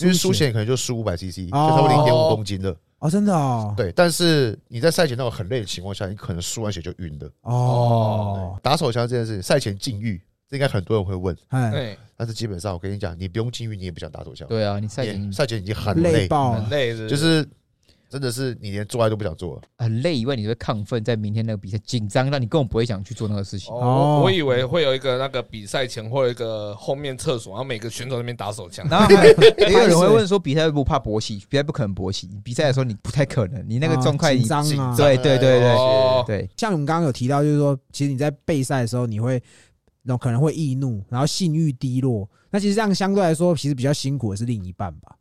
Speaker 3: 因为输
Speaker 1: 血
Speaker 3: 血可能就输五百 CC，就
Speaker 1: 哦
Speaker 3: 差不多零点五公斤了。
Speaker 1: 哦，真的哦，
Speaker 3: 对，但是你在赛前那种很累的情况下，你可能输完血就晕了。
Speaker 1: 哦，
Speaker 3: 打手枪这件事情，赛前禁欲，这应该很多人会问，
Speaker 1: 哎，
Speaker 4: 对，
Speaker 3: 但是基本上我跟你讲，你不用禁欲，你也不想打手枪。
Speaker 2: 对啊，你赛前
Speaker 3: 你赛前已经很
Speaker 1: 累
Speaker 3: 累，
Speaker 1: 爆
Speaker 4: 很
Speaker 1: 了，
Speaker 4: 累，是不
Speaker 3: 就是是真的是你连做爱都不想做了。
Speaker 2: 很累以外，你会亢奋，在明天那个比赛紧张，让你根本不会想去做那个事情。
Speaker 1: 哦
Speaker 4: 哦，我以为会有一个那个比赛前会有一个后面厕所，然后每个选手在那边打手枪。
Speaker 2: 然后还也有人会问说，比赛会不怕勃起？比赛不可能勃起，比赛的时候你不太可能，你那个状
Speaker 1: 啊
Speaker 2: 态你
Speaker 1: 紧张啊。
Speaker 2: 对对对对
Speaker 4: 哦
Speaker 2: 对
Speaker 1: 像我们刚刚有提到，就是说，其实你在备赛的时候，你会那可能会易怒，然后性欲低落。那其实这样相对来说，其实比较辛苦的是另一半吧。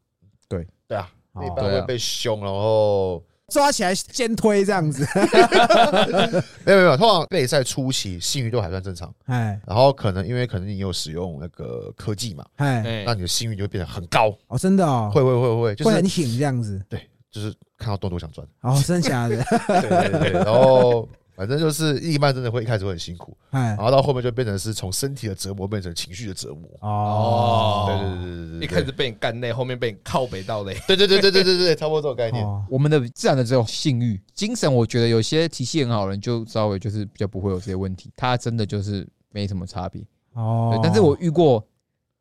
Speaker 3: 对啊，
Speaker 1: 哦
Speaker 3: 那一般
Speaker 2: 对
Speaker 3: 会
Speaker 2: 啊
Speaker 3: 被凶，然后
Speaker 1: 抓起来肩推这样子，
Speaker 3: 没有没有，通常备赛初期性欲都还算正常，
Speaker 1: 哎
Speaker 3: 然后可能因为可能你有使用那个科技嘛，
Speaker 1: 哎，
Speaker 4: 哎
Speaker 3: 那，你的性欲就会变得很高，
Speaker 1: 哦，真的哦，
Speaker 3: 会会会会，就
Speaker 1: 会很
Speaker 3: 是
Speaker 1: 挺这样子，
Speaker 3: 就是看到动都想钻，
Speaker 1: 哦，真的假 的？
Speaker 3: 对对对，然后反正就是另一半真的会一开始会很辛苦，
Speaker 1: 哎
Speaker 3: 然，
Speaker 2: 哦
Speaker 3: 后到后面就变成是从身体的折磨变成情绪的折磨，
Speaker 1: 哦，
Speaker 4: 哦
Speaker 3: 对对对对对，
Speaker 4: 一开始被你干累，后面被你靠北到累。
Speaker 3: 对对对对对对对，差不多这种概念。
Speaker 1: 哦，
Speaker 2: 我们的自然的只有性欲，精神我觉得有些脾气很好的人就稍微就是比较不会有这些问题，他真的就是没什么差别。
Speaker 1: 哦
Speaker 2: 对，，但是我遇过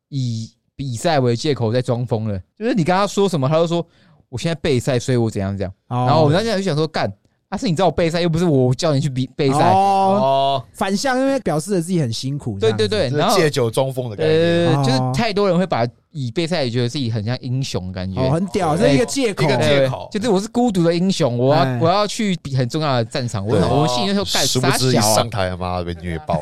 Speaker 2: 以比赛为借口在装疯的，就是你跟他说什么，他就说我现在备赛，所以我怎样怎样。
Speaker 1: 哦，
Speaker 2: 然后我当时就想说，干，但是你知道我备赛，又不是我叫你去比备赛。
Speaker 1: 哦，
Speaker 4: 哦，
Speaker 1: 反向，因为表示了自己很辛苦，这
Speaker 2: 对
Speaker 1: 样子
Speaker 2: 对，对，
Speaker 3: 就
Speaker 2: 然
Speaker 3: 是
Speaker 2: 后
Speaker 3: 借酒装疯的概念，
Speaker 2: 呃，就是
Speaker 1: 哦
Speaker 2: 太多人会把以备赛也觉得自己很像英雄的感觉。
Speaker 1: 哦，很屌，
Speaker 2: 对
Speaker 1: 这是一个借口
Speaker 4: 一，个
Speaker 2: 对
Speaker 4: 借口
Speaker 2: 就是我是孤独的英雄，我
Speaker 1: 哎
Speaker 2: 要我要去比很重要的战场。我
Speaker 3: 对
Speaker 2: 我心里就说干
Speaker 3: 殊不
Speaker 2: 傻
Speaker 3: 知一
Speaker 2: 小啊
Speaker 3: 上，台，妈的被虐爆。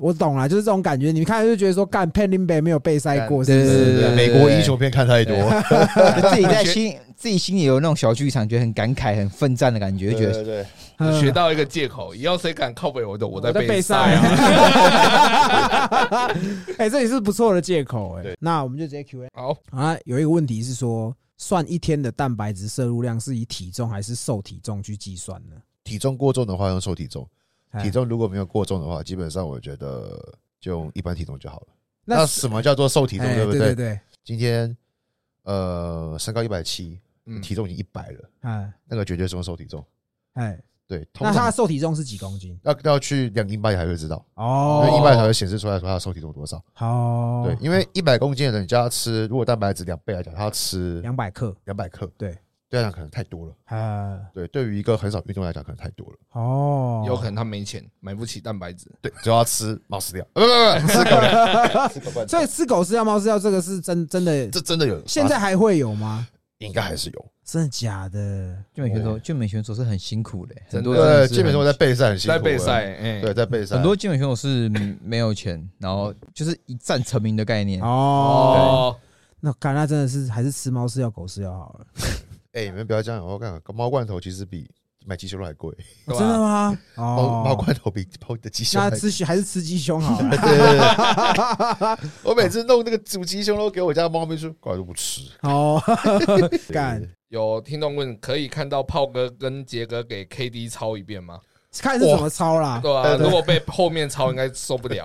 Speaker 1: 我懂了，就是这种感觉。你看就觉得说，干 p e n l i n Bay 没有备赛过，是不
Speaker 2: 对
Speaker 1: 是？
Speaker 2: 对对对
Speaker 3: 美国英雄片看太多，
Speaker 2: 自己在心自己心里有那种小剧场，觉得很感慨、很奋战的感觉，就觉得
Speaker 3: 对，
Speaker 1: 嗯
Speaker 4: 学到一个借口，以后谁敢靠北我的，我在
Speaker 1: 在备
Speaker 4: 备
Speaker 1: 赛哦
Speaker 4: 啊。
Speaker 1: 啊。 哎，这也是不错的借口哎
Speaker 3: 对。
Speaker 1: 那我们就直接 Q&A
Speaker 4: 好，
Speaker 1: 啊。有一个问题是说，算一天的蛋白质摄入量是以体重还是瘦体重去计算呢？
Speaker 3: 体重过重的话用瘦体重，
Speaker 1: 哎
Speaker 3: 体重如果没有过重的话，基本上我觉得就用一般体重就好了。
Speaker 1: 那
Speaker 3: 那什么叫做瘦体重，
Speaker 1: 哎
Speaker 3: 对不
Speaker 1: 对
Speaker 3: 对？
Speaker 1: 对，
Speaker 3: 今天呃身高一百七，
Speaker 4: 嗯，
Speaker 3: 体重已经一百了，
Speaker 1: 哎
Speaker 3: 那个绝对是用瘦体重。
Speaker 1: 哎，
Speaker 3: 对，通
Speaker 1: 那他
Speaker 3: 常
Speaker 1: 的瘦体重是几公斤？
Speaker 3: 要要去量英八才会知道，因
Speaker 1: 哦，
Speaker 3: 为英八才会显示出来说他的瘦体重多少。
Speaker 1: 好，
Speaker 3: 对，因为一百公斤的人，你叫他吃，如果蛋白质两倍来讲，他要吃
Speaker 1: 两百克，
Speaker 3: 两百克，
Speaker 1: 对，
Speaker 3: 对他讲可能太多了。
Speaker 1: 呃，
Speaker 3: 对，对于一个很少运动来讲，可能太多了。
Speaker 1: 哦，
Speaker 4: 有可能他没钱，买不起蛋白质。
Speaker 3: 对，只要吃猫饲料，呃 不不不，吃狗粮，吃狗饭
Speaker 1: 所以吃狗饲料、猫饲料这个是真真的，
Speaker 3: 这真的有，啊
Speaker 1: 现在还会有吗？
Speaker 3: 应该还是有。
Speaker 1: 真的假的？
Speaker 2: 健美选手，健美选手是很辛苦的，
Speaker 4: 真的
Speaker 2: 很多真的
Speaker 3: 对，
Speaker 2: 是
Speaker 3: 基本上我在备赛很辛苦，
Speaker 4: 在备，赛，哎，
Speaker 3: 啊对，在备赛
Speaker 2: 很多健美选手是没有钱，然后就是一战成名的概念。
Speaker 1: 哦，
Speaker 4: 哦，
Speaker 1: 那看那真的是还是吃猫是要狗是要好了，
Speaker 3: 哎、你们不要这样，我干猫罐头其实比买鸡胸肉还贵，
Speaker 4: 对
Speaker 2: 啊
Speaker 4: 吧
Speaker 1: 真的吗？
Speaker 3: 猫猫
Speaker 1: 哦，
Speaker 3: 罐头比包的鸡胸
Speaker 1: 那
Speaker 3: 还 贵。
Speaker 1: 吃还是吃鸡胸好了。
Speaker 3: 对对对对， 我每次弄那个煮鸡胸肉给我家猫咪说，搞都不吃。
Speaker 1: 哦，
Speaker 3: 对
Speaker 1: 干
Speaker 4: 有听众问，可以看到炮哥跟杰哥给 KD 抄一遍吗？
Speaker 1: 看是怎么抄啦。
Speaker 4: 对啊，
Speaker 3: 呃对
Speaker 4: 如果被后面抄，应该受 不了。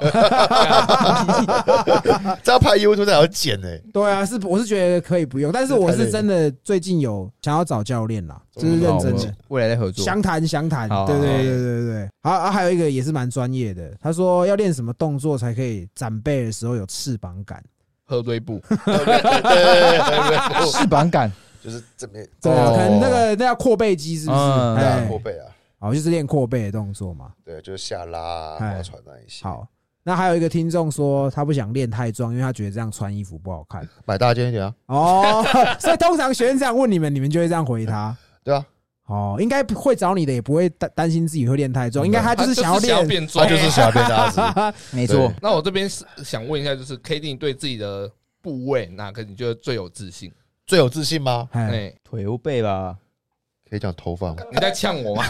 Speaker 3: 这要拍 YouTube 还要剪呢、
Speaker 1: 对啊，是我是觉得可以不用，但是我是真的最近有想要找教练啦，就是认真的。，
Speaker 2: 未来再合作。
Speaker 1: 详谈详谈，
Speaker 2: 好
Speaker 1: 对
Speaker 2: 好
Speaker 1: 对对对对。好啊，还有一个也是蛮专业的，他说要练什么动作才可以展背的时候有翅膀感。
Speaker 4: 喝对不？
Speaker 2: 翅膀感，
Speaker 3: 就是这边
Speaker 1: 对啊，
Speaker 2: 哦
Speaker 1: 可能那个那叫阔背肌是不是？
Speaker 2: 嗯
Speaker 3: 大
Speaker 1: 哎
Speaker 3: 后，背啊，
Speaker 1: 好，就是练阔背的动作嘛。
Speaker 3: 对，就是下拉、啊、
Speaker 1: 哎
Speaker 3: 划船那一些。，
Speaker 1: 好，那还有一个听众说他不想练太壮，因为他觉得这样穿衣服不好看。
Speaker 3: 买大件一点啊，
Speaker 1: 哦，所以通常学生这样问你们，你们就会这样回他。
Speaker 3: 对啊，
Speaker 1: 哦，应该不会找你的，也不会担担心自己会练太壮，应该他就是想要练。
Speaker 4: 变
Speaker 3: 他
Speaker 4: 壮，
Speaker 3: 就是想要变大只。
Speaker 2: 没错
Speaker 3: 对。
Speaker 4: 那我这边是想问一下，就是 K D 你对自己的部位哪个你觉得最有自信？
Speaker 3: 最有自信吗？
Speaker 1: 哎，
Speaker 4: 哎，
Speaker 2: 腿或背 吧，
Speaker 3: 可以讲头发吗？
Speaker 4: 你在呛我吗？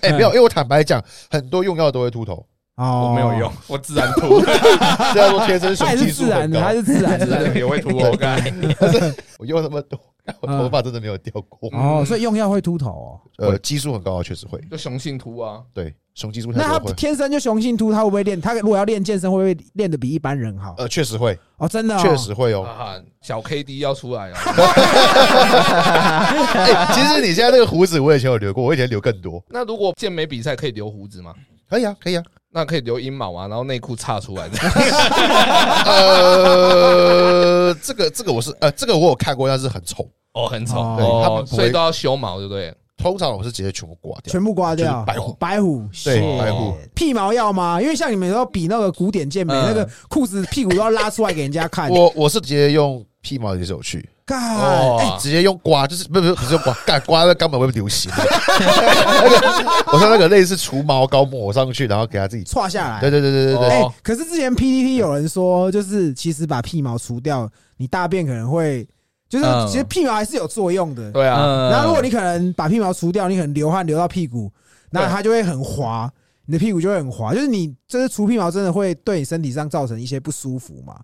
Speaker 3: 哎、没有，因为我坦白讲，很多用药都会秃头，
Speaker 1: 哦
Speaker 4: 我没有用，我自然吐，
Speaker 3: 虽然说天
Speaker 1: 他
Speaker 3: 生雄
Speaker 1: 也
Speaker 3: 激
Speaker 1: 是
Speaker 3: 素
Speaker 1: 自然
Speaker 3: 很
Speaker 1: 的，
Speaker 3: 高，
Speaker 1: 他是自然
Speaker 4: 自然
Speaker 1: 的。
Speaker 4: 也会吐。我刚才
Speaker 3: 我用那么多，我头发真的没有掉过。
Speaker 1: 哦，所以用药会秃头哦。
Speaker 3: 呃，激素很高，确实会。
Speaker 4: 就雄性秃啊，
Speaker 3: 对，雄激素太
Speaker 1: 那
Speaker 3: 多
Speaker 1: 他
Speaker 3: 嗯会，
Speaker 1: 天生就雄性秃，他会不会练？他如果要练健身，会不会练的比一般人好？
Speaker 3: 呃，确实会，
Speaker 1: 哦，真的、哦，
Speaker 3: 确实会哦。
Speaker 4: 啊，小 K D 要出来了。啊
Speaker 3: 哎，其实你现在这个胡子，我以前有留过，我以前留更多。
Speaker 4: 那如果健美比赛可以留胡子吗？
Speaker 3: 可以啊，可以啊。
Speaker 4: 那可以留阴毛啊，然后内裤岔出来的。
Speaker 3: 呃，这个这个我是呃，这个我有看过，但是很丑。
Speaker 4: 哦，很丑
Speaker 1: 哦嗯
Speaker 3: 对他们不会
Speaker 4: 所以都要修毛，对不对？
Speaker 3: 通常我是直接全部刮掉
Speaker 1: 全。部刮掉。
Speaker 3: 就是白虎
Speaker 1: 白虎，
Speaker 3: 对
Speaker 1: shit
Speaker 3: 白虎
Speaker 1: 屁毛要吗？因为像你们说比那个古典健美，
Speaker 2: 嗯
Speaker 1: 那个裤子屁股都要拉出来给人家看。
Speaker 3: 我我是直接用屁毛也是有去，
Speaker 1: 干，哎
Speaker 4: 哦，
Speaker 3: 直接用刮，就是不是不是不是用刮，干刮那根本会流血。 那个我说那个类似除毛膏抹上去，然后给它自己。
Speaker 1: 歘下来。
Speaker 3: 对对对对对对，
Speaker 1: 哎、
Speaker 4: 哦
Speaker 1: 可是之前 PPT 有人说，就是其实把屁毛除掉，你大便可能会，就是
Speaker 2: 嗯
Speaker 1: 其实屁毛还是有作用的。
Speaker 4: 对啊，
Speaker 2: 嗯
Speaker 1: 然后如果你可能把屁毛除掉，你可能流汗流到屁股，那
Speaker 4: 对
Speaker 1: 它就会很滑，你的屁股就会很滑。就是你就是除屁毛真的会对你身体上造成一些不舒服嘛？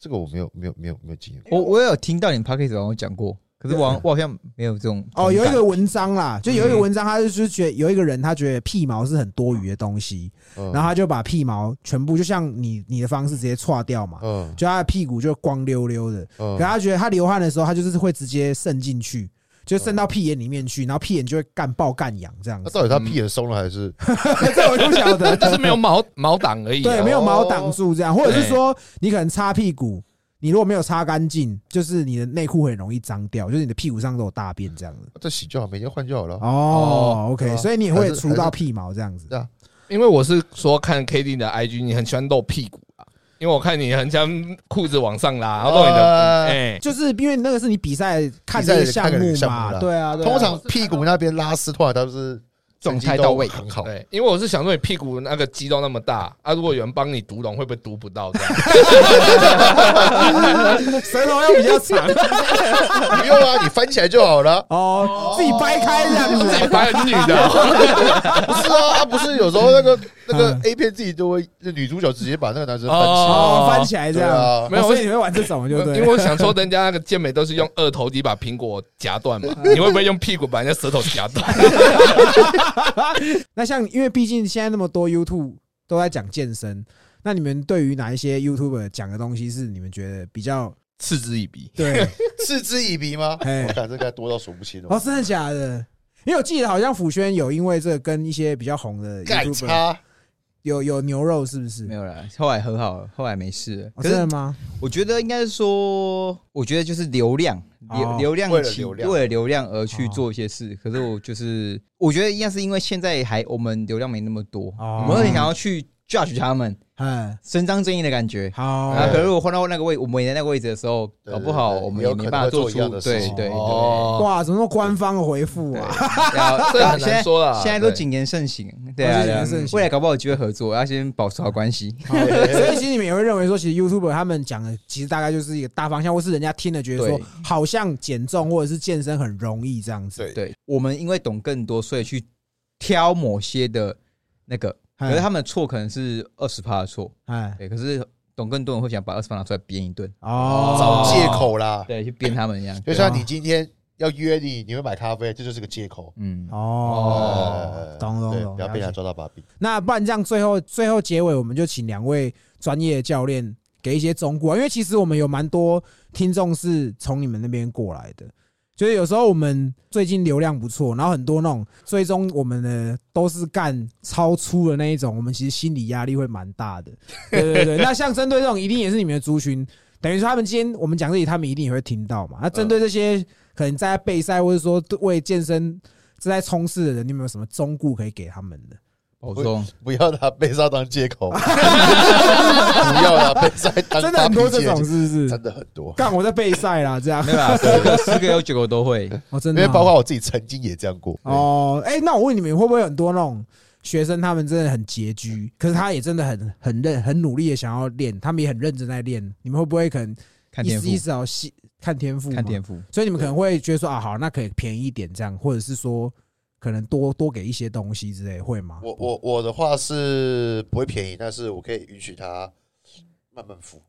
Speaker 3: 这个我没有没有没有没有经验。
Speaker 2: 我我有听到你 p a c k a g e 有讲过，可是我好像我好像没有这种同感
Speaker 1: 哦，有一个文章
Speaker 3: 嗯
Speaker 1: 啦，就有一个文章，他就是觉得有一个人他觉得屁毛是很多余的东西，
Speaker 3: 嗯
Speaker 1: 然后他就把屁毛全部就像你你的方式直接歘掉嘛，
Speaker 3: 嗯
Speaker 1: 就他的屁股就光溜溜的。可
Speaker 3: 嗯，
Speaker 1: 他觉得他流汗的时候，他就是会直接渗进去，就渗到屁眼里面
Speaker 3: 嗯
Speaker 1: 去，然后屁眼就会干爆干痒这样
Speaker 3: 那
Speaker 1: 子。
Speaker 3: 到底
Speaker 4: 嗯
Speaker 3: 他屁眼松了还是？
Speaker 1: 这我就不晓得，
Speaker 4: 就是没有毛毛挡而已啊。
Speaker 1: 对，没有毛挡住这样，
Speaker 3: 哦
Speaker 1: 或者是
Speaker 4: 对
Speaker 1: 说你可能擦屁股，你如果没有擦干净，就是你的内裤很容易脏掉，就是你的屁股上都有大便这样子。
Speaker 3: 这洗就好，每天换就好了。
Speaker 1: 哦，OK，
Speaker 3: 对啊
Speaker 1: 所以你也会除
Speaker 3: 还
Speaker 1: 到
Speaker 3: 是
Speaker 1: 屁毛这样子。
Speaker 4: 因为我是说看 K D 的 I G，你很喜欢露屁股啊，因为我看你很像裤子往上拉，然后露你的
Speaker 3: 呃
Speaker 4: 哎，
Speaker 1: 就是因为那个是你比赛看的一个项
Speaker 3: 比赛看的一
Speaker 1: 目
Speaker 3: 个项目
Speaker 1: 嘛，
Speaker 3: 啦
Speaker 1: 对啊，对啊
Speaker 3: 通常屁股那边拉丝，通常都是
Speaker 2: 状态到位
Speaker 3: 成绩都很好。
Speaker 4: 哎对，因为我是想说你屁股那个肌肉那么大啊，如果有人帮你读懂，会不会读不到这样？
Speaker 1: 舌头要比较长。
Speaker 3: 不用啊，你翻起来就好了
Speaker 1: 哦，自己掰开这样
Speaker 4: 自己
Speaker 1: 子。
Speaker 4: 白很女的，
Speaker 3: 不是啊，啊不是，有时候 那个那个
Speaker 1: 嗯
Speaker 3: A 片自己都会，那女主角直接把那个男生翻起来。
Speaker 1: 哦，翻起来这
Speaker 3: 对啊
Speaker 1: 样，
Speaker 4: 没有
Speaker 1: 哦所以
Speaker 4: 我
Speaker 1: 你会玩这种，就
Speaker 4: 因为
Speaker 1: 对了。
Speaker 4: 我想说人家那个健美都是用二头肌把苹果夹断嘛，你会不会用屁股把人家舌头夹断？
Speaker 1: 那像，因为毕竟现在那么多 YouTube 都在讲健身，那你们对于哪一些 YouTuber 讲的东西是你们觉得比较
Speaker 4: 嗤之以鼻。
Speaker 1: 对？
Speaker 3: 嗤哦之以鼻吗？
Speaker 1: 哎
Speaker 3: 我感这该多到数不清
Speaker 1: 哦，
Speaker 3: 了。
Speaker 1: 真的假的？因为我记得好像辅轩有因为这个跟一些比较红的
Speaker 3: 干
Speaker 1: YouTuber
Speaker 3: 叉，
Speaker 1: 有有牛肉，是不是？
Speaker 2: 没有啦，后来和好了，后来没事了。
Speaker 1: 哦，
Speaker 2: 可
Speaker 1: 真的
Speaker 2: 是
Speaker 1: 吗？
Speaker 2: 我觉得应该是说，我觉得就是流量，
Speaker 1: 哦
Speaker 2: 流流量
Speaker 3: 为了
Speaker 2: 起
Speaker 3: 流量
Speaker 2: 为了流量而去
Speaker 1: 哦
Speaker 2: 做一些事。可是我就是，我觉得应该是因为现在还我们流量没那么多，
Speaker 1: 哦
Speaker 2: 我们会想要去 judge 他们，
Speaker 1: 哎，
Speaker 2: 伸张正义的感觉。
Speaker 1: 好，
Speaker 2: 啊，可是如果换到那个位，我们也在那个位置的时候，
Speaker 3: 对
Speaker 2: 搞不好
Speaker 3: 对对
Speaker 2: 我们
Speaker 3: 也
Speaker 2: 也
Speaker 3: 有可
Speaker 2: 没
Speaker 3: 能
Speaker 2: 办法
Speaker 3: 会做
Speaker 2: 做
Speaker 3: 一
Speaker 2: 出
Speaker 3: 样的事
Speaker 2: 对
Speaker 3: 情
Speaker 2: 对对。
Speaker 4: 哦，
Speaker 1: 哇，怎么那么官方的回复啊？
Speaker 2: 要
Speaker 4: 这很
Speaker 2: 现在
Speaker 4: 难说啦。
Speaker 2: 现在都
Speaker 4: 对
Speaker 2: 谨言慎行，对
Speaker 1: 都
Speaker 2: 啊，
Speaker 1: 是
Speaker 2: 对
Speaker 1: 谨
Speaker 2: 啊
Speaker 1: 言慎行
Speaker 2: 未来搞不好有机会合作，要先保持好关系。
Speaker 1: 所以其实你们也会认为说，其实 YouTube 他们讲的其实大概就是一个大方向，或是人家听了觉得说
Speaker 2: 对，
Speaker 1: 好像减重或者是健身很容易这样子。
Speaker 3: 对
Speaker 2: 对我们因为懂更多，所以去挑某些的那个，可是
Speaker 1: 哎
Speaker 2: 他们的错可能是二十趴的错，
Speaker 1: 哎，
Speaker 2: 对，可是懂更多人会想把二十趴拿出来编一顿，
Speaker 1: 哦
Speaker 3: 找，借口啦。
Speaker 1: 哎
Speaker 2: 对，去编他们一样，
Speaker 3: 就
Speaker 2: 对
Speaker 3: 像你今天要约你，你会买咖啡，这就是个借口。
Speaker 2: 嗯，
Speaker 1: 哦
Speaker 3: 呃，
Speaker 1: 懂懂
Speaker 3: 对
Speaker 1: 懂，
Speaker 3: 不要被
Speaker 1: 了
Speaker 3: 他
Speaker 1: 解
Speaker 3: 抓到把柄。
Speaker 1: 那不然这样，最后最后结尾，我们就请两位专业教练给一些忠告啊，因为其实我们有蛮多听众是从你们那边过来的。就是有时候我们最近流量不错，然后很多那种追踪我们的都是干超出的那一种，我们其实心理压力会蛮大的。对对对，那像针对这种一定也是你们的族群，等于说他们今天我们讲这里，他们一定也会听到嘛。那针对这些可能在备赛或者说为健身正在冲刺的人，你有没有什么忠告可以给他们的？
Speaker 2: 保重。
Speaker 3: 不要拿悲伤当借 口，不要拿悲伤当
Speaker 1: 真的很多
Speaker 3: 发
Speaker 1: 这
Speaker 3: 脾气的
Speaker 1: 种，是不
Speaker 3: 真
Speaker 1: 是？
Speaker 3: 的很多。
Speaker 1: 干我在备赛啦，这样
Speaker 2: 没 有啦，十个十个有九个都会，
Speaker 1: 哦，真
Speaker 3: 因
Speaker 1: 的啊、
Speaker 3: 为包括我自己曾经也这样过。
Speaker 1: 哦，哎、那我问你们，会不会有很多那种学生，他们真的很拮据，可是他也真的很很认很努力的想要练，他们也很认真在练，你们会不会可能
Speaker 2: 看
Speaker 1: 一
Speaker 2: 天
Speaker 1: 时
Speaker 2: 赋
Speaker 1: 一，时要细看天赋？
Speaker 2: 看天
Speaker 1: 赋，
Speaker 2: 赋。
Speaker 1: 所以你们可能会觉得说啊，好，那可以便宜一点这样，或者是说可能多多给一些东西之类，会吗？
Speaker 3: 我我我的话是不会便宜，但是我可以允许他慢慢付，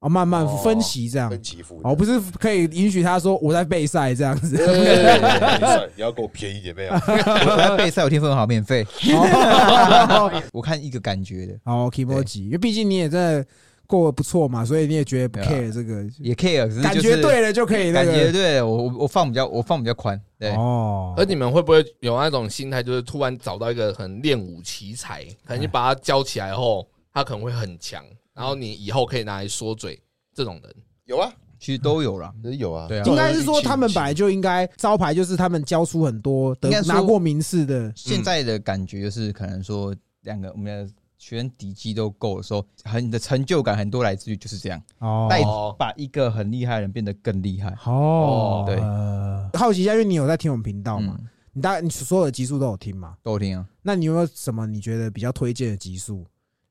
Speaker 1: 哦，慢慢
Speaker 2: 哦
Speaker 1: 分析这样，
Speaker 3: 分期付。
Speaker 1: 哦，不是可以允许他说我在备赛这样子。
Speaker 3: 对，对对对对对你要给我便宜一点没有？
Speaker 2: 我来哎备赛有天分好，免费。
Speaker 1: 哎哦
Speaker 2: 我看一个感觉的，
Speaker 1: 好 k i m o j i 因为毕竟你也真的过得不错嘛，所以你也觉得不
Speaker 2: 对
Speaker 1: care 这个，
Speaker 2: 也 care，可是
Speaker 1: 感
Speaker 2: 就
Speaker 1: 觉
Speaker 2: 是
Speaker 1: 对了啊就可以那
Speaker 2: 感觉
Speaker 1: 个。
Speaker 2: 对我我我放比较我放比较宽，对，
Speaker 1: 哦
Speaker 4: 而你们会不会有那种心态，就是突然找到一个很练武奇才，可能你把他教起来后，他可能会很强，然后你以后可以拿来说嘴这种人。
Speaker 3: 有啊，
Speaker 2: 其实都有啦。
Speaker 3: 有啊
Speaker 2: 对啊，
Speaker 1: 应该是说他们本来就应该招牌，就是他们教出很多得
Speaker 2: 应该说
Speaker 1: 拿过名次的，
Speaker 2: 现在的感觉就是可能说两个我们的学生底气都够的时候，很你的成就感很多来自于就是这样，
Speaker 1: 哦
Speaker 2: 带
Speaker 4: 哦
Speaker 2: 把一个很厉害的人变得更厉害。
Speaker 1: 哦
Speaker 2: 哦，对
Speaker 1: 呃好奇一下，因为你有在听我们频道嘛，
Speaker 2: 嗯，
Speaker 1: 你大概你所有的集数都有听嘛？
Speaker 2: 都有听啊。
Speaker 1: 那你有没有什么你觉得比较推荐的集数？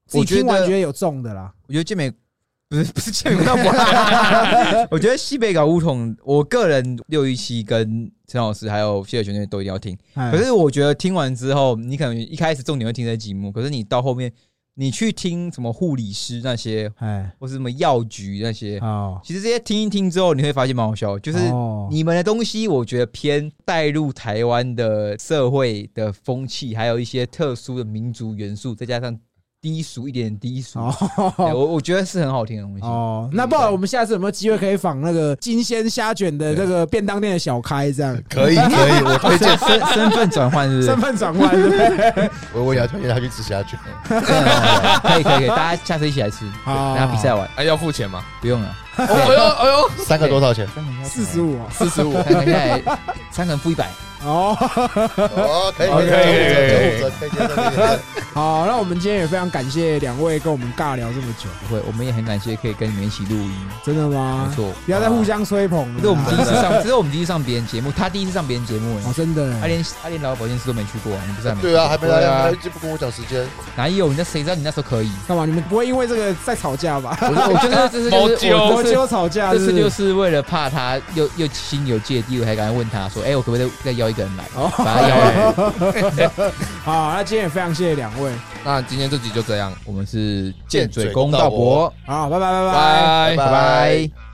Speaker 1: 自己
Speaker 2: 我觉得
Speaker 1: 听完觉得有中的啦，
Speaker 2: 我觉得健美不是不是健美那 我，我觉得西北搞乌统，我个人六一七跟陈老师还有谢学生都一定要听。可
Speaker 1: 可
Speaker 2: 是我觉得听完之后，你可能一开始重点会听这节目，可是你到后面你去听什么护理师那些，
Speaker 1: 哎
Speaker 2: 或是什么药局那些，
Speaker 1: 哦，
Speaker 2: 其实这些听一听之后，你会发现蛮好笑的，就是
Speaker 1: 哦
Speaker 2: 你们的东西，我觉得偏带入台湾的社会的风气，还有一些特殊的民族元素，再加上低俗一点低俗，对
Speaker 1: 哦
Speaker 2: 我我觉得是很好听的东西。
Speaker 1: 哦，那
Speaker 2: 嗯
Speaker 1: 不好，我们下次有没有机会可以仿那个金鲜虾卷的那个便当店的小开这 样？
Speaker 3: 可以可以，我推荐
Speaker 2: 身身份转换是不是
Speaker 1: 身？份转换，对 不对
Speaker 3: 我我也要推荐他去吃虾卷。
Speaker 2: 可以可以可以，大家下次一起来吃，对
Speaker 1: 好
Speaker 2: 然后比赛完
Speaker 4: 哎，要付钱吗？
Speaker 2: 不用了。
Speaker 4: 哎呦哎呦，
Speaker 3: 三个多少钱？
Speaker 1: 四十五哦
Speaker 2: 啊四十五，三个下来三个人付一百，
Speaker 1: 哦。
Speaker 3: 哦，可以
Speaker 4: 可以可以可以
Speaker 3: 有五折可以接受可以接受
Speaker 1: 好，那我们今天也非常感谢两位跟我们尬聊这么久，
Speaker 2: 不会，我们也很感谢可以跟你们一起录音，
Speaker 1: 真的吗
Speaker 2: 没？错。
Speaker 1: 不要再互相吹捧了啦。
Speaker 2: 这是我们第一次上，这是我们第一次上别人节目，他第一次上别人节目，
Speaker 1: 哦，真的
Speaker 2: 他
Speaker 1: 欸，
Speaker 2: 哎连他连劳保健室都没去过啊，你不是还没去过？
Speaker 3: 对啊，还没
Speaker 2: 对
Speaker 3: 来，
Speaker 2: 啊
Speaker 3: 还，就不跟我讲时间。
Speaker 2: 哪有？你那谁知道你那时候可以？
Speaker 1: 干嘛？你们不会因为这个在吵架吧？
Speaker 2: 我我觉得这是就哦是
Speaker 4: 毛
Speaker 2: 我
Speaker 1: 我
Speaker 2: 这
Speaker 1: 就是有吵架，
Speaker 2: 这次就是是为了怕他又又心有芥蒂，我才敢问他说，哎，我可不可以再再邀一个人来？
Speaker 1: 哦
Speaker 2: 把他邀来。
Speaker 1: 好，那今天也非常谢谢两位，
Speaker 4: 那今天这集就这样，
Speaker 2: 我们是
Speaker 3: 剑
Speaker 2: 剑
Speaker 3: 嘴
Speaker 2: 嘴公
Speaker 3: 公道
Speaker 2: 道
Speaker 3: 伯
Speaker 2: 伯，
Speaker 1: 好，拜拜拜拜。
Speaker 4: 拜
Speaker 3: 拜
Speaker 2: 拜拜。